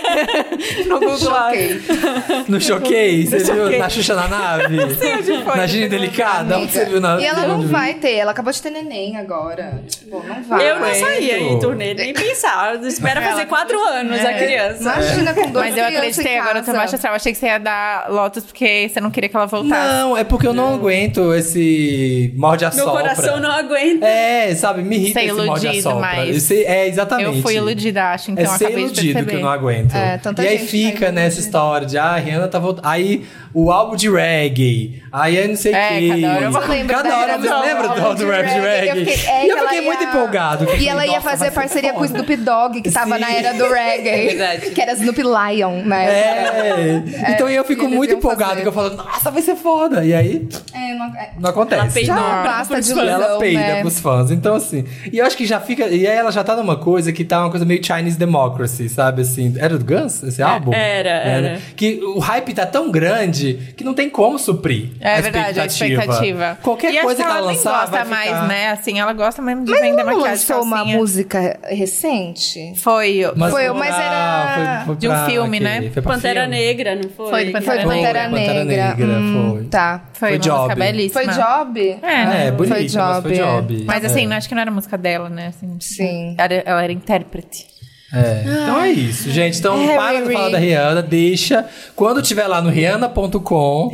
Speaker 4: no Google Live.
Speaker 3: Choquei.
Speaker 1: no Choquei, você viu? Na Xuxa na nave.
Speaker 4: onde foi,
Speaker 1: na Gina
Speaker 4: não sei
Speaker 1: Delicada, onde Ah, você viu na
Speaker 3: E ela não
Speaker 1: onde-
Speaker 3: vai ter, ela acabou de ter neném agora. Tipo, não vai.
Speaker 2: Eu não saía em
Speaker 1: Credo.
Speaker 2: turnê, nem pensar. Espera fazer quatro anos a criança.
Speaker 3: Imagina com dois
Speaker 4: Mas eu acreditei, agora eu tô baixo astral. Achei que você ia dar Lotus porque você não queria que ela voltasse.
Speaker 1: Não, é porque eu não aguento esse morde a
Speaker 2: Meu coração não aguenta.
Speaker 1: É, sabe, me irrita
Speaker 4: Ser
Speaker 1: esse morde a
Speaker 4: iludido,
Speaker 1: sopra.
Speaker 4: mas-
Speaker 1: É, exatamente.
Speaker 4: eu fui iludida, acho, então
Speaker 1: é
Speaker 4: eu
Speaker 1: ser
Speaker 4: acabei de
Speaker 1: iludido
Speaker 4: perceber.
Speaker 1: que eu não aguento.
Speaker 3: É, tanta
Speaker 1: e aí
Speaker 3: gente
Speaker 1: fica
Speaker 3: tá
Speaker 1: nessa história de, ah, a Rihanna tá voltando. Aí o álbum de reggae. Aí eu não sei o
Speaker 4: É,
Speaker 1: que.
Speaker 4: cada hora eu vou
Speaker 3: lembrar
Speaker 1: Cada
Speaker 3: da
Speaker 1: hora
Speaker 3: Rihanna
Speaker 1: você
Speaker 3: do
Speaker 1: lembra do
Speaker 3: álbum
Speaker 1: álbum de
Speaker 3: de
Speaker 1: reggae.
Speaker 3: reggae? Eu fiquei- é
Speaker 1: E eu
Speaker 3: que ela
Speaker 1: fiquei muito
Speaker 3: ia-
Speaker 1: empolgado.
Speaker 3: E ela ia fazer parceria com o Snoop Dogg, que tava
Speaker 1: Sim.
Speaker 3: na era do reggae.
Speaker 4: É Verdade.
Speaker 3: Que era Snoop Lion, né?
Speaker 1: É. então eu fico
Speaker 3: eles
Speaker 1: muito
Speaker 3: iam
Speaker 1: empolgado,
Speaker 3: fazer.
Speaker 1: que eu falo, nossa, vai ser foda. E aí,
Speaker 3: É, não- é.
Speaker 1: não acontece.
Speaker 2: peidou.
Speaker 3: Já
Speaker 2: Enorme,
Speaker 3: basta de
Speaker 1: ela
Speaker 3: ilusão,
Speaker 1: peida
Speaker 3: né?
Speaker 1: pros fãs. Então, assim. E eu acho que já fica. E aí ela já tratar de uma coisa que tá uma coisa meio Chinese Democracy, sabe? Assim, era do Guns
Speaker 4: É,
Speaker 1: esse álbum? Né,
Speaker 2: era, era.
Speaker 1: Que o hype tá tão grande que não tem como suprir.
Speaker 4: É
Speaker 1: a
Speaker 4: verdade, a
Speaker 1: expectativa.
Speaker 4: expectativa.
Speaker 1: Qualquer
Speaker 4: e acho
Speaker 1: coisa que ela
Speaker 4: nem
Speaker 1: lançar.
Speaker 4: gosta
Speaker 1: vai
Speaker 4: mais,
Speaker 1: ficar-
Speaker 4: né? Assim, ela gosta mesmo de
Speaker 3: Mas
Speaker 4: vender
Speaker 3: não
Speaker 4: maquiagem.
Speaker 3: lançou uma
Speaker 4: calcinha.
Speaker 3: música recente?
Speaker 4: Foi.
Speaker 1: Mas,
Speaker 3: Foi, mas
Speaker 1: ah,
Speaker 3: era-
Speaker 1: foi- foi
Speaker 4: de um
Speaker 1: pra
Speaker 4: filme,
Speaker 1: quê?
Speaker 4: né?
Speaker 1: Foi pra
Speaker 2: Pantera
Speaker 1: filme?
Speaker 2: Negra, não foi? É.
Speaker 4: Foi do Pantera
Speaker 3: Foi
Speaker 4: Negra.
Speaker 3: Pantera
Speaker 1: Foi, Pantera
Speaker 3: Negra.
Speaker 1: Negra,
Speaker 3: Hum,
Speaker 1: foi.
Speaker 3: Tá.
Speaker 4: Foi,
Speaker 1: Foi
Speaker 4: uma música
Speaker 1: Job.
Speaker 4: belíssima.
Speaker 3: Foi Job?
Speaker 4: É.
Speaker 1: É, bonito, mas foi
Speaker 3: Job, é.
Speaker 1: job.
Speaker 4: Mas assim,
Speaker 1: é.
Speaker 4: acho que não era música dela, né? Assim,
Speaker 3: Sim.
Speaker 4: Era, ela era intérprete.
Speaker 1: É.
Speaker 3: Ah,
Speaker 1: Então é isso, gente. Então
Speaker 3: É,
Speaker 1: para de
Speaker 3: Riri.
Speaker 1: falar da Rihanna, deixa. Quando tiver lá no rihanna.com,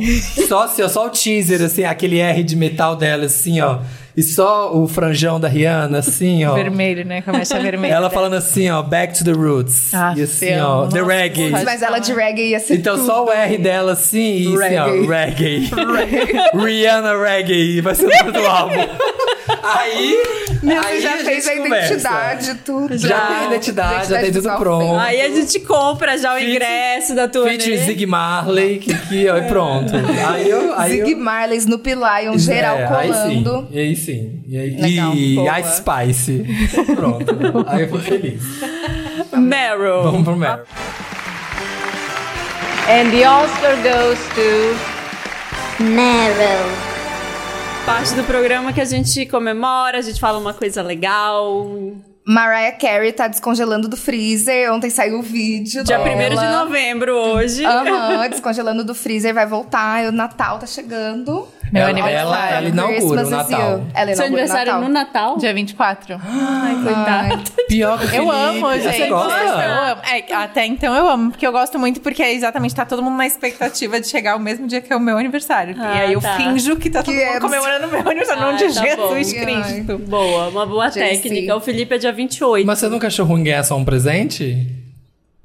Speaker 1: só, assim, ó, só o teaser, assim, aquele R de metal dela, assim, ó. E só o franjão da Rihanna, assim, ó.
Speaker 4: Vermelho, né? Começa
Speaker 1: <laughs>
Speaker 4: vermelho.
Speaker 1: Ela falando assim, ó, back to the roots.
Speaker 4: Ah,
Speaker 1: e assim,
Speaker 4: eu
Speaker 1: ó,
Speaker 4: amo.
Speaker 1: the reggae.
Speaker 4: Nossa,
Speaker 3: Mas ela de reggae ia ser
Speaker 1: Então
Speaker 3: tudo.
Speaker 1: só o R dela, assim, e assim, ó, reggae. Rihanna reggae. Vai ser o nome do álbum. Aí, aí
Speaker 3: Você já
Speaker 1: gente
Speaker 3: fez a
Speaker 1: conversa.
Speaker 3: identidade, tudo.
Speaker 1: Já tem identidade, já tem tudo
Speaker 3: visual
Speaker 1: pronto.
Speaker 3: feita.
Speaker 2: Aí a gente compra já o
Speaker 1: Feat-
Speaker 2: ingresso da turnê.
Speaker 3: né?
Speaker 1: Feat Zig Marley, que, que ó, e pronto. Aí eu. Aí
Speaker 3: É. Zig
Speaker 1: eu,
Speaker 3: Marley, Snoopy Lion, geral
Speaker 1: É,
Speaker 3: colando.
Speaker 1: Aí sim. E aí sim. E,
Speaker 3: Legal,
Speaker 1: e
Speaker 3: boa.
Speaker 1: Ice Spice. Pronto. aí eu fui feliz.
Speaker 2: Meryl.
Speaker 1: Vamos pro Meryl.
Speaker 5: And the Oscar goes to Meryl.
Speaker 3: <laughs>
Speaker 2: Parte do programa que a gente comemora, a gente fala uma coisa legal.
Speaker 3: Mariah Carey tá descongelando do freezer. Ontem saiu o vídeo.
Speaker 2: Dia 1
Speaker 3: dela.
Speaker 2: de novembro hoje.
Speaker 3: Aham, descongelando do freezer, vai voltar. O Natal tá chegando.
Speaker 4: Meu
Speaker 1: ela,
Speaker 4: aniversário.
Speaker 1: ela, ela inaugura
Speaker 3: Christmas
Speaker 1: o
Speaker 3: is
Speaker 1: Natal.
Speaker 3: you. Ela inaugura
Speaker 2: Seu aniversário
Speaker 3: o
Speaker 2: no Natal?
Speaker 4: Dia 24.
Speaker 2: Ai,
Speaker 3: Ah,
Speaker 4: então.
Speaker 2: coitada.
Speaker 3: então
Speaker 1: Pior que o
Speaker 4: Eu
Speaker 1: Felipe.
Speaker 4: amo, gente.
Speaker 1: Você gosta?
Speaker 4: Nossa, eu amo. É, até então eu amo, porque eu gosto muito, porque é exatamente tá todo mundo na expectativa de chegar o mesmo dia que é o meu aniversário.
Speaker 2: Ah,
Speaker 4: e aí eu
Speaker 2: tá.
Speaker 4: finjo que tá todo
Speaker 3: Que
Speaker 4: mundo
Speaker 3: é-
Speaker 4: comemorando o meu aniversário, não
Speaker 2: Ah,
Speaker 4: de
Speaker 2: tá bom.
Speaker 4: Jesus
Speaker 3: Ai.
Speaker 4: Cristo.
Speaker 2: Boa, uma boa
Speaker 3: JC.
Speaker 2: técnica. O Felipe é dia 28.
Speaker 1: Mas você nunca achou ruim ganhar só um presente?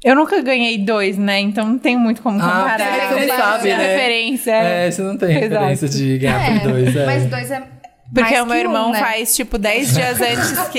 Speaker 4: Eu nunca ganhei dois, né? Então não tem muito como
Speaker 1: Ah,
Speaker 4: comparar.
Speaker 1: porque
Speaker 3: você
Speaker 4: Eu
Speaker 3: não
Speaker 4: tenho
Speaker 3: sabe,
Speaker 4: essa
Speaker 1: né?
Speaker 4: referência.
Speaker 1: É, você não tem
Speaker 4: Exato.
Speaker 1: referência de ganhar
Speaker 3: É,
Speaker 1: por dois. É.
Speaker 3: Mas dois é.
Speaker 4: Porque
Speaker 3: mais
Speaker 4: o meu
Speaker 3: que
Speaker 4: irmão
Speaker 3: um, né?
Speaker 4: faz, tipo, 10 dias antes que.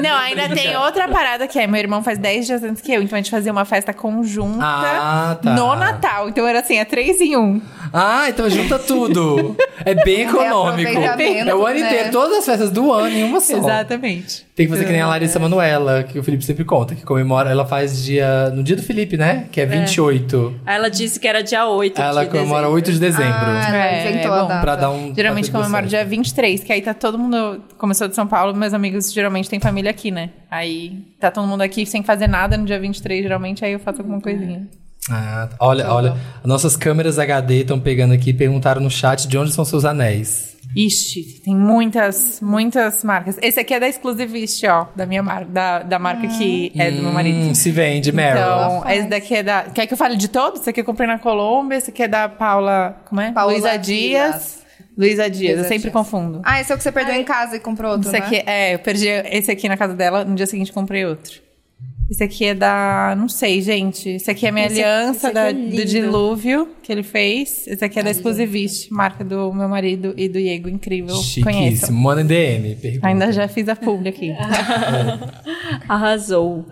Speaker 4: Não, ainda tem outra parada que é: meu irmão faz 10 dias antes que eu. Então a gente fazia uma festa conjunta
Speaker 1: Ah, tá.
Speaker 4: no Natal. Então era assim: é 3 em 1.
Speaker 1: Ah, então junta tudo. É bem econômico.
Speaker 3: aproveitamento,
Speaker 1: É o ano
Speaker 3: né?
Speaker 1: inteiro, todas as festas do ano em uma só.
Speaker 4: Exatamente.
Speaker 1: Tem que fazer que
Speaker 4: Ah.
Speaker 1: nem a Larissa Manuela, que o Felipe sempre conta, que comemora, ela faz dia. No dia do Felipe, né? Que é 28.
Speaker 2: Aí Ela disse que era dia 8.
Speaker 1: Ela
Speaker 2: de
Speaker 1: comemora
Speaker 2: dezembro.
Speaker 1: 8 de dezembro.
Speaker 3: Ah, ela
Speaker 4: É,
Speaker 3: inventou
Speaker 4: é
Speaker 3: a
Speaker 4: bom.
Speaker 3: data.
Speaker 1: pra dar um.
Speaker 4: Geralmente
Speaker 1: pra ter
Speaker 4: comemoro
Speaker 1: tudo certo.
Speaker 4: dia 23, que aí tá todo mundo. Começou de São Paulo, meus amigos geralmente têm família aqui, né? Aí tá todo mundo aqui sem fazer nada no dia 23, geralmente, aí eu faço alguma coisinha.
Speaker 1: Ah, olha,
Speaker 4: Tá
Speaker 1: olha. Nossas câmeras HD estão pegando aqui e perguntaram no chat de onde são seus anéis.
Speaker 4: Ixi, tem muitas, muitas marcas. Esse aqui é da Exclusivist, ó, da minha marca, da, da marca que é do meu marido.
Speaker 1: Hum, se vende, Meryl.
Speaker 4: Então, esse daqui é da. Quer que eu fale de todos? Esse aqui eu comprei na Colômbia, esse aqui é da Paula. Como é?
Speaker 3: Paula
Speaker 4: Luísa Dias.
Speaker 3: Dias.
Speaker 4: Luísa Dias, eu
Speaker 3: Luísa
Speaker 4: sempre
Speaker 3: Dias.
Speaker 4: confundo.
Speaker 3: Ah, esse é o que você perdeu em casa e comprou outro,
Speaker 4: Esse
Speaker 3: né?
Speaker 4: aqui, é, eu perdi esse aqui na casa dela, no dia seguinte comprei outro. Esse aqui é da. Não sei, gente. Esse aqui é a minha aliança da- do dilúvio que ele fez. Esse aqui é da Exclusivist, marca do meu marido e do Diego. Incrível. Conheço.
Speaker 1: Chiquíssimo. Manda em DM. Pergunta.
Speaker 4: Ainda já fiz a publi aqui.
Speaker 2: Arrasou.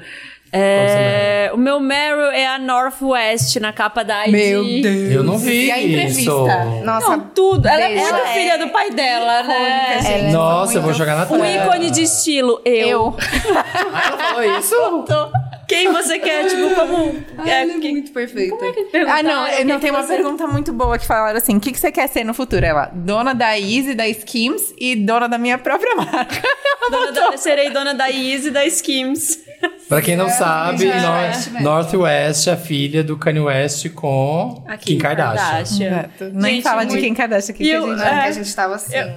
Speaker 2: É, o meu Meryl é a Northwest na capa da ID.
Speaker 1: Eu não vi.
Speaker 4: E a entrevista?
Speaker 1: Isso.
Speaker 3: Nossa,
Speaker 2: Não, tudo. Ela é
Speaker 3: Beijo.
Speaker 2: muito
Speaker 3: Ela é
Speaker 2: filha do pai dela, né?
Speaker 4: Icônica, gente.
Speaker 1: Nossa, eu vou jogar na tela.
Speaker 2: O ícone de estilo, eu.
Speaker 4: Eu.
Speaker 1: Ah, ela falou isso?
Speaker 2: Tô- Quem você quer, tipo, como...
Speaker 3: Ai,
Speaker 2: é,
Speaker 3: ela é
Speaker 2: quem-
Speaker 3: muito perfeita.
Speaker 2: como é que
Speaker 4: Ah, não,
Speaker 2: perguntaram?
Speaker 4: não
Speaker 2: Quem
Speaker 4: tem uma
Speaker 2: você-
Speaker 4: pergunta muito boa que falaram assim: o que, que você quer ser no futuro? Ela, dona da Easy, da Skims e dona da minha própria marca. <laughs>
Speaker 2: Dona da, serei dona da Izzy e da Skims.
Speaker 1: Pra quem não sabe,
Speaker 3: é.
Speaker 1: North, Northwest é filha do Kanye West com
Speaker 2: A
Speaker 1: Kim Kardashian.
Speaker 4: Nem
Speaker 2: Gente,
Speaker 4: fala de
Speaker 2: muito-
Speaker 4: quem Kardashian aqui
Speaker 2: E
Speaker 4: que
Speaker 2: eu-
Speaker 4: a gente
Speaker 3: Não, porque
Speaker 2: É.
Speaker 3: a gente tava assim. Vocês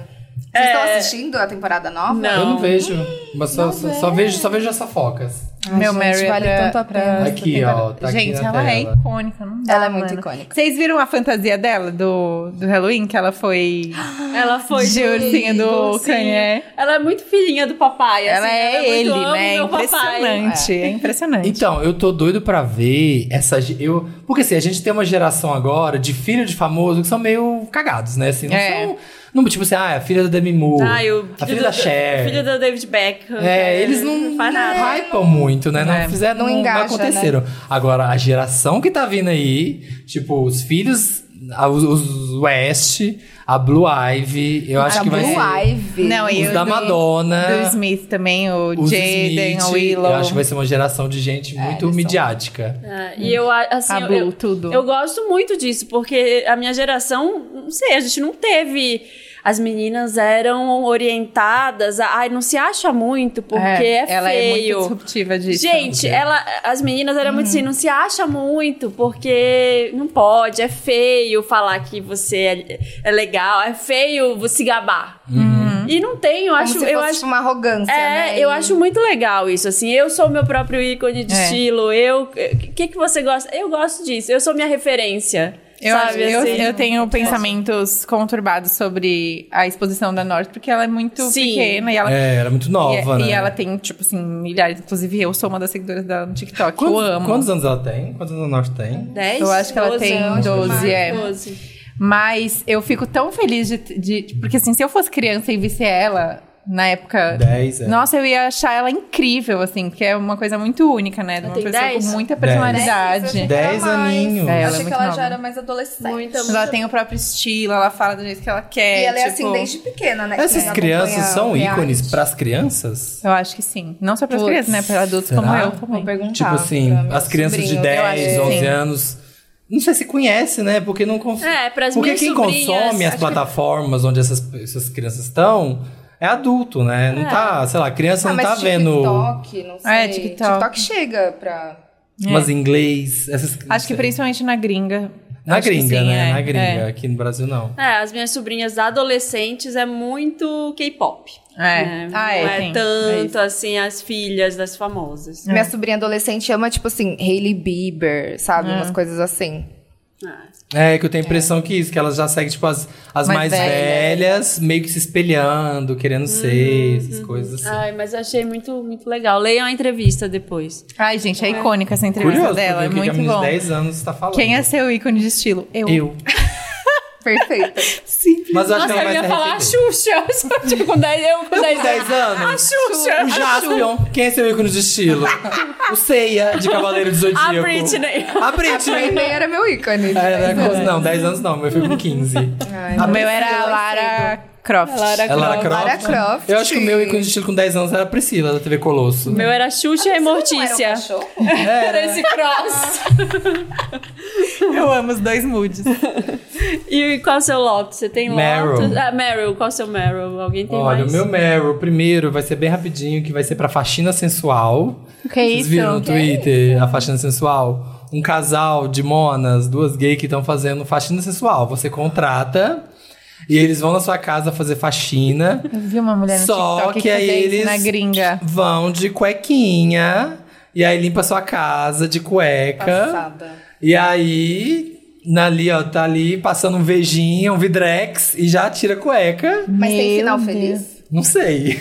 Speaker 2: É.
Speaker 3: estão assistindo a temporada nova?
Speaker 2: Não.
Speaker 1: Eu não vejo. Mas só, só, só vejo, só vejo as fofocas.
Speaker 3: Ai,
Speaker 4: Meu
Speaker 3: gente,
Speaker 4: Mary
Speaker 3: vale
Speaker 4: é pra-
Speaker 3: tanto a pena.
Speaker 1: Aqui, ó. Tá aqui
Speaker 4: gente,
Speaker 1: na
Speaker 4: ela é
Speaker 1: tela.
Speaker 4: icônica, não dá,
Speaker 3: Ela é muito
Speaker 4: mano.
Speaker 3: icônica.
Speaker 4: Vocês viram a fantasia dela do, do Halloween? Que ela foi
Speaker 2: Ela <gasps> foi
Speaker 4: de ursinha do
Speaker 2: ursinho.
Speaker 4: Kanye.
Speaker 2: Ela é muito filhinha do papai.
Speaker 4: Ela
Speaker 2: assim,
Speaker 4: é,
Speaker 2: muito,
Speaker 4: ele,
Speaker 2: "Amo
Speaker 4: né?
Speaker 2: meu papai".
Speaker 4: Impressionante. É impressionante.
Speaker 1: Então, eu tô doido pra ver essa. ge- Eu, porque assim, a gente tem uma geração agora de filho de famoso que são meio cagados, né? Assim, não
Speaker 4: É.
Speaker 1: são. Não, tipo assim, ah, a filha da Demi Moore.
Speaker 2: Ai, o
Speaker 1: a
Speaker 2: filho
Speaker 1: filha
Speaker 2: do-
Speaker 1: da Cher.
Speaker 2: Filho do David Beckham.
Speaker 1: É,
Speaker 2: que
Speaker 1: eles não,
Speaker 2: faz nada.
Speaker 1: não hypam muito, né? Não
Speaker 4: É.
Speaker 1: fizeram,
Speaker 3: Não
Speaker 1: não,
Speaker 3: engaja,
Speaker 1: aconteceram. Agora, a geração que tá vindo aí, tipo, os filhos a- os, os West, a Blue Ivy, eu acho
Speaker 3: a
Speaker 1: que vai
Speaker 3: Blue
Speaker 1: ser
Speaker 3: Ivy.
Speaker 4: Não, e
Speaker 1: os
Speaker 4: o
Speaker 1: da
Speaker 4: do-
Speaker 1: Madonna,
Speaker 4: Do Smith também, o
Speaker 1: os
Speaker 4: Jaden,
Speaker 1: Smith.
Speaker 4: o
Speaker 1: Eu
Speaker 4: Willow.
Speaker 1: acho que vai ser uma geração de gente muito midiática.
Speaker 2: Ah, e eu, a- assim,
Speaker 4: A
Speaker 2: eu-
Speaker 4: Blue,
Speaker 2: eu,
Speaker 4: tudo.
Speaker 2: eu gosto muito disso, porque a minha geração, não sei, a gente não teve. As meninas eram orientadas, a, ai, não se acha muito, porque é, feio.
Speaker 4: Ela é muito disruptiva disso.
Speaker 2: Gente,
Speaker 1: Entendeu?
Speaker 2: ela, as meninas eram muito assim, não se acha muito, porque não pode, é feio falar que você é, é legal, é feio se gabar.
Speaker 1: Uhum.
Speaker 2: E não tem, eu
Speaker 3: Como
Speaker 2: acho, eu
Speaker 3: se fosse
Speaker 2: acho.
Speaker 3: tipo, uma arrogância,
Speaker 2: É,
Speaker 3: né?
Speaker 2: eu
Speaker 3: E-
Speaker 2: acho muito legal isso, assim, eu sou meu próprio ícone de
Speaker 4: É.
Speaker 2: estilo, eu, o que que você gosta? Eu gosto disso, eu sou minha referência,
Speaker 4: Eu, acho-
Speaker 2: sabe,
Speaker 4: eu,
Speaker 2: assim?
Speaker 4: eu tenho pensamentos conturbados sobre a exposição da Norte, porque ela é muito
Speaker 2: Sim.
Speaker 4: pequena e ela.
Speaker 1: É, era muito
Speaker 4: e-
Speaker 1: nova,
Speaker 4: e,
Speaker 1: né?
Speaker 4: ela tem, tipo assim, milhares. Inclusive, eu sou uma das seguidoras dela no TikTok. eu
Speaker 1: Quantos,
Speaker 4: amo.
Speaker 1: quantos anos ela tem? Quantos anos a Norte tem?
Speaker 2: 10,
Speaker 4: eu acho que ela tem
Speaker 2: eu acho que
Speaker 4: 12,
Speaker 2: mais,
Speaker 4: é.
Speaker 2: 12.
Speaker 4: Mas eu fico tão feliz de, de- Porque assim, se eu fosse criança e visse ela na época.
Speaker 1: 10, é.
Speaker 4: Nossa, eu ia achar ela incrível, assim, porque é uma coisa muito única, né? De uma
Speaker 2: tem
Speaker 4: pessoa
Speaker 2: 10?
Speaker 4: com muita
Speaker 3: Dez,
Speaker 4: personalidade.
Speaker 3: eu achei que
Speaker 1: Dez
Speaker 3: era mais.
Speaker 1: aninhos.
Speaker 3: Eu
Speaker 4: É, ela
Speaker 3: achei
Speaker 4: é
Speaker 3: que
Speaker 4: muito
Speaker 3: ela
Speaker 4: nova.
Speaker 3: já era mais adolescente.
Speaker 2: Muita,
Speaker 4: Mas Ela tem o próprio estilo, ela fala do jeito que ela quer.
Speaker 3: é E ela é
Speaker 4: tipo-
Speaker 3: assim desde pequena, né?
Speaker 1: Essas
Speaker 3: Quem
Speaker 1: crianças
Speaker 3: acompanha
Speaker 1: são
Speaker 3: o reality.
Speaker 1: ícones pras crianças?
Speaker 4: Eu acho que sim. Não só para
Speaker 3: Putz.
Speaker 4: crianças, né? Para adultos
Speaker 1: Será?
Speaker 4: como eu.
Speaker 3: Vou
Speaker 4: também.
Speaker 3: perguntar.
Speaker 1: Tipo assim,
Speaker 3: tá, pra meus
Speaker 1: as crianças de
Speaker 3: sobrinhos.
Speaker 1: 10,
Speaker 4: que
Speaker 1: 11
Speaker 4: sim.
Speaker 1: anos. Não sei se conhece, né? Porque não cons...
Speaker 2: É, pras
Speaker 1: Porque
Speaker 2: minhas
Speaker 1: quem
Speaker 2: sobrinhas,
Speaker 1: consome as
Speaker 2: acho que-
Speaker 1: plataformas onde essas, essas crianças estão é adulto, né? Não tá, sei lá, a criança
Speaker 3: Ah,
Speaker 1: não
Speaker 3: mas
Speaker 1: tá vendo
Speaker 3: TikTok, não sei.
Speaker 4: É, TikTok.
Speaker 3: chega pra...
Speaker 1: umas inglês. Essas...
Speaker 4: Acho que principalmente na gringa.
Speaker 1: Na
Speaker 4: Acho que
Speaker 1: gringa,
Speaker 4: sim,
Speaker 1: né?
Speaker 4: é.
Speaker 1: Na gringa.
Speaker 4: É.
Speaker 1: Aqui no Brasil, não.
Speaker 2: É, as minhas sobrinhas adolescentes é muito K-pop.
Speaker 4: É.
Speaker 2: né?
Speaker 4: Ah, é,
Speaker 2: não é
Speaker 4: tem. É
Speaker 2: tanto
Speaker 4: isso.
Speaker 2: assim as filhas das famosas.
Speaker 3: Minha sobrinha adolescente ama, tipo assim, Hailey Bieber, sabe? Umas coisas assim.
Speaker 2: Ah,
Speaker 1: É que eu tenho a impressão que isso, que elas já seguem, tipo, as, as mais,
Speaker 4: Mais
Speaker 1: velhas, meio que se espelhando, querendo ser, essas coisas assim.
Speaker 2: Ai, mas eu achei muito, muito legal. Leiam a entrevista depois.
Speaker 4: Ai, gente, é icônica essa entrevista
Speaker 1: Curioso,
Speaker 4: dela.
Speaker 1: porque
Speaker 4: É
Speaker 1: o que que a
Speaker 4: muito
Speaker 1: menina
Speaker 4: bom.
Speaker 1: de 10 anos tá falando.
Speaker 4: Quem é seu ícone de estilo? Eu.
Speaker 1: Eu.
Speaker 3: Perfeita.
Speaker 1: Mas eu acho
Speaker 2: Nossa,
Speaker 1: que
Speaker 2: eu
Speaker 1: ela é vai
Speaker 2: ia
Speaker 1: se
Speaker 2: falar a
Speaker 1: arrepender.
Speaker 2: Xuxa. <laughs> Tipo, com 10, eu com
Speaker 1: Eu
Speaker 2: 10
Speaker 1: com 10
Speaker 2: A
Speaker 1: anos.
Speaker 2: Xuxa.
Speaker 1: O Jaspion. Quem é seu ícone de estilo? O Seiya, de Cavaleiro do Zodíaco.
Speaker 2: A Britney.
Speaker 1: A Britney.
Speaker 3: Britney era meu ícone.
Speaker 1: É, era com- não, 10 anos não, meu filho com 15.
Speaker 3: Ai,
Speaker 4: O meu
Speaker 3: não
Speaker 4: era a
Speaker 3: sei,
Speaker 4: Lara Croft.
Speaker 2: <laughs> Lara
Speaker 1: É Lara Croft.
Speaker 3: Lara Croft.
Speaker 1: Eu acho que o meu ícone de estilo com 10 anos era a Priscila, da TV Colosso.
Speaker 2: Meu era Xuxa e
Speaker 3: não era um
Speaker 2: Mortícia.
Speaker 3: cachorro?
Speaker 2: Era esse <laughs> cross.
Speaker 4: <laughs> Eu amo os dois moods.
Speaker 2: e qual é o seu Lotus? Você tem
Speaker 1: Meryl.
Speaker 2: Lotus? Ah, Meryl. Qual é o seu Meryl? Alguém tem
Speaker 1: Olha,
Speaker 2: mais?
Speaker 1: o meu Meryl, primeiro, vai ser bem rapidinho, que vai ser pra faxina sensual.
Speaker 4: O que é
Speaker 1: Vocês
Speaker 4: isso?
Speaker 1: viram no Twitter a faxina sensual? Um casal de monas, duas gays que estão fazendo faxina sensual. Você contrata e eles vão na sua casa fazer faxina.
Speaker 4: Eu vi uma mulher no
Speaker 1: Só
Speaker 4: TikTok
Speaker 1: que
Speaker 4: fazia
Speaker 1: aí
Speaker 4: isso
Speaker 1: eles-
Speaker 4: na gringa.
Speaker 1: Vão de cuequinha. E aí limpa sua casa de cueca.
Speaker 3: Passada.
Speaker 1: E aí, na- ali, ó, tá ali passando um vejinho, um vidrex e já tira a cueca.
Speaker 3: Mas tem
Speaker 4: Meu
Speaker 3: final
Speaker 4: Deus.
Speaker 3: feliz?
Speaker 1: Não sei.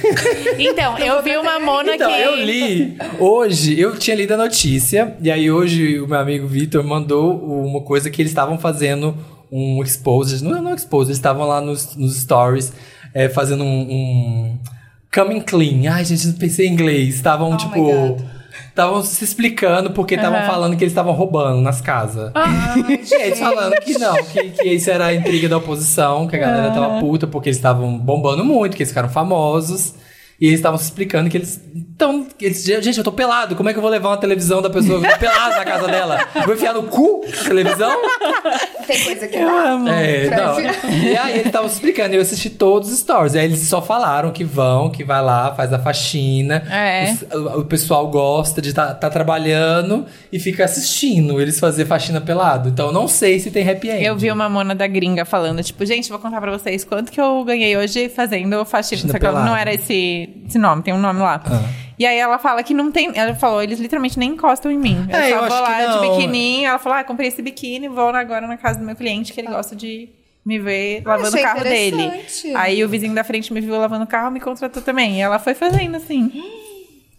Speaker 4: Então, eu vi uma mona
Speaker 1: Então,
Speaker 4: que...
Speaker 1: eu li hoje, eu tinha lido a notícia, e aí hoje o meu amigo Vitor mandou uma coisa que eles estavam fazendo um expose, não, não expose, eles estavam lá nos, nos stories é, fazendo um, um coming clean. Ai, gente, não pensei em inglês. Estavam, tipo,
Speaker 3: God.
Speaker 1: estavam se explicando porque estavam
Speaker 4: Aham.
Speaker 1: falando que eles estavam roubando nas casas. E eles falando que não, que, que isso era a intriga da oposição, que a galera
Speaker 4: Ah.
Speaker 1: tava puta porque eles estavam bombando muito, que eles ficaram famosos. E eles estavam se explicando que eles estão. Eles, gente, eu tô pelado, como é que eu vou levar uma televisão da pessoa que eu tô pelado na casa dela? Vou enfiar no cu a televisão?
Speaker 3: Tem coisa que dá.
Speaker 1: É, não. E aí eles estavam se explicando, e eu assisti todos os stories. E aí eles só falaram que vão, que vai lá, faz a faxina.
Speaker 4: É.
Speaker 1: Os- O, o pessoal gosta de estar trabalhando e fica assistindo eles fazer faxina pelado. Então não sei se tem happy end.
Speaker 4: Eu vi uma mona da gringa falando, tipo, gente, vou contar pra vocês quanto que eu ganhei hoje fazendo faxina.
Speaker 1: Faxina
Speaker 4: Só que ela
Speaker 1: pelada.
Speaker 4: não era esse, esse nome, tem um nome lá.
Speaker 1: Ah.
Speaker 4: E aí ela fala que não tem. Ela falou, eles literalmente nem encostam em mim. Eu
Speaker 1: É, eu
Speaker 4: só
Speaker 1: acho
Speaker 4: vou
Speaker 1: que
Speaker 4: lá de
Speaker 1: não.
Speaker 4: biquininho. Ela falou, ah, comprei esse biquíni, vou agora na casa do meu cliente, que ele gosta de me ver lavando o
Speaker 3: achei
Speaker 4: carro dele.
Speaker 3: interessante.
Speaker 4: Aí o vizinho da frente me viu lavando o carro me contratou também. E ela foi fazendo assim.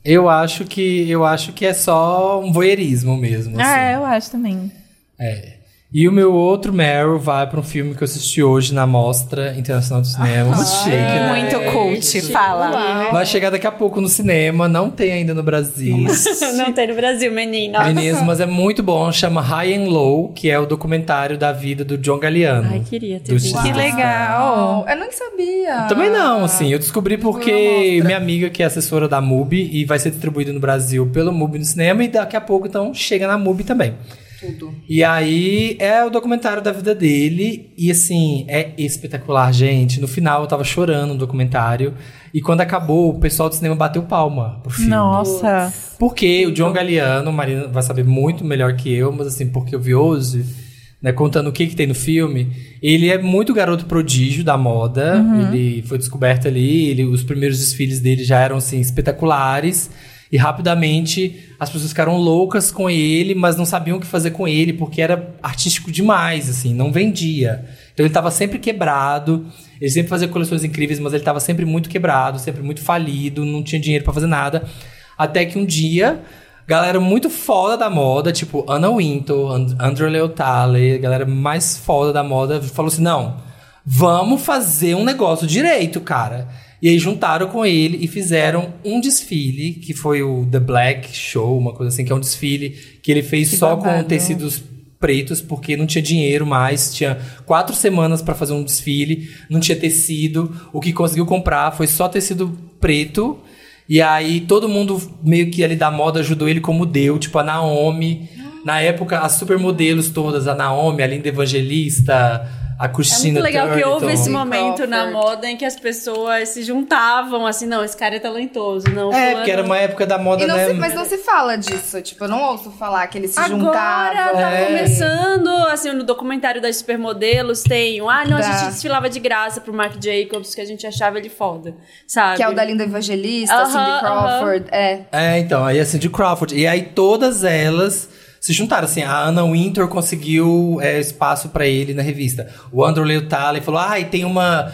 Speaker 1: Eu acho que eu acho que é só um voyeurismo mesmo.
Speaker 4: Ah,
Speaker 1: assim.
Speaker 4: eu acho também.
Speaker 1: É. E o meu outro Meryl vai pra um filme que eu assisti hoje na Mostra Internacional do Cinema. muito chique, né?
Speaker 4: Ah, Muito cult, fala.
Speaker 1: Vai chegar daqui a pouco no cinema, não tem ainda no Brasil.
Speaker 2: <laughs> Não tem no Brasil, menina.
Speaker 1: Meninas, mas é muito bom. Chama High and Low, que é o documentário da vida do John Galliano.
Speaker 2: Ai, queria ter
Speaker 1: Do
Speaker 2: visto.
Speaker 1: Chico.
Speaker 4: Que legal.
Speaker 3: Oh, Eu nem sabia.
Speaker 1: Também não, assim, eu descobri porque minha amiga que é assessora da MUBI e vai ser distribuído no Brasil pelo MUBI no cinema e daqui a pouco então chega na MUBI também.
Speaker 3: Tudo.
Speaker 1: E aí é o documentário da vida dele e assim, é espetacular, gente. No final eu tava chorando no documentário e quando acabou o pessoal do cinema bateu palma pro filme.
Speaker 4: Nossa.
Speaker 1: Porque o John Galliano, Marina vai saber muito melhor que eu, mas assim, porque eu vi hoje, né, contando o que, que tem no filme, ele é muito garoto prodígio da moda. Ele foi descoberto ali, ele- os primeiros desfiles dele já eram assim, espetaculares. E rapidamente as pessoas ficaram loucas com ele, mas não sabiam o que fazer com ele, porque era artístico demais, assim, não vendia. Então ele estava sempre quebrado, ele sempre fazia coleções incríveis, mas ele estava sempre muito quebrado, sempre muito falido, não tinha dinheiro para fazer nada. Até que um dia, galera muito foda da moda, tipo Anna Wintour, And Andrea Leotale, galera mais foda da moda, falou assim: não, vamos fazer um negócio direito, cara. E aí juntaram com ele e fizeram um desfile, que foi o The Black Show, uma coisa assim, que é um desfile que ele fez
Speaker 4: Que
Speaker 1: só com
Speaker 4: babado.
Speaker 1: tecidos pretos, porque não tinha dinheiro mais, tinha quatro semanas pra fazer um desfile, não tinha tecido, o que conseguiu comprar foi só tecido preto, e aí todo mundo meio que ali da moda ajudou ele como deu, tipo a Naomi, na época as supermodelos todas, a Naomi, a Linda Evangelista, a
Speaker 2: É
Speaker 1: Christina
Speaker 2: muito legal que houve
Speaker 1: Turlington.
Speaker 2: esse momento na
Speaker 3: Crawford.
Speaker 2: moda em que as pessoas se juntavam, assim, não, esse cara é talentoso, não.
Speaker 1: É,
Speaker 2: fulano-
Speaker 1: porque era uma época da moda,
Speaker 3: E não
Speaker 1: né?
Speaker 3: se- mas não se fala disso. Tipo, eu não ouço falar que eles se
Speaker 2: Agora
Speaker 3: juntavam.
Speaker 2: tá
Speaker 1: É.
Speaker 2: começando, assim, no documentário das supermodelos tem um, ah, não, a
Speaker 3: Dá.
Speaker 2: gente desfilava de graça pro Marc Jacobs, que a gente achava ele foda, sabe?
Speaker 3: Que é o da Linda Evangelista,
Speaker 2: Aham,
Speaker 3: Cindy Crawford. É.
Speaker 1: É, então, aí assim, de Crawford. E aí todas elas se juntaram, assim, a Anna Wintour conseguiu é, espaço pra ele na revista. O Andrew Leutale falou, ah, e tem uma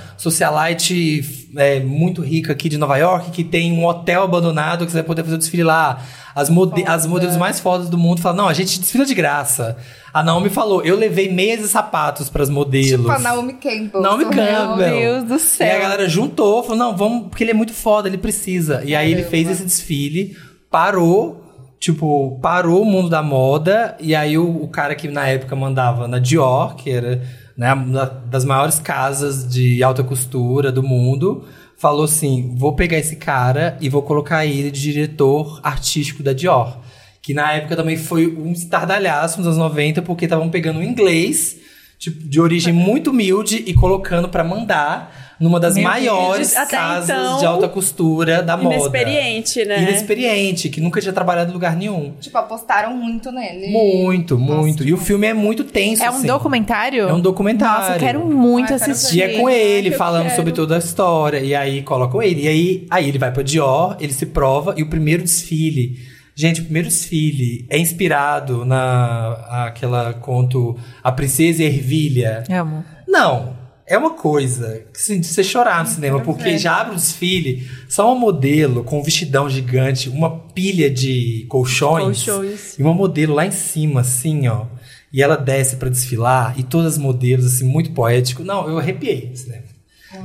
Speaker 1: socialite é, muito rica aqui de Nova York que tem um hotel abandonado que você vai poder fazer o desfile lá. As, mode as modelos mais fodas do mundo falaram, não, a gente desfila de graça. A Naomi falou, eu levei meias e sapatos pras modelos.
Speaker 3: Tipo a Naomi Campbell.
Speaker 1: Naomi
Speaker 3: Sorrel.
Speaker 1: Campbell.
Speaker 4: Deus do céu.
Speaker 1: E a galera juntou, falou, não, vamos, porque ele é muito foda, ele precisa. E aí ele fez esse desfile, parou, tipo, parou o mundo da moda. E aí o, o cara que na época mandava na Dior, que era né, uma das maiores casas de alta costura do mundo, falou assim, vou pegar esse cara e vou colocar ele de diretor artístico da Dior. Que na época também foi um estardalhaço nos anos 90, porque estavam pegando o inglês tipo, de origem muito humilde e colocando pra mandar numa das
Speaker 4: Meu Deus,
Speaker 1: maiores
Speaker 2: até
Speaker 1: casas
Speaker 2: então,
Speaker 1: de alta costura da moda.
Speaker 2: Inexperiente, né?
Speaker 1: Inexperiente, que nunca tinha trabalhado em lugar nenhum.
Speaker 3: Tipo, apostaram muito nele.
Speaker 1: Muito, muito. E o filme é muito tenso.
Speaker 4: É um
Speaker 1: assim.
Speaker 4: documentário?
Speaker 1: É um documentário.
Speaker 4: Nossa, eu quero muito
Speaker 3: Ai, quero
Speaker 4: assistir.
Speaker 1: E é com ele,
Speaker 2: né, que eu
Speaker 1: falando
Speaker 2: quero.
Speaker 1: sobre toda a história. E aí colocam ele. E aí, aí ele vai pra Dior, ele se prova. E o primeiro desfile. Gente, o primeiro desfile é inspirado na aquela conto A Princesa e a Ervilha.
Speaker 4: Amo.
Speaker 1: Não, é uma coisa que assim, de você chorar no cinema,
Speaker 2: é.
Speaker 1: porque já abre o desfile, só uma modelo com um vestidão gigante, uma pilha de colchões,
Speaker 2: Colchões.
Speaker 1: e uma modelo lá em cima, assim, ó. E ela desce pra desfilar, e todas as modelos, assim, muito poético. Não, eu arrepiei no cinema.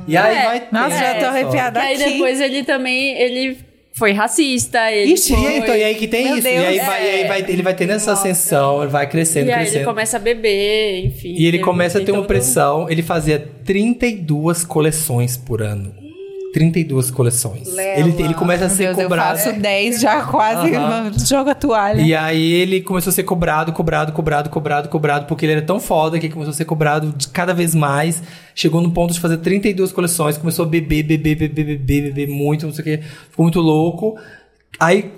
Speaker 1: E aí
Speaker 2: É.
Speaker 1: vai ter.
Speaker 4: Nossa, já tô
Speaker 1: essa história.
Speaker 4: arrepiada
Speaker 2: E aí
Speaker 4: aqui.
Speaker 2: depois ele também, ele foi racista, ele
Speaker 1: Ixi,
Speaker 2: foi...
Speaker 1: então, e aí que tem
Speaker 4: Meu
Speaker 1: isso.
Speaker 4: Deus.
Speaker 1: e aí, vai, e aí vai- ele vai tendo essa ascensão, ele vai crescendo,
Speaker 2: E aí
Speaker 1: crescendo.
Speaker 2: ele começa a beber, enfim.
Speaker 1: E ele
Speaker 2: tem-
Speaker 1: começa a
Speaker 2: tem
Speaker 1: ter uma
Speaker 4: um
Speaker 2: todo- um-
Speaker 1: pressão. Ele fazia 32 coleções por ano. 32 coleções.
Speaker 3: Lela.
Speaker 1: Ele, ele começa a
Speaker 4: Hum. Meu
Speaker 1: ser
Speaker 4: Deus, eu
Speaker 1: cobrado.
Speaker 4: faço 10 já quase.
Speaker 1: Aham.
Speaker 4: Joga a toalha.
Speaker 1: E aí ele começou a ser cobrado, cobrado, cobrado, cobrado, cobrado, porque ele era tão foda que ele começou a ser cobrado de cada vez mais. Chegou no ponto de fazer 32 coleções, começou a beber, beber, beber, beber, beber muito, não sei o que, ficou muito louco. Aí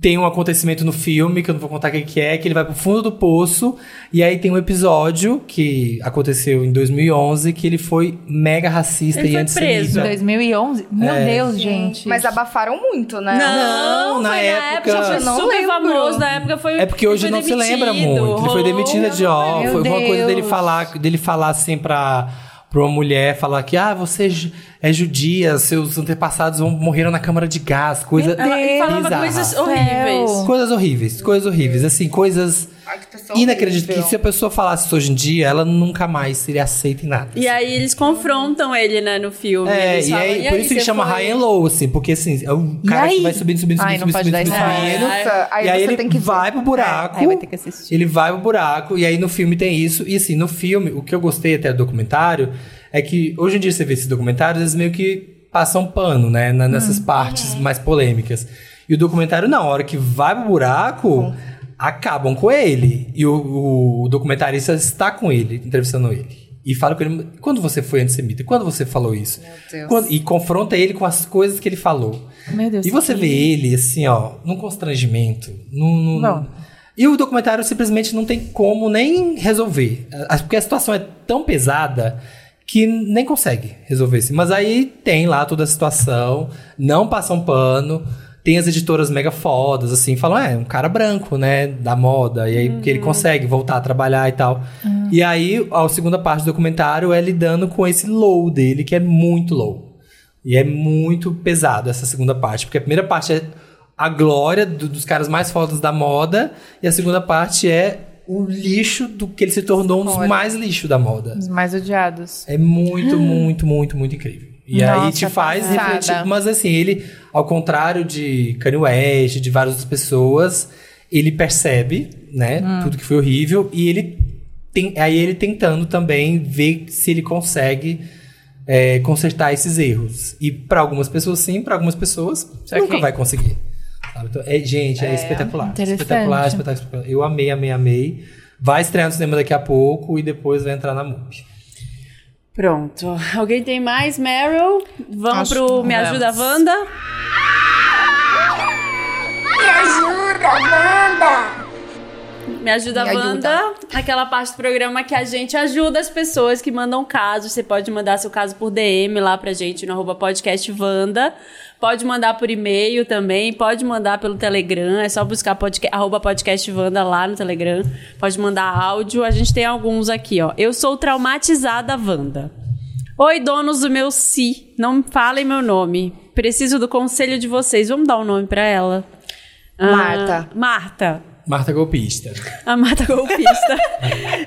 Speaker 1: tem um acontecimento no filme, que eu não vou contar o que que é, que ele vai pro fundo do poço, e aí tem um episódio que aconteceu em 2011, que ele foi mega racista
Speaker 2: Ele
Speaker 1: e
Speaker 2: foi
Speaker 1: antissemita.
Speaker 2: preso.
Speaker 4: 2011? Meu
Speaker 1: É.
Speaker 4: Deus, gente.
Speaker 3: Mas abafaram muito, né?
Speaker 2: Não,
Speaker 1: Não, na
Speaker 2: foi
Speaker 1: época-
Speaker 2: na época
Speaker 1: Eu
Speaker 2: foi
Speaker 3: não
Speaker 2: super
Speaker 3: lembro.
Speaker 2: famoso, na época foi
Speaker 1: É porque
Speaker 2: ele
Speaker 1: hoje
Speaker 2: foi
Speaker 1: não se
Speaker 2: demitido, Oh,
Speaker 1: lembra muito. Ele foi
Speaker 2: rolou-
Speaker 1: demitido da Dior.
Speaker 4: Meu
Speaker 1: Foi uma coisa
Speaker 4: Deus.
Speaker 1: dele falar, dele falar assim pra, pra uma mulher, falar que, ah, você ju- é judia, seus antepassados vão- morreram na câmara de gás, coisa
Speaker 2: Ela- Ele falava
Speaker 1: bizarra.
Speaker 2: coisas horríveis.
Speaker 1: Coisas horríveis, coisas horríveis, assim, coisas
Speaker 3: Ai, que pessoa
Speaker 1: Inacreditável. Que se
Speaker 3: horrível.
Speaker 1: a pessoa falasse isso é hoje em dia, ela nunca mais seria aceita em nada.
Speaker 2: E aí eles confrontam ele, né, no filme.
Speaker 1: É,
Speaker 2: Eles
Speaker 1: e
Speaker 2: falam,
Speaker 1: aí, por
Speaker 2: aí,
Speaker 1: isso que
Speaker 2: você
Speaker 1: chama
Speaker 2: foi?"
Speaker 1: high and low, assim, porque assim, é um cara que vai subindo, subindo,
Speaker 4: Ai,
Speaker 1: subindo,
Speaker 4: não
Speaker 1: subindo,
Speaker 4: pode
Speaker 1: subindo,
Speaker 4: dar
Speaker 1: subindo,
Speaker 4: spoiler.
Speaker 1: subindo.
Speaker 3: É. Nossa, aí
Speaker 1: e aí
Speaker 3: você
Speaker 1: ele
Speaker 3: tem que ver.
Speaker 1: vai pro buraco.
Speaker 4: É, aí vai ter que assistir.
Speaker 1: Ele vai pro buraco, e aí no filme tem isso. E assim, no filme, o que eu gostei até do documentário é que hoje em dia você vê esses documentários, eles meio que passam pano, né? na- nessas partes mais polêmicas. E o documentário, na hora que vai pro buraco. Acabam com ele. E o, o documentarista está com ele, entrevistando ele. E fala com ele: quando você foi antissemita? Quando você falou isso?
Speaker 3: Deus.
Speaker 1: Quando- e confronta ele com as coisas que ele falou.
Speaker 4: Meu Deus. tá
Speaker 1: E você vê ele, assim, ó, num constrangimento. Num, num-
Speaker 4: Não.
Speaker 1: E o documentário simplesmente não tem como nem resolver. A- Porque a situação é tão pesada que nem consegue resolver. assim. Mas aí tem lá toda a situação, não passam pano. Tem as editoras mega fodas, assim, falam, é, um cara branco, né, da moda, e aí porque
Speaker 4: Uhum.
Speaker 1: ele consegue voltar a trabalhar e tal. E aí, a segunda parte do documentário é lidando com esse low dele, que é muito low. E é muito pesado essa segunda parte, porque a primeira parte é a glória do- dos caras mais fodas da moda, e a segunda parte é o lixo do que ele se tornou um dos mais lixo da moda.
Speaker 4: Os mais odiados.
Speaker 1: É
Speaker 4: <gasps>
Speaker 1: muito, muito, muito, muito incrível. E aí
Speaker 4: Nossa,
Speaker 1: te faz
Speaker 4: passada.
Speaker 1: refletir. Mas assim, ele, ao contrário de Kanye West, de várias outras pessoas, ele percebe, né,
Speaker 4: Hum.
Speaker 1: tudo que foi horrível, e ele tem, aí ele tentando também ver se ele consegue é, consertar esses erros. E pra algumas pessoas sim, pra algumas pessoas
Speaker 4: Só
Speaker 1: nunca
Speaker 4: que-
Speaker 1: vai conseguir. sabe? Então, é, gente, é, espetacular.
Speaker 4: interessante.
Speaker 1: Espetacular, espetacular, espetacular. Eu amei, amei, amei. Vai estrear no cinema daqui a pouco e depois vai entrar na MUP.
Speaker 2: Pronto. Alguém tem mais, Meryl? Vamos
Speaker 4: Acho
Speaker 2: pro
Speaker 4: que
Speaker 2: Me
Speaker 4: vamos.
Speaker 2: Ajuda Wanda?
Speaker 5: Me ajuda, Wanda!
Speaker 2: Me ajuda,
Speaker 3: Me ajuda.
Speaker 2: Wanda. Aquela parte do programa que a gente ajuda as pessoas que mandam casos. Você pode mandar seu caso por DM lá pra gente no arroba podcast Wanda. Pode mandar por e-mail também. Pode mandar pelo Telegram. É só buscar podca- arroba podcast Wanda lá no Telegram. Pode mandar áudio. A gente tem alguns aqui, ó. Eu sou traumatizada, Wanda. Oi, donos do meu si. Não falem meu nome. Preciso do conselho de vocês. Vamos dar um nome pra ela. Ah,
Speaker 3: Marta.
Speaker 2: Marta.
Speaker 1: Marta Golpista.
Speaker 2: A mata golpista.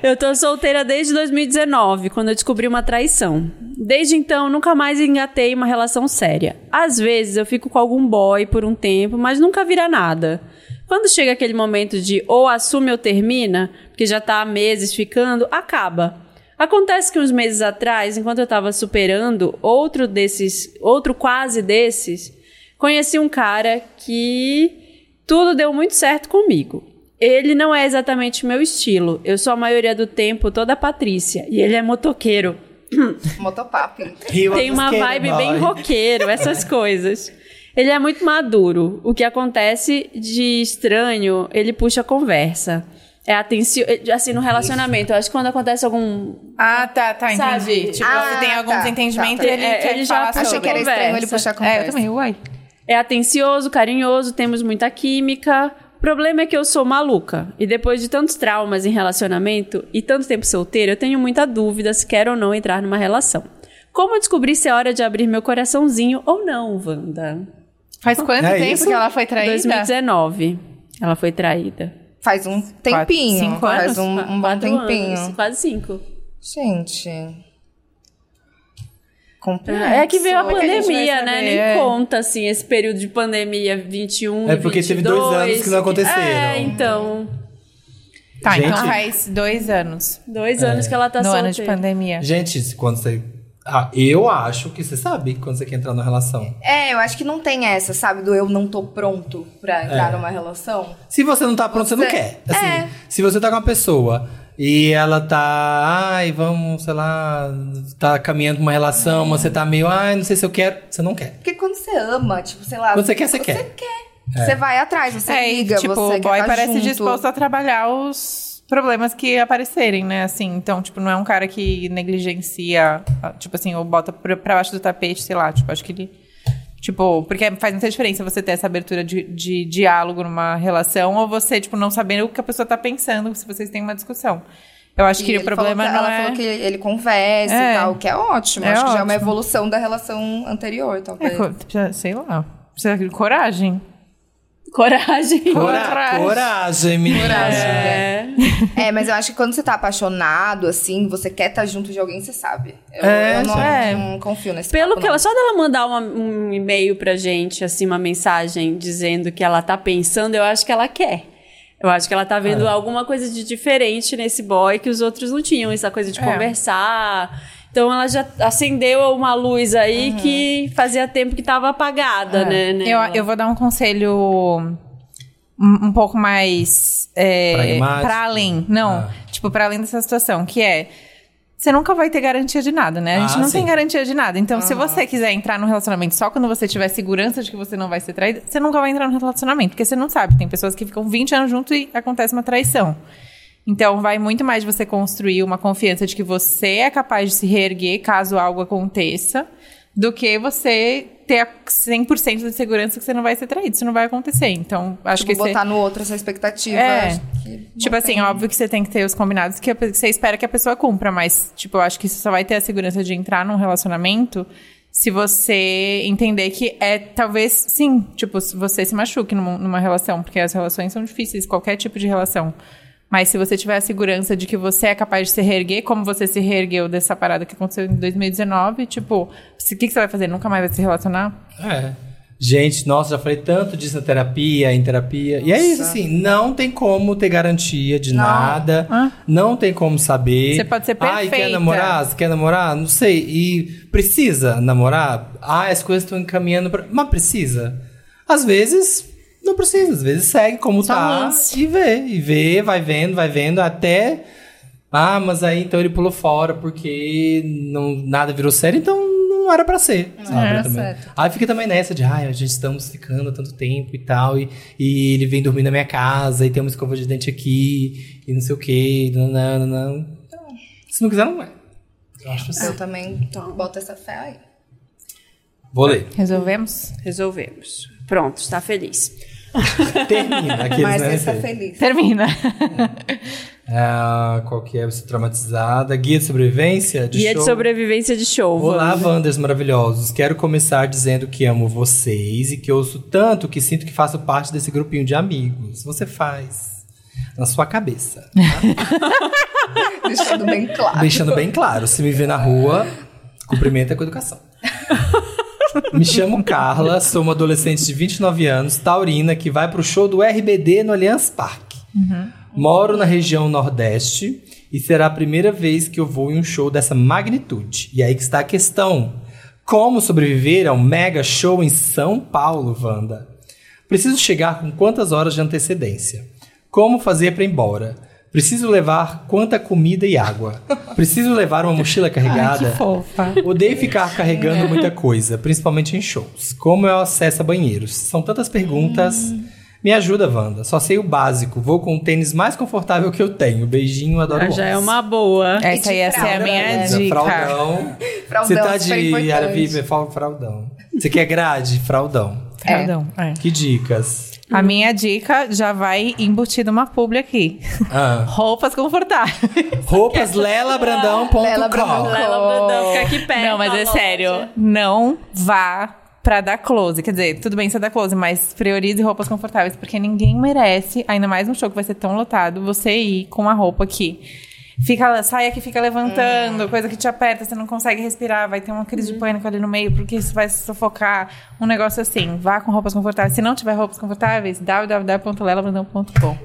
Speaker 2: eu tô solteira desde 2019, quando eu descobri uma traição. Desde então, nunca mais engatei uma relação séria. Às vezes, eu fico com algum boy por um tempo, mas nunca vira nada. Quando chega aquele momento de ou assume ou termina, porque já tá há meses ficando, acaba. Acontece que uns meses atrás, enquanto eu tava superando outro desses, outro quase desses, conheci um cara que tudo deu muito certo comigo. Ele não é exatamente meu estilo. Eu sou a maioria do tempo toda Patrícia e ele é motoqueiro.
Speaker 3: Motopapo.
Speaker 2: Tem uma vibe
Speaker 1: <laughs>
Speaker 2: bem roqueiro, essas coisas. Ele é muito maduro. O que acontece de estranho, ele puxa a conversa. É atenção, assim, no relacionamento. Eu acho que quando acontece algum
Speaker 4: Ah, tá, tá, entendi.
Speaker 2: Sabe?
Speaker 4: Tipo,
Speaker 3: Ah,
Speaker 4: se tem algum
Speaker 3: tá,
Speaker 4: desentendimentos,
Speaker 3: tá, tá.
Speaker 4: ele,
Speaker 2: É,
Speaker 4: quer
Speaker 2: ele já
Speaker 4: falar
Speaker 2: achou
Speaker 4: sobre.
Speaker 3: Achei que era estranho ele
Speaker 2: Conversa.
Speaker 3: puxar
Speaker 4: É,
Speaker 3: a
Speaker 4: eu
Speaker 3: conversa.
Speaker 4: também, uai.
Speaker 2: É atencioso, carinhoso, temos muita química. O problema é que eu sou maluca. E depois de tantos traumas em relacionamento e tanto tempo solteira, eu tenho muita dúvida se quero ou não entrar numa relação. Como eu descobri se é hora de abrir meu coraçãozinho ou não, Wanda?
Speaker 4: Faz quanto
Speaker 1: É
Speaker 4: tempo
Speaker 1: isso?
Speaker 4: que ela foi traída?
Speaker 2: 2019. Ela foi traída.
Speaker 3: Faz um tempinho.
Speaker 4: cinco anos?
Speaker 3: faz um,
Speaker 2: Qu-
Speaker 3: um bom
Speaker 2: quatro
Speaker 3: tempinho.
Speaker 2: anos, quase cinco.
Speaker 3: Gente. Complexo.
Speaker 2: É que veio a
Speaker 4: Ah, que a gente vai
Speaker 2: pandemia, né?
Speaker 4: saber,
Speaker 2: Nem
Speaker 4: é.
Speaker 2: conta, assim, esse período de pandemia 21
Speaker 1: É
Speaker 2: e um,
Speaker 1: porque teve dois
Speaker 2: 22,
Speaker 1: anos que não aconteceram.
Speaker 2: É, então.
Speaker 4: Tá, então
Speaker 1: Gente.
Speaker 4: faz dois anos.
Speaker 2: Dois anos que ela tá
Speaker 4: no
Speaker 2: solteira.
Speaker 4: ano de pandemia.
Speaker 1: Gente, se- quando você. Ah, eu acho que você sabe quando você quer entrar numa relação.
Speaker 3: É, eu acho que não tem essa, sabe? Do eu não tô pronto pra entrar
Speaker 1: É.
Speaker 3: numa relação.
Speaker 1: Se você não tá pronto, você não quer. Assim,
Speaker 3: É.
Speaker 1: se você tá com uma pessoa e ela tá. Ai, vamos, sei lá. Tá caminhando pra uma relação, mas você tá meio. Ai, não sei se eu quero. Você não quer.
Speaker 3: Porque quando você ama, tipo, sei lá.
Speaker 1: Quando você quer, você
Speaker 3: Você
Speaker 1: quer.
Speaker 3: quer. Você vai atrás, você
Speaker 4: é, e,
Speaker 3: liga,
Speaker 4: tipo,
Speaker 3: você
Speaker 4: o boy
Speaker 3: quer tá
Speaker 4: parece
Speaker 3: junto.
Speaker 4: disposto a trabalhar os problemas que aparecerem, né? Assim, então, tipo, não é um cara que negligencia, ah, tipo assim, ou bota pra pra baixo do tapete, sei lá, tipo, acho que ele. Tipo, porque faz muita diferença você ter essa abertura de, de diálogo numa relação ou você, tipo, não saber o que a pessoa tá pensando se vocês têm uma discussão. Eu acho
Speaker 3: E
Speaker 4: que
Speaker 3: ele
Speaker 4: o problema
Speaker 3: falou que-
Speaker 4: não
Speaker 3: Ela
Speaker 4: é...
Speaker 3: falou que ele conversa
Speaker 4: É.
Speaker 3: e tal, que é ótimo.
Speaker 4: É
Speaker 3: acho que já é
Speaker 4: ótimo.
Speaker 3: uma evolução da relação anterior,
Speaker 4: É,
Speaker 3: talvez.
Speaker 4: co- precisa- sei lá. Precisa de coragem.
Speaker 2: Coragem.
Speaker 4: Coragem.
Speaker 1: coragem menina.
Speaker 3: Coragem.
Speaker 2: É.
Speaker 3: É, mas eu acho que quando você tá apaixonado, assim, você quer estar junto de alguém, você sabe. Eu,
Speaker 1: É,
Speaker 3: eu não,
Speaker 4: é.
Speaker 3: não confio nesse
Speaker 2: Pelo
Speaker 3: papo,
Speaker 2: que
Speaker 3: não.
Speaker 2: ela, só dela mandar uma- um e-mail pra gente, assim, uma mensagem dizendo que ela tá pensando, eu acho que ela quer. Eu acho que ela tá vendo
Speaker 4: É.
Speaker 2: alguma coisa de diferente nesse boy que os outros não tinham, essa coisa de
Speaker 4: É.
Speaker 2: conversar. Então ela já acendeu uma luz aí que fazia tempo que tava apagada, né? né?
Speaker 4: Uhum. É. Eu, eu vou dar um conselho um, um pouco mais é,
Speaker 1: Pragmático?
Speaker 4: pra além. Não,
Speaker 1: Ah.
Speaker 4: tipo, pra além dessa situação, que é. Você nunca vai ter garantia de nada, né? A gente
Speaker 1: Ah,
Speaker 4: não
Speaker 1: sim.
Speaker 4: tem garantia de nada. Então, se
Speaker 3: Ah.
Speaker 4: você quiser entrar num relacionamento só quando você tiver segurança de que você não vai ser traído, você nunca vai entrar num relacionamento, porque você não sabe. Tem pessoas que ficam 20 anos juntos e acontece uma traição. Então, vai muito mais de você construir uma confiança de que você é capaz de se reerguer caso algo aconteça, do que você ter a 100% de segurança que você não vai ser traído. Isso não vai acontecer. Então, acho
Speaker 3: Tipo,
Speaker 4: que você...
Speaker 3: botar no outro essa expectativa.
Speaker 4: É.
Speaker 3: acho que não
Speaker 4: Tipo assim,
Speaker 3: tem.
Speaker 4: óbvio que você tem que ter os combinados que a pe- que você espera que a pessoa cumpra, mas, tipo, eu acho que você só vai ter a segurança de entrar num relacionamento se você entender que é, talvez, sim, tipo, se você se machuque numa, numa relação, porque as relações são difíceis, qualquer tipo de relação. Mas se você tiver a segurança de que você é capaz de se reerguer, como você se reergueu dessa parada que aconteceu em 2019, tipo, se- o que, que você vai fazer? Nunca mais vai se relacionar?
Speaker 1: É. Gente, nossa, já falei tanto disso na terapia, em terapia. E é isso, assim, não tem como ter garantia de nada.
Speaker 4: Ah.
Speaker 1: Não tem como saber.
Speaker 4: Você pode ser
Speaker 1: Ai, quer
Speaker 4: perfeita.
Speaker 1: namorar? Você quer namorar? Não sei. E precisa namorar? Ah, as coisas estão encaminhando pra... Mas precisa. Às vezes, não precisa. Às vezes segue como
Speaker 2: Só um
Speaker 1: tá
Speaker 2: lance.
Speaker 1: e vê. E vê, vai vendo, vai vendo, até... Ah, mas aí então ele pulou fora porque não, nada virou sério, então não era pra ser. sabe,
Speaker 4: era
Speaker 1: também.
Speaker 4: certo.
Speaker 1: Aí fica também nessa de, ai, a gente estamos ficando há tanto tempo e tal, e, e ele vem dormir na minha casa, e tem uma escova de dente aqui, e não sei o quê, nananana. Se não quiser, não é. Eu acho assim.
Speaker 3: Eu também boto essa fé aí.
Speaker 1: Vou ler.
Speaker 4: <laughs> Resolvemos?
Speaker 2: Resolvemos. Pronto, está feliz.
Speaker 1: Termina aqueles,
Speaker 3: Mas
Speaker 1: né?
Speaker 3: você tá
Speaker 1: sei.
Speaker 3: feliz.
Speaker 4: Termina.
Speaker 1: Ah, qual que é? Você traumatizada. Guia de sobrevivência? De
Speaker 2: Guia
Speaker 1: show.
Speaker 2: é de sobrevivência de show.
Speaker 1: Olá,
Speaker 2: vamos.
Speaker 1: Wanders maravilhosos. Quero começar dizendo que amo vocês e que ouço tanto que sinto que faço parte desse grupinho de amigos. Você faz. Na sua cabeça.
Speaker 3: Deixando bem claro.
Speaker 1: Deixando bem claro, se me vê na rua, cumprimenta com educação. Me chamo Carla, sou uma adolescente de 29 anos, taurina, que vai pro show do RBD no Allianz Parque. Moro na região Nordeste e será a primeira vez que eu vou em um show dessa magnitude. E aí que está a questão. Como sobreviver a um mega show em São Paulo, Wanda? Preciso chegar com quantas horas de antecedência? Como fazer para ir embora? Preciso levar quanta comida e água? Preciso levar uma mochila carregada?
Speaker 4: <laughs> fofa.
Speaker 2: <laughs>
Speaker 1: Odeio ficar carregando muita coisa, principalmente em shows. Como eu acesso a banheiros? São tantas perguntas.
Speaker 2: Hum.
Speaker 1: Me ajuda, Wanda. Só sei o básico. Vou com o tênis mais confortável que eu tenho. Beijinho, adoro
Speaker 2: Ah, já é
Speaker 1: vocês.
Speaker 2: uma boa.
Speaker 4: Essa
Speaker 3: de
Speaker 4: aí, essa é a
Speaker 3: fralda,
Speaker 4: minha
Speaker 3: né?
Speaker 1: Beleza,
Speaker 4: dica.
Speaker 1: Fraldão.
Speaker 3: <laughs> Fraldão,
Speaker 1: Você tá
Speaker 3: super
Speaker 1: de
Speaker 3: importante.
Speaker 1: área viva, fala fraldão. Você quer grade? Fraldão.
Speaker 4: Fraldão, é.
Speaker 1: Que dicas?
Speaker 4: A minha dica já vai embutida uma publi aqui. <laughs>
Speaker 1: Ah,
Speaker 4: Roupas confortáveis.
Speaker 1: roupas lelabrandão.com.
Speaker 3: Lela Brandão.
Speaker 2: Lela Brandão, fica aqui perto.
Speaker 4: Não, mas é
Speaker 2: loja.
Speaker 4: sério. Não vá pra dar close. Quer dizer, tudo bem você dar close, mas priorize roupas confortáveis, porque ninguém merece, ainda mais num show que vai ser tão lotado, você ir com uma roupa que Fica, saia que fica levantando, coisa que te aperta, você não consegue respirar, vai ter uma crise de pânico ali no meio, porque isso vai se sufocar. Um negócio assim, vá com roupas confortáveis. Se não tiver roupas confortáveis, www.lelabrandão.com.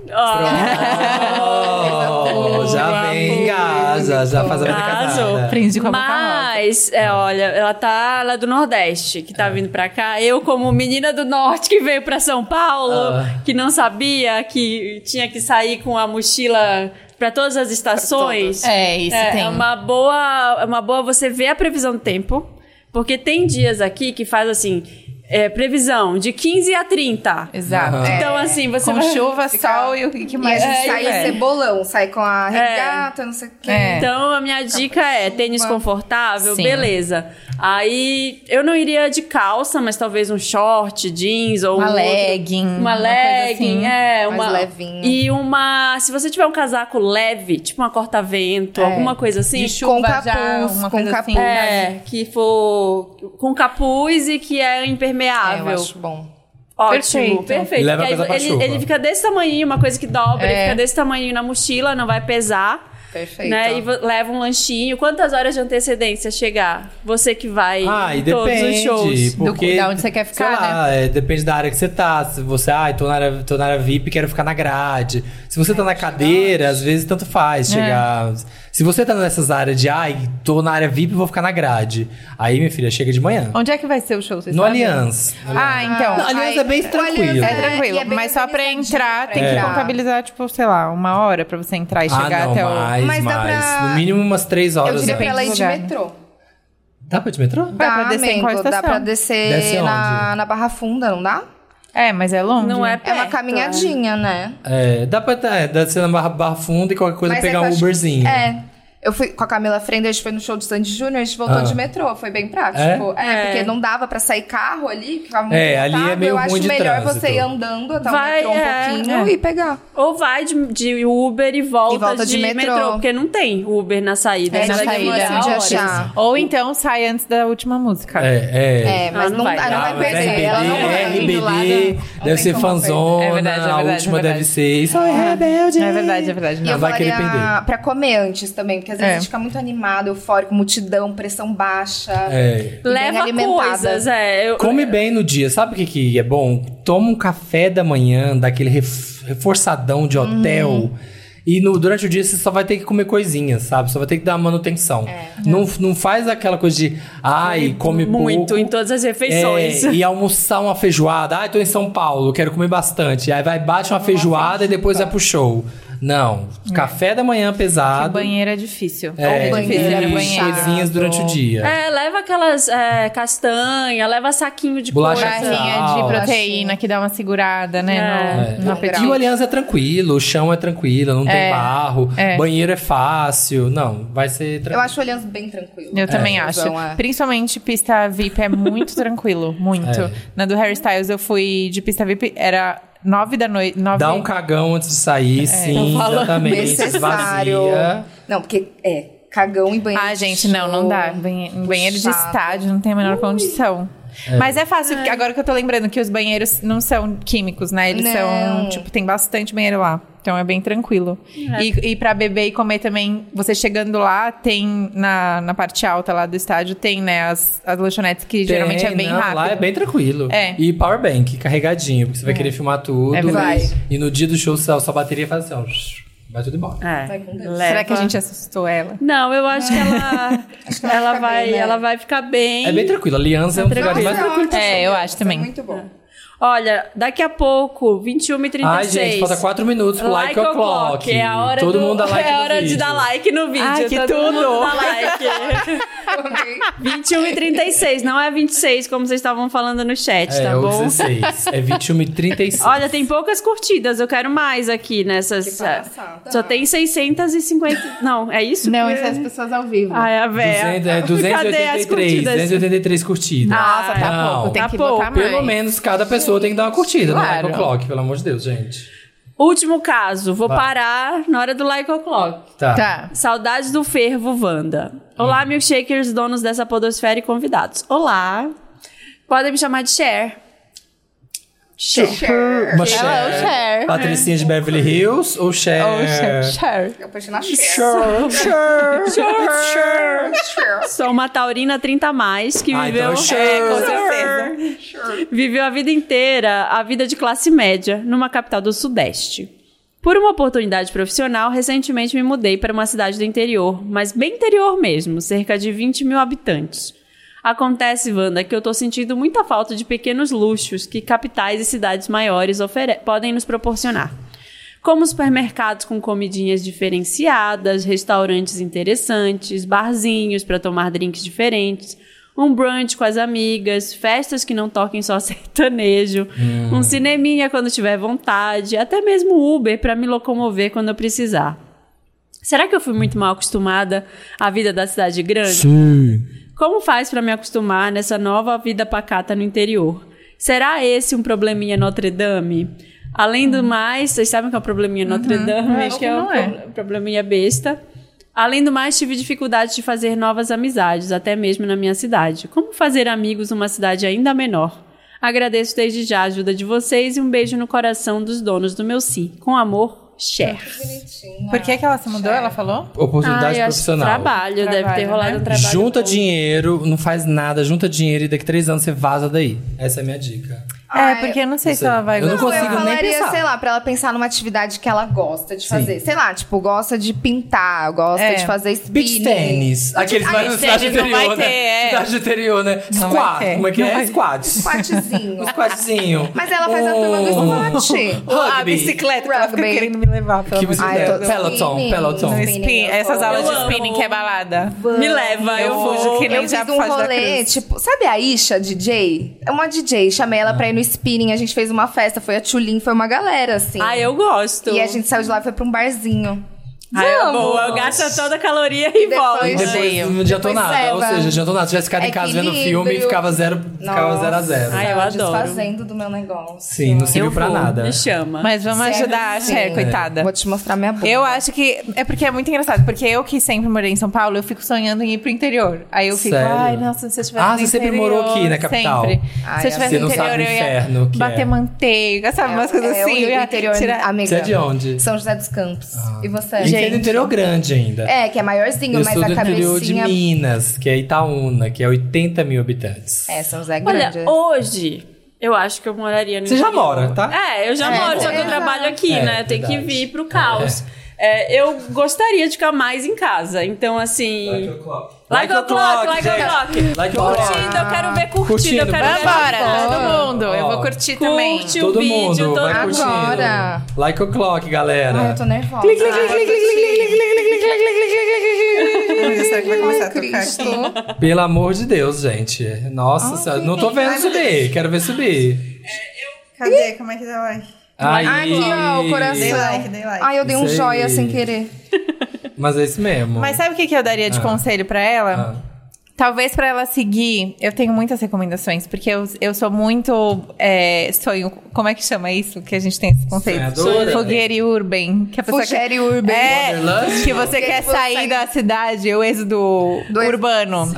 Speaker 1: Oh, já vem, já, já faz a minha casada.
Speaker 4: Brinde com a boca
Speaker 2: Mas, é, olha, ela tá lá do Nordeste, que
Speaker 1: É.
Speaker 2: tá vindo pra cá. Eu, como menina do Norte que veio pra São Paulo,
Speaker 1: Ah.
Speaker 2: que não sabia que tinha que sair com a mochila pra todas as estações.
Speaker 4: É, isso
Speaker 2: é,
Speaker 4: tem.
Speaker 2: é uma boa, é uma boa você ver a previsão do tempo, porque tem dias aqui que faz assim, é, previsão de 15 a 30.
Speaker 4: Exato.
Speaker 1: Aham.
Speaker 2: Então, assim, você
Speaker 4: Com
Speaker 2: vai...
Speaker 4: chuva,
Speaker 3: fica-
Speaker 4: sol e o que que
Speaker 3: E a
Speaker 4: mais
Speaker 3: gente
Speaker 4: é,
Speaker 3: sai cebolão, sai com a regata, não sei o quê.
Speaker 4: É.
Speaker 2: Então, a minha dica é tênis
Speaker 3: chuva.
Speaker 2: confortável,
Speaker 4: Sim.
Speaker 2: beleza. Aí, eu não iria de calça, mas talvez um short, jeans ou
Speaker 4: Uma
Speaker 2: um outro-
Speaker 4: legging,
Speaker 2: Uma
Speaker 4: uma coisa
Speaker 2: legging,
Speaker 4: assim.
Speaker 2: é.
Speaker 3: Mais
Speaker 2: Uma,
Speaker 3: levinha.
Speaker 2: E uma... Se você tiver um casaco leve, tipo uma corta-vento,
Speaker 4: É.
Speaker 2: alguma coisa assim.
Speaker 4: De chuva
Speaker 3: com capuz,
Speaker 4: já, uma
Speaker 3: com
Speaker 4: coisa
Speaker 3: capuz.
Speaker 4: assim.
Speaker 2: É, que for com capuz e que é
Speaker 3: É, eu
Speaker 2: impermeável.
Speaker 3: Ah, acho bom.
Speaker 2: Ótimo,
Speaker 4: É, Perfeito.
Speaker 2: perfeito.
Speaker 1: Leva
Speaker 2: Porque
Speaker 1: a coisa pra
Speaker 2: aí ele,
Speaker 1: chuva.
Speaker 2: ele fica desse tamanho, uma coisa que dobra, ele
Speaker 4: É.
Speaker 2: fica desse tamanho na mochila, não vai pesar.
Speaker 3: Perfeito.
Speaker 2: Né? E vo- leva um lanchinho. Quantas horas de antecedência chegar? Você que vai
Speaker 1: Ah, e
Speaker 2: em todos os shows.
Speaker 1: depende. Porque,
Speaker 4: da onde você quer ficar, né?
Speaker 1: sei lá, é, depende da área que você tá. Se você, ah, tô na área, tô na área VIP, quero ficar na grade. Se você tá na cadeira, às vezes tanto faz
Speaker 4: É.
Speaker 1: chegar. Se você tá nessas áreas de, ai, tô na área VIP, vou ficar na grade. Aí, minha filha, chega de manhã.
Speaker 4: Onde é que vai ser o show? Vocês
Speaker 1: No
Speaker 4: sabem?
Speaker 1: Allianz.
Speaker 4: Ah, então.
Speaker 1: Não, Aliança
Speaker 3: Aí-
Speaker 1: é bem
Speaker 3: o
Speaker 1: tranquilo.
Speaker 3: Aliança
Speaker 4: É tranquilo,
Speaker 3: e é bem
Speaker 4: mas só pra
Speaker 3: organizadinho
Speaker 4: entrar
Speaker 3: pra
Speaker 4: tem que
Speaker 3: entrar.
Speaker 4: contabilizar, tipo, sei lá, uma hora pra você entrar e chegar
Speaker 1: É. ah, não,
Speaker 4: até o.
Speaker 1: mais,
Speaker 3: Mas dá
Speaker 1: mais.
Speaker 3: pra-
Speaker 1: No mínimo umas três
Speaker 3: Eu
Speaker 1: horas.
Speaker 3: diria
Speaker 1: antes.
Speaker 3: pra ela ir de
Speaker 4: Lugar.
Speaker 3: metrô.
Speaker 1: Dá pra ir de metrô?
Speaker 4: Dá pra descer em qual
Speaker 3: amigo, dá
Speaker 4: estação?
Speaker 3: pra descer
Speaker 1: Desce
Speaker 3: na,
Speaker 1: onde?
Speaker 3: na Barra Funda, não dá?
Speaker 4: É, mas é longe.
Speaker 2: Não é
Speaker 4: né?
Speaker 3: É uma
Speaker 2: perto,
Speaker 3: caminhadinha, né?
Speaker 1: É, dá pra é, dá pra ser na barra, barra funda e qualquer coisa
Speaker 3: Mas é
Speaker 1: pegar
Speaker 3: que eu
Speaker 1: um
Speaker 4: tá
Speaker 3: acho-
Speaker 1: Uberzinho.
Speaker 3: É. Eu fui com a Camila Frenda, a gente foi no show do Sandy Júnior, a gente voltou
Speaker 1: Ah.
Speaker 3: de metrô, foi bem prático. É,
Speaker 2: É.
Speaker 3: porque não dava pra sair carro ali, que tava muito
Speaker 1: É, ali é
Speaker 3: lotado.
Speaker 1: meio
Speaker 3: Eu
Speaker 1: ruim
Speaker 3: acho
Speaker 1: de
Speaker 3: melhor
Speaker 1: trânsito.
Speaker 3: você ir andando até
Speaker 2: Vai,
Speaker 3: o metrô um
Speaker 2: é,
Speaker 3: pouquinho
Speaker 2: é.
Speaker 3: e pegar.
Speaker 2: Ou vai de, de Uber e volta,
Speaker 3: E volta de metrô.
Speaker 2: porque não tem Uber na saída.
Speaker 3: É,
Speaker 2: Você
Speaker 4: na
Speaker 2: vai
Speaker 4: saída.
Speaker 2: demorar
Speaker 4: Difícil de
Speaker 2: horas.
Speaker 3: achar.
Speaker 4: Ou então sai antes da última música.
Speaker 1: é.
Speaker 3: É, mas
Speaker 2: não
Speaker 3: não,
Speaker 2: vai.
Speaker 3: ah, não
Speaker 2: Ah,
Speaker 3: vai
Speaker 1: mas
Speaker 3: perder.
Speaker 1: RBD,
Speaker 3: ela não vai.
Speaker 1: RBD, deve ser fanzona,
Speaker 4: É verdade, é verdade,
Speaker 1: a
Speaker 4: é
Speaker 1: última
Speaker 4: verdade.
Speaker 1: deve ser. Isso é rebelde.
Speaker 4: É verdade, é verdade.
Speaker 3: E
Speaker 1: Não
Speaker 3: eu
Speaker 4: Não.
Speaker 1: vai querer
Speaker 3: falaria
Speaker 1: perder.
Speaker 3: pra comer antes também, porque às vezes
Speaker 4: É.
Speaker 3: a gente fica muito animado, eufórico, multidão, pressão baixa.
Speaker 1: É.
Speaker 3: bem
Speaker 2: Leva
Speaker 3: alimentada.
Speaker 2: coisas, é. Eu-
Speaker 1: Come bem no dia, sabe o que, que é bom? Toma um café da manhã, daquele ref- reforçadão de hotel.
Speaker 3: Uhum.
Speaker 1: E no- durante o dia você só vai ter que comer coisinhas, sabe? Só vai ter que dar manutenção.
Speaker 3: É.
Speaker 1: Não, não faz aquela coisa de, ai, come
Speaker 2: muito
Speaker 1: pouco.
Speaker 2: em todas as refeições.
Speaker 1: É,
Speaker 2: <laughs>
Speaker 1: e almoçar uma feijoada. Ah, tô em São Paulo, quero comer bastante. Aí vai, bate uma feijoada e depois vai pro show. Não. Café da manhã pesado.
Speaker 4: Banheiro é difícil. né?
Speaker 1: É,
Speaker 3: Ou banheiro,
Speaker 1: e
Speaker 3: banheiro.
Speaker 1: coisinhas durante o dia.
Speaker 2: É, leva aquelas é, castanha, leva saquinho de
Speaker 1: Bolacha
Speaker 2: coisa.
Speaker 1: castanha.
Speaker 4: Barrinha
Speaker 1: Sal.
Speaker 4: de proteína que dá uma segurada, né?
Speaker 2: É.
Speaker 4: No, no
Speaker 3: É.
Speaker 4: apetite.
Speaker 1: E o Aliança é tranquilo, o chão é tranquilo, não tem
Speaker 4: É,
Speaker 1: barro,
Speaker 4: é.
Speaker 1: banheiro é fácil. Não, vai ser
Speaker 3: Eu
Speaker 1: tranquilo.
Speaker 3: acho o Aliança bem tranquilo.
Speaker 4: Eu também acho.
Speaker 3: Confusão, é.
Speaker 4: Principalmente pista VIP é muito tranquilo, muito.
Speaker 1: É.
Speaker 4: Na do Hairstyles eu fui de pista VIP, era nove da noite. Nove...
Speaker 1: Dá um cagão antes de sair, sim,
Speaker 2: Tô falando.
Speaker 1: exatamente.
Speaker 3: Necessário.
Speaker 1: Esvazia.
Speaker 3: Não, porque é cagão e banheiro.
Speaker 4: Ah,
Speaker 3: de
Speaker 4: gente, não, não
Speaker 3: show.
Speaker 4: dá. Banhe- Banheiro, de
Speaker 3: Chato.
Speaker 4: estádio não tem a menor condição. Mas é fácil, porque agora que eu tô lembrando que os banheiros não são químicos, né? Eles
Speaker 3: Não.
Speaker 4: são, tipo, tem bastante banheiro lá. Então é bem tranquilo. E, e pra beber e comer também, você chegando lá, tem na, na parte alta lá do estádio, tem, né, as, as lanchonetes que geralmente é
Speaker 1: Tem,
Speaker 4: bem
Speaker 1: não,
Speaker 4: rápido.
Speaker 1: Lá é bem tranquilo.
Speaker 4: É.
Speaker 1: E power bank, carregadinho, porque você vai querer filmar tudo.
Speaker 4: É verdade.
Speaker 3: Vai.
Speaker 1: E no dia do show, sua sua bateria faz assim, ó, vai tudo embora.
Speaker 2: É,
Speaker 3: Vai com Deus.
Speaker 2: leva.
Speaker 4: Será que a gente assustou ela?
Speaker 2: Não, eu acho que ela,
Speaker 3: <laughs> que ela
Speaker 2: ela,
Speaker 3: fica
Speaker 2: vai,
Speaker 3: bem, né?
Speaker 2: ela vai ficar bem.
Speaker 1: É bem tranquilo. Aliança é um dos lugares mais
Speaker 3: Nossa,
Speaker 1: tranquilos.
Speaker 3: ótimo,
Speaker 4: É, eu acho
Speaker 3: isso
Speaker 4: também.
Speaker 3: É
Speaker 4: <laughs>
Speaker 3: muito bom.
Speaker 2: Olha, daqui a pouco, 21 É, e 36
Speaker 1: Ai, gente, falta 4 minutos pro like, o'clock.
Speaker 2: É a hora,
Speaker 1: Todo
Speaker 2: do-
Speaker 1: mundo dá like
Speaker 2: é a
Speaker 1: no
Speaker 2: hora de
Speaker 1: vídeo.
Speaker 2: dar like no vídeo.
Speaker 4: Ai, que
Speaker 2: Todo
Speaker 4: tudo!
Speaker 2: mundo dá like.
Speaker 3: Amei.
Speaker 2: 21 e 36, não é 26, como vocês estavam falando no chat,
Speaker 1: É,
Speaker 2: tá
Speaker 1: é o
Speaker 2: bom?
Speaker 1: 16. É 21 e 36.
Speaker 2: <laughs> Olha, tem poucas curtidas, eu quero mais aqui nessas. é,
Speaker 3: Que palhaçada.
Speaker 2: Só tem 650. Não, é isso?
Speaker 4: pessoas ao vivo.
Speaker 2: Ai, a véia.
Speaker 1: 200, é,
Speaker 2: <laughs> Cadê as
Speaker 1: 283,
Speaker 2: curtidas?
Speaker 1: 283 curtidas.
Speaker 4: Nossa, tá
Speaker 1: Ah, Não.
Speaker 4: pouco. Tem
Speaker 2: Tá
Speaker 4: que
Speaker 2: pouco,
Speaker 4: botar mais.
Speaker 1: Pelo menos cada pessoa tem que dar uma curtida
Speaker 4: Claro.
Speaker 1: no like o'clock, pelo amor de Deus, gente.
Speaker 2: Último caso, vou
Speaker 1: Vai.
Speaker 2: parar na hora do like o'clock.
Speaker 1: Tá.
Speaker 4: Tá.
Speaker 2: Saudades do fervo, Wanda. Olá, milkshakers, donos dessa podosfera e convidados. Olá. Podem me chamar de Cher. Cher.
Speaker 1: Uma Cher.
Speaker 2: é
Speaker 4: Hello,
Speaker 1: É.
Speaker 4: Cher.
Speaker 1: Patricinha de Beverly Hills ou Cher?
Speaker 4: Oh, É. Cher. Cher.
Speaker 3: Eu pensei na Cher.
Speaker 1: Cher. Cher. Cher.
Speaker 2: <laughs> Sou uma taurina 30 a mais que
Speaker 1: Ah,
Speaker 2: viveu,
Speaker 1: então Cher.
Speaker 2: viveu a vida inteira, a vida de classe média, numa capital do Sudeste. Por uma oportunidade profissional, recentemente me mudei para uma cidade do interior, mas bem interior mesmo, cerca de 20 mil habitantes. Acontece, Wanda, que eu tô sentindo muita falta de pequenos luxos que capitais e cidades maiores ofere- podem nos proporcionar como supermercados com comidinhas diferenciadas, restaurantes interessantes, barzinhos para tomar drinks diferentes, um brunch com as amigas, festas que não toquem só <laughs> sertanejo, um cineminha quando tiver vontade, até mesmo Uber para me locomover quando eu precisar. Será que eu fui muito mal acostumada à vida da cidade grande? Como faz pra me acostumar nessa nova vida pacata no interior? Será esse um probleminha Notre Dame? Além do mais, vocês sabem que é o probleminha Notre Dame?
Speaker 4: É,
Speaker 2: Acho
Speaker 4: o
Speaker 2: que é
Speaker 4: que
Speaker 2: um
Speaker 4: não é.
Speaker 2: pro- probleminha besta. Além do mais, tive dificuldade de fazer novas amizades, até mesmo na minha cidade. Como fazer amigos numa cidade ainda menor? Agradeço desde já a ajuda de vocês e um beijo no coração dos donos do meu Si. Com amor, Cher.
Speaker 4: Por que, que ela se mudou? Ela falou?
Speaker 2: Ai,
Speaker 1: Oportunidade
Speaker 2: eu acho que
Speaker 1: profissional.
Speaker 2: trabalho, deve ter
Speaker 4: Trabalho,
Speaker 2: rolado
Speaker 4: né?
Speaker 2: um trabalho.
Speaker 1: Junta
Speaker 2: bom.
Speaker 1: dinheiro, não faz nada, junta dinheiro e daqui três anos você vaza daí. Essa é a minha dica.
Speaker 4: é,
Speaker 3: Ai,
Speaker 4: porque eu não sei
Speaker 1: não
Speaker 4: se
Speaker 1: sei.
Speaker 4: ela vai
Speaker 1: Eu não
Speaker 4: gostar.
Speaker 3: Não, eu
Speaker 1: consigo nem
Speaker 3: falaria,
Speaker 1: pensar.
Speaker 3: sei lá, pra ela pensar numa atividade que ela gosta de fazer. Sei lá, tipo, gosta de pintar, gosta
Speaker 4: É.
Speaker 3: de fazer
Speaker 1: Beach
Speaker 3: spinning.
Speaker 1: tênis. Aqueles mais no
Speaker 4: beach
Speaker 1: cidade
Speaker 4: tênis não
Speaker 1: interior,
Speaker 4: vai
Speaker 1: né?
Speaker 4: ter, é.
Speaker 1: Cidade interior, né?
Speaker 4: Não vai
Speaker 1: Squat.
Speaker 4: ter.
Speaker 1: Como é que
Speaker 4: Não
Speaker 1: é?
Speaker 4: vai-
Speaker 1: Squat.
Speaker 3: um Squatzinho. <laughs>
Speaker 1: Squatzinho.
Speaker 3: Mas ela faz a turma do
Speaker 4: Ah,
Speaker 3: squat.
Speaker 1: Um <laughs> Rugby.
Speaker 4: bicicleta, que ela fica
Speaker 3: Rugby.
Speaker 4: querendo me levar. Pelo
Speaker 1: Que
Speaker 4: amor de
Speaker 3: Ah,
Speaker 1: bicicleta?
Speaker 4: Deus.
Speaker 1: Pela- Peloton, Peloton.
Speaker 4: No
Speaker 1: Spinning,
Speaker 4: spinning, essas aulas de spinning que é balada.
Speaker 2: Me leva, eu,
Speaker 4: Eu
Speaker 2: vou.
Speaker 4: fujo que nem-
Speaker 3: Eu
Speaker 4: Ele
Speaker 3: fiz
Speaker 4: já
Speaker 3: um
Speaker 4: faz da
Speaker 3: rolê,
Speaker 4: cruz.
Speaker 3: tipo, sabe a Isha, DJ? É uma DJ, chamei ela pra ir no spinning, a gente fez uma festa, foi a Tulin, foi uma galera, assim.
Speaker 2: Ah, eu gosto.
Speaker 3: E a gente saiu de lá e foi pra um barzinho.
Speaker 2: Ah, é
Speaker 3: Vamos!
Speaker 2: boa, gasta toda a caloria e
Speaker 3: Depois-
Speaker 2: volta.
Speaker 1: E depois
Speaker 4: Odeio.
Speaker 1: não adiantou
Speaker 3: Depois
Speaker 1: nada. Ou
Speaker 3: ceva.
Speaker 1: seja, adiantou nada. Se tivesse ficado em casa vendo
Speaker 3: Equilíbrio.
Speaker 1: filme, ficava zero, ficava
Speaker 3: Nossa,
Speaker 1: zero a zero.
Speaker 2: Ai, eu adoro.
Speaker 3: Desfazendo do meu negócio.
Speaker 1: Sim, não serviu
Speaker 2: Eu
Speaker 1: pra
Speaker 2: vou,
Speaker 1: nada.
Speaker 2: Me chama.
Speaker 4: Mas vamos
Speaker 3: Sério,
Speaker 4: ajudar a
Speaker 3: sim.
Speaker 4: Cher, coitada.
Speaker 3: Vou te mostrar minha boca.
Speaker 4: Eu acho que. É porque é muito engraçado, porque eu que sempre morei em São Paulo, eu fico sonhando em ir pro interior. Aí eu fico,
Speaker 1: Sério?
Speaker 4: ai, nossa, se eu tivesse.
Speaker 1: Ah,
Speaker 4: no
Speaker 1: você sempre
Speaker 4: interior,
Speaker 1: morou aqui na capital.
Speaker 4: Sempre.
Speaker 3: Ai,
Speaker 4: se eu tivesse
Speaker 3: você
Speaker 4: no
Speaker 1: não
Speaker 4: interior,
Speaker 1: sabe o
Speaker 4: eu
Speaker 1: inferno
Speaker 4: ia
Speaker 1: que
Speaker 4: bater
Speaker 1: é.
Speaker 4: manteiga, sabe? umas coisas
Speaker 3: é
Speaker 4: assim.
Speaker 3: horrível,
Speaker 4: eu ia
Speaker 3: interior,
Speaker 4: tirar-
Speaker 3: amiga.
Speaker 1: Você é de onde?
Speaker 3: São José dos Campos. E
Speaker 1: E
Speaker 3: você?
Speaker 1: que é do interior grande ainda.
Speaker 3: É, que é maiorzinho,
Speaker 1: Eu
Speaker 3: mas
Speaker 1: sou do
Speaker 3: a
Speaker 1: interior de
Speaker 3: cabecinha...
Speaker 1: Minas, que é Itaúna, que é 80 mil habitantes.
Speaker 3: É, São José é
Speaker 2: Olha,
Speaker 3: Grande.
Speaker 2: hoje eu acho que eu moraria no
Speaker 1: Você já
Speaker 2: interior.
Speaker 1: mora, tá?
Speaker 2: É, eu já
Speaker 3: É,
Speaker 2: moro, só que eu
Speaker 3: é,
Speaker 2: trabalho aqui,
Speaker 1: é,
Speaker 2: né? Eu tenho que
Speaker 1: verdade.
Speaker 2: vir pro caos. É, eu gostaria de ficar mais em casa. Então, assim. Like o clock, like o clock.
Speaker 1: Like o clock.
Speaker 2: Curtindo, eu quero ver curtido,
Speaker 1: Curtindo,
Speaker 2: eu quero
Speaker 4: Vambora,
Speaker 2: ver.
Speaker 4: todo mundo. Eu vou
Speaker 1: Ó.
Speaker 4: curtir
Speaker 2: Curte
Speaker 4: também.
Speaker 2: o
Speaker 1: Todo
Speaker 2: vídeo,
Speaker 1: mundo,
Speaker 2: todo
Speaker 1: vai
Speaker 2: mundo.
Speaker 1: curtindo.
Speaker 3: Agora.
Speaker 1: Like o clock, galera.
Speaker 3: Ai, eu tô nervosa.
Speaker 4: Será que vai começar a
Speaker 3: Cristo.
Speaker 1: Pelo amor de Deus, gente. Nossa senhora, não tô vendo subir. Quero ver subir.
Speaker 4: Cadê? Como é que dá like?
Speaker 1: Aí.
Speaker 3: Ai, aqui, ó, o coração.
Speaker 4: Dei like, dei like.
Speaker 3: Ai, eu dei um
Speaker 1: Isso aí.
Speaker 3: joia sem querer.
Speaker 1: Mas é isso mesmo. Ah.
Speaker 4: Mas sabe o que, que eu daria de conselho pra ela? Talvez pra ela seguir, eu tenho muitas recomendações, porque eu, eu sou muito é, sonho. Como é que chama isso? Que a gente tem esse conceito?
Speaker 1: Sonhadora.
Speaker 4: Fogueira e urban. Que a pessoa quer-
Speaker 3: Fugere Urban.
Speaker 1: Wanderlust?
Speaker 4: É, que você
Speaker 3: Que
Speaker 4: quer
Speaker 3: você
Speaker 4: sair
Speaker 3: sai-
Speaker 4: da cidade, o êxodo
Speaker 3: Do ex-
Speaker 4: urbano.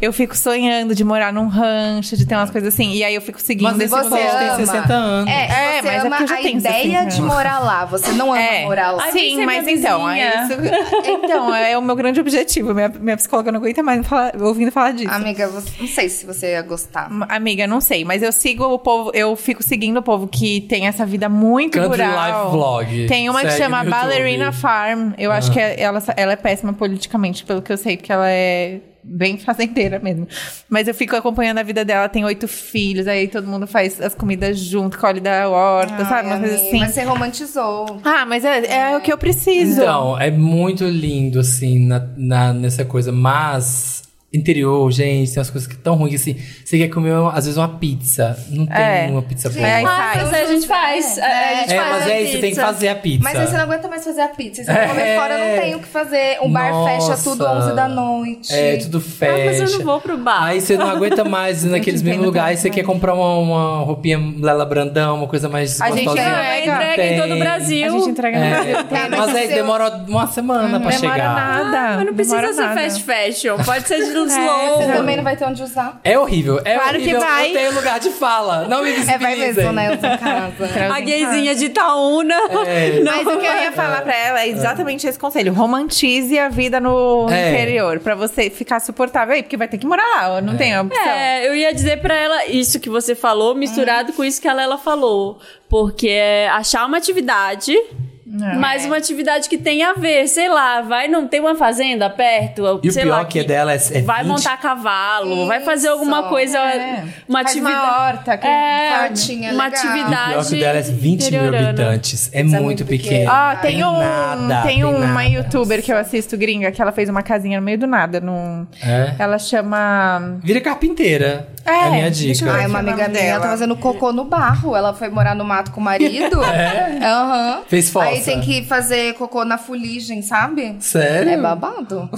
Speaker 4: Eu fico sonhando de morar num rancho, de ter umas coisas assim. E aí eu fico seguindo
Speaker 1: Mas e
Speaker 4: esse
Speaker 1: você
Speaker 4: conselho.
Speaker 1: tem
Speaker 3: ama.
Speaker 1: 60 anos.
Speaker 3: É,
Speaker 4: É,
Speaker 3: você
Speaker 4: mas é
Speaker 3: ama
Speaker 4: porque eu já
Speaker 3: a
Speaker 4: tenho
Speaker 3: ideia
Speaker 4: 60
Speaker 3: de morar lá. Você não ama
Speaker 4: É.
Speaker 3: morar lá.
Speaker 2: Ai, vem
Speaker 4: Sim,
Speaker 2: ser
Speaker 4: mas
Speaker 2: minha
Speaker 4: então, é
Speaker 2: vizinha.
Speaker 4: isso- então, é o meu grande objetivo. Minha, minha psicóloga não aguenta mais falar- ouvindo falar disso.
Speaker 3: Amiga, você- não sei se você ia gostar.
Speaker 4: Amiga, não sei, mas eu sigo o povo, eu fico seguindo o povo que tem essa vida muito
Speaker 1: Country
Speaker 4: rural.
Speaker 1: Life Vlog.
Speaker 4: Tem uma que
Speaker 1: Segue
Speaker 4: chama
Speaker 1: no YouTube. Ah.
Speaker 4: Ballerina Farm. Eu acho que é- ela, ela é péssima politicamente, pelo que eu sei, porque ela é bem <laughs> fazendeira mesmo. Mas eu fico acompanhando a vida dela, tem oito filhos, aí todo mundo faz as comidas junto, colhe da horta, sabe? Uma
Speaker 3: Ai,
Speaker 4: coisa
Speaker 3: amiga,
Speaker 4: assim.
Speaker 3: Mas você romantizou.
Speaker 4: Ah, mas é, é o que eu preciso.
Speaker 1: Então, é muito lindo, assim, na, na- nessa coisa. Mas, interior, gente, tem umas coisas que tão ruins, assim. Você quer comer, às vezes, uma pizza. Não tem
Speaker 4: É.
Speaker 1: uma pizza boa.
Speaker 4: É,
Speaker 1: É,
Speaker 4: mas
Speaker 2: Ah, mas a gente faz. a- a gente faz
Speaker 1: mas
Speaker 2: a
Speaker 1: é isso, você tem que
Speaker 2: pizza.
Speaker 1: fazer a pizza.
Speaker 3: tipo, Mas aí você não aguenta mais fazer a pizza. Você vai comer
Speaker 1: É.
Speaker 3: fora, não tem o que fazer. O bar fecha
Speaker 1: Nossa.
Speaker 3: tudo 11 da noite.
Speaker 1: É, tudo fecha.
Speaker 2: Ah, mas eu não vou pro bar.
Speaker 1: Aí você não aguenta mais ir naqueles
Speaker 4: entendo
Speaker 1: mesmos lugares. Você
Speaker 4: também.
Speaker 1: quer comprar uma, uma roupinha Lela Brandão, uma coisa mais
Speaker 3: A gente
Speaker 1: gostosa.
Speaker 2: Não, é entrega em todo o
Speaker 1: Tem.
Speaker 4: A
Speaker 2: Brasil.
Speaker 4: gente entrega <laughs> no Brasil.
Speaker 1: É,
Speaker 3: mas
Speaker 1: mas aí
Speaker 3: seu-
Speaker 1: demora uma semana pra
Speaker 4: Não demora
Speaker 1: chegar.
Speaker 4: nada.
Speaker 2: Ah, Mas não precisa
Speaker 4: demora
Speaker 2: ser
Speaker 4: nada.
Speaker 2: fast fashion. Pode ser de slow.
Speaker 3: Você também não vai ter onde usar.
Speaker 1: É horrível, é
Speaker 4: Claro que
Speaker 1: horrível.
Speaker 4: vai.
Speaker 1: Eu tenho lugar de fala. Não me
Speaker 3: É, vai
Speaker 1: visibilizem.
Speaker 3: mesmo, né? Eu tô em <laughs> casa.
Speaker 2: A gayzinha de Itaúna.
Speaker 1: É.
Speaker 2: Não.
Speaker 4: Mas o que eu ia falar pra ela é exatamente esse conselho. Romantize a vida no
Speaker 1: É.
Speaker 4: interior, pra você ficar suportável aí, porque vai ter que morar lá, não tem opção.
Speaker 2: <laughs> É, eu ia dizer pra ela isso que você falou, misturado com isso que ela, ela falou. Porque é achar uma atividade,
Speaker 1: É.
Speaker 2: mas uma atividade que tem a ver. Sei lá, vai não tem uma fazenda perto?
Speaker 1: E o
Speaker 2: sei
Speaker 1: pior
Speaker 2: lá,
Speaker 1: que é dela é, é
Speaker 2: Vai
Speaker 1: 20.
Speaker 2: montar cavalo, vai fazer alguma
Speaker 3: Isso,
Speaker 2: coisa,
Speaker 4: é.
Speaker 2: uma
Speaker 4: Faz
Speaker 2: atividade.
Speaker 4: uma horta, que
Speaker 2: é,
Speaker 3: hortinha
Speaker 2: uma
Speaker 3: legal.
Speaker 1: E o
Speaker 2: atividade.
Speaker 1: pior que o dela é 20 mil
Speaker 2: interiorana.
Speaker 1: habitantes. É
Speaker 3: Isso
Speaker 1: muito, pequeno.
Speaker 4: Ó, tem, um,
Speaker 1: nada,
Speaker 4: tem, uma
Speaker 1: nada.
Speaker 4: youtuber que eu assisto, gringa, que ela fez uma casinha no meio do nada. Num...
Speaker 1: É.
Speaker 4: Ela chama.
Speaker 1: Vira carpinteira.
Speaker 4: É,
Speaker 1: É, a minha
Speaker 4: deixa eu
Speaker 1: dica.
Speaker 4: ver.
Speaker 3: Ai, uma
Speaker 4: que é o
Speaker 3: amiga
Speaker 4: nome
Speaker 3: minha, ela tá
Speaker 4: dela?
Speaker 3: fazendo cocô no barro. Ela foi morar no mato com o marido. É? Aham.
Speaker 1: Fez fossa.
Speaker 3: Aí tem que fazer cocô na fuligem, sabe?
Speaker 1: Sério?
Speaker 3: É babado.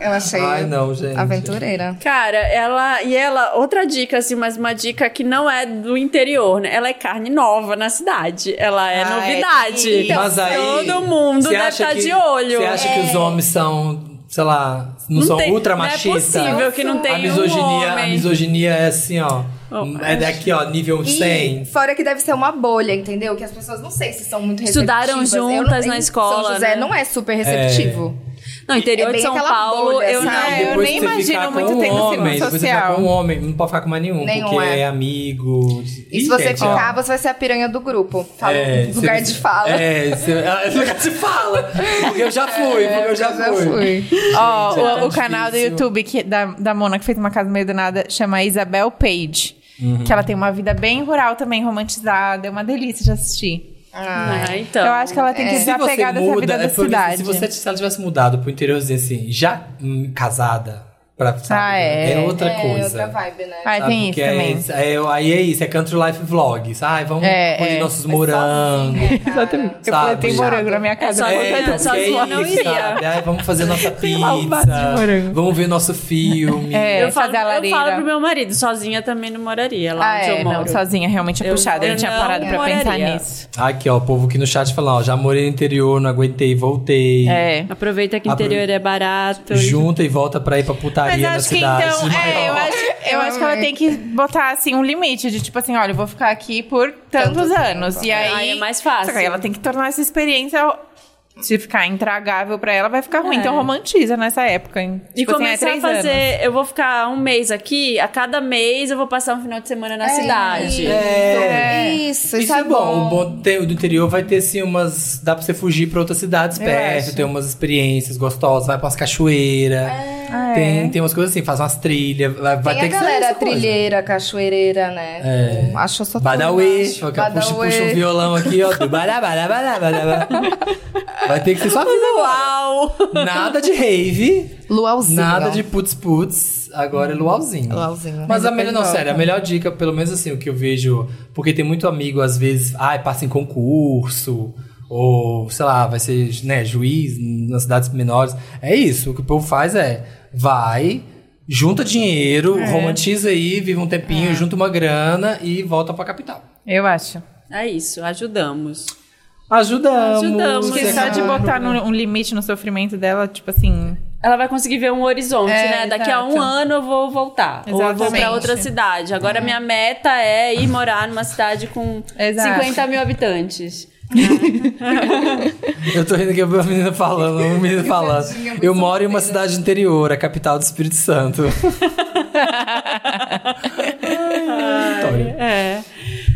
Speaker 3: Eu achei
Speaker 1: Ai, não, gente.
Speaker 3: aventureira.
Speaker 2: Cara, ela. E ela, outra dica, assim, mas uma dica que não é do interior, né? Ela é carne nova na cidade. Ela é
Speaker 4: Ah, é.
Speaker 2: novidade.
Speaker 4: Então, É.
Speaker 1: Mas aí,
Speaker 2: todo mundo
Speaker 1: você
Speaker 2: deve
Speaker 1: acha
Speaker 2: estar
Speaker 1: que-
Speaker 2: de olho.
Speaker 1: Você acha que os homens são, sei lá, É. não, são
Speaker 2: tem-
Speaker 1: ultra
Speaker 2: não é
Speaker 1: machistas?
Speaker 2: possível que não
Speaker 1: a
Speaker 2: tenha um
Speaker 1: misoginia, a
Speaker 2: homem.
Speaker 1: misoginia é assim, ó.
Speaker 2: Oh,
Speaker 1: é daqui, ó, nível
Speaker 3: E
Speaker 1: 100.
Speaker 3: fora que deve ser uma bolha, entendeu? Que as pessoas não sei se são muito
Speaker 2: Estudaram
Speaker 3: receptivas. Eu não-
Speaker 2: juntas
Speaker 3: em
Speaker 2: na escola,
Speaker 3: São José
Speaker 2: né?
Speaker 3: não é super receptivo.
Speaker 2: Não, interior
Speaker 3: É bem
Speaker 2: de São
Speaker 3: aquela
Speaker 2: Paulo,
Speaker 3: bolha,
Speaker 2: eu
Speaker 4: É,
Speaker 3: sabe?
Speaker 4: eu
Speaker 2: não.
Speaker 1: Depois
Speaker 4: nem
Speaker 1: você
Speaker 4: imagino
Speaker 1: ficar
Speaker 4: muito
Speaker 1: com
Speaker 4: tempo
Speaker 1: um
Speaker 4: esse
Speaker 1: homem,
Speaker 4: círculo
Speaker 1: Depois você ficar com
Speaker 4: social.
Speaker 1: um homem, não pode ficar com mais nenhum,
Speaker 3: Nenhum,
Speaker 1: porque
Speaker 3: é.
Speaker 1: é amigo.
Speaker 3: E se você ficar, você vai ser a piranha do grupo. Fala, lugar de fala.
Speaker 1: É, você- <laughs> é, lugar de fala. Porque eu
Speaker 4: É,
Speaker 1: já fui, porque eu já
Speaker 3: Eu já
Speaker 1: fui.
Speaker 3: fui.
Speaker 4: Ó,
Speaker 1: Gente, é
Speaker 4: o-
Speaker 1: tão
Speaker 4: o, canal do
Speaker 1: difícil.
Speaker 4: YouTube que, da, da Mona, que fez uma casa meio do nada, chama Isabel Page.
Speaker 1: Uhum.
Speaker 4: Que ela tem uma vida bem rural também, romantizada. É uma delícia de assistir.
Speaker 1: É.
Speaker 2: Ah, então.
Speaker 4: Eu acho que ela tem que
Speaker 1: E se
Speaker 4: desapegar
Speaker 1: você
Speaker 4: dessa
Speaker 1: muda,
Speaker 4: vida
Speaker 1: é
Speaker 4: da
Speaker 1: por isso,
Speaker 4: cidade.
Speaker 1: se você se ela tivesse mudado pro interiorzinho assim, já hum, casada, pra, sabe, né?
Speaker 4: Ah, é.
Speaker 1: outra
Speaker 3: é,
Speaker 1: coisa.
Speaker 3: outra vibe, né?
Speaker 4: Ah,
Speaker 1: sabe?
Speaker 4: tem isso
Speaker 1: Porque é
Speaker 4: também.
Speaker 1: isso, é, aí é isso, é Country Life Vlogs. Ai, vamos
Speaker 4: É,
Speaker 1: colher
Speaker 4: é.
Speaker 1: nossos morangos.
Speaker 4: Exatamente. Eu
Speaker 1: Sabe?
Speaker 4: plantei morango na minha casa.
Speaker 2: só
Speaker 4: eu
Speaker 2: É,
Speaker 4: plantei-
Speaker 2: não,
Speaker 1: porque
Speaker 2: sozinha eu não
Speaker 1: isso,
Speaker 2: iria. é
Speaker 1: sabe? Ai, vamos fazer
Speaker 2: <laughs>
Speaker 1: nossa
Speaker 4: um vaso de
Speaker 1: pizza.
Speaker 4: morango.
Speaker 1: vamos ver nosso filme.
Speaker 4: É,
Speaker 2: eu, falo,
Speaker 4: fazer a
Speaker 2: eu
Speaker 4: lareira.
Speaker 2: falo pro meu marido, sozinha também não moraria lá
Speaker 4: Ah,
Speaker 2: onde
Speaker 4: é,
Speaker 2: eu moro.
Speaker 4: não, sozinha realmente é
Speaker 2: Eu-
Speaker 4: puxada. Eu,
Speaker 2: eu
Speaker 4: não tinha
Speaker 2: não
Speaker 4: parado pra pensar
Speaker 2: moraria.
Speaker 4: nisso.
Speaker 1: Aqui, ó, o povo aqui no chat falando, ó, já morei no interior, não aguentei, voltei.
Speaker 4: É.
Speaker 2: Aproveita que
Speaker 1: Apro-
Speaker 2: interior é barato.
Speaker 1: Junta e volta pra ir pra putaria
Speaker 4: Mas
Speaker 1: na
Speaker 4: acho que
Speaker 1: cidade.
Speaker 4: então, é, eu acho, eu acho que ela tem que botar assim um limite de tipo assim, olha, eu vou ficar aqui por tantos anos. E aí,
Speaker 2: Aí é mais fácil.
Speaker 4: Só que aí ela tem que tornar essa experiência se ficar intragável pra ela vai ficar ruim.
Speaker 2: É.
Speaker 4: Então romantiza nessa época. hein?
Speaker 2: E
Speaker 4: Tipo assim, é
Speaker 2: começar a
Speaker 4: três
Speaker 2: fazer.
Speaker 4: anos.
Speaker 2: Eu vou ficar um mês aqui, a cada mês eu vou passar um final de semana na cidade.
Speaker 1: É.
Speaker 3: Isso, isso,
Speaker 4: tá
Speaker 1: Isso é bom. O bom ter- do interior vai ter, assim, umas. Dá pra você fugir pra outras cidades
Speaker 4: Eu
Speaker 1: perto,
Speaker 4: acho.
Speaker 1: ter umas experiências gostosas, vai pra umas cachoeiras.
Speaker 4: Ah, é.
Speaker 1: Tem, tem umas coisas assim, faz umas trilhas. Vai, vai
Speaker 3: Tem
Speaker 1: ter
Speaker 3: a
Speaker 1: que ser
Speaker 3: galera
Speaker 1: essa coisa.
Speaker 3: trilheira, cachoeireira, né? É. Acho só
Speaker 1: Badawi,
Speaker 3: tudo,
Speaker 1: puxa,
Speaker 3: acho.
Speaker 1: puxa, o violão aqui, ó. do bará, bará, bará, bará, bará. Vai ter que ser só vida agora.
Speaker 2: Uau!
Speaker 1: Nada de rave,
Speaker 3: Luauzinho.
Speaker 1: nada de putz putz. Agora é luauzinho.
Speaker 3: Luauzinho.
Speaker 1: Mas a melhor, não,
Speaker 4: volta.
Speaker 1: sério, a melhor dica, pelo menos assim, o que eu vejo, porque tem muito amigo, às vezes, ai, passa em concurso, ou, sei lá, vai ser né, juiz nas cidades menores. É isso, o que o povo faz é vai, junta dinheiro, romantiza aí, vive um tempinho, junta uma grana e volta pra capital.
Speaker 4: Eu acho.
Speaker 2: É isso, ajudamos.
Speaker 1: Ajudamos.
Speaker 2: Ajudamos.
Speaker 4: Porque só de botar no- um limite no sofrimento dela, tipo assim.
Speaker 2: Ela vai conseguir ver um horizonte,
Speaker 4: É,
Speaker 2: né? Daqui a um
Speaker 4: exato.
Speaker 2: ano eu vou voltar. Ou eu vou
Speaker 4: Exatamente.
Speaker 2: pra outra cidade. Agora minha meta é ir morar numa cidade com
Speaker 4: Exato.
Speaker 2: 50 mil habitantes.
Speaker 1: Eu tô rindo que eu vi uma menina falando, um menino falando. Eu moro em uma cidade do interior, a capital do Espírito Santo. Vitória.
Speaker 2: <laughs> É.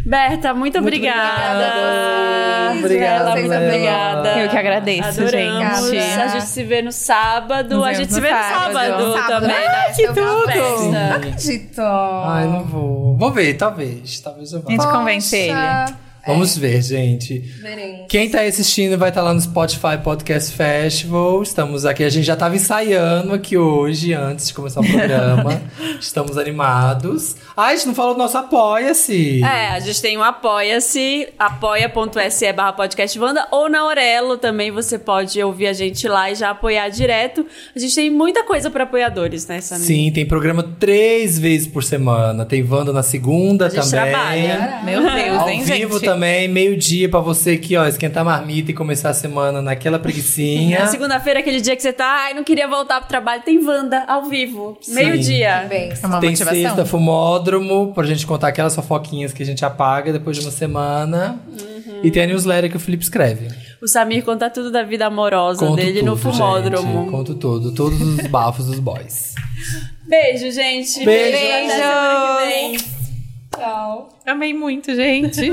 Speaker 2: Berta, muito, obrigada.
Speaker 3: vocês.
Speaker 1: Obrigado,
Speaker 2: Lela, muito
Speaker 1: Lela.
Speaker 2: obrigada.
Speaker 4: Eu que agradeço,
Speaker 2: Adoramos.
Speaker 4: gente.
Speaker 2: A gente se vê no sábado.
Speaker 4: Nos
Speaker 2: a
Speaker 4: vemos
Speaker 2: gente
Speaker 4: no
Speaker 2: se vê no
Speaker 4: sábado.
Speaker 2: sábado,
Speaker 3: Sábado,
Speaker 2: também.
Speaker 3: né?
Speaker 2: Ai,
Speaker 3: que tudo! Não acredito.
Speaker 1: Ai, não vou. Vou ver, talvez. Talvez eu vá.
Speaker 4: A gente convence ele.
Speaker 3: Poxa.
Speaker 1: Vamos
Speaker 2: é.
Speaker 1: ver, gente.
Speaker 3: Veremos.
Speaker 1: Quem tá assistindo vai estar lá no Spotify Podcast Festival. Estamos aqui. A gente já tava ensaiando aqui hoje, antes de começar o
Speaker 2: <laughs>
Speaker 1: programa. Estamos animados. Ai, a gente não falou do nosso Apoia-se.
Speaker 2: É, a gente tem o Apoia-se, apoia.se barra podcast Wanda, ou na Orelo também você pode ouvir a gente lá e já apoiar direto. A gente tem muita coisa para apoiadores, né, Samir?
Speaker 1: Sim, tem programa três vezes por semana. Tem Wanda na segunda
Speaker 2: gente
Speaker 1: também.
Speaker 2: trabalha. né?
Speaker 4: Meu Deus,
Speaker 1: Ao
Speaker 4: hein,
Speaker 1: vivo
Speaker 4: gente?
Speaker 1: também, meio-dia pra você aqui, ó, esquentar a marmita e começar a semana naquela
Speaker 2: <laughs> Na
Speaker 1: preguiçinha.
Speaker 2: É segunda-feira, aquele dia que você tá, ai, não queria voltar pro trabalho, tem Wanda ao vivo, meio-dia.
Speaker 3: Bem,
Speaker 4: É uma
Speaker 1: Tem
Speaker 4: motivação.
Speaker 1: sexta, fumódromo, pra gente contar aquelas fofoquinhas que a gente apaga depois de uma semana.
Speaker 2: Uhum.
Speaker 1: E tem a newsletter que o Felipe escreve.
Speaker 2: O Samir conta tudo da vida amorosa
Speaker 1: Conto
Speaker 2: dele
Speaker 1: tudo,
Speaker 2: no fumódromo.
Speaker 1: Gente, conto tudo, todos os bafos dos boys.
Speaker 2: Beijo, gente.
Speaker 1: Beijo.
Speaker 2: Até semana que vem.
Speaker 3: tchau.
Speaker 1: <laughs>
Speaker 4: Amei muito, gente.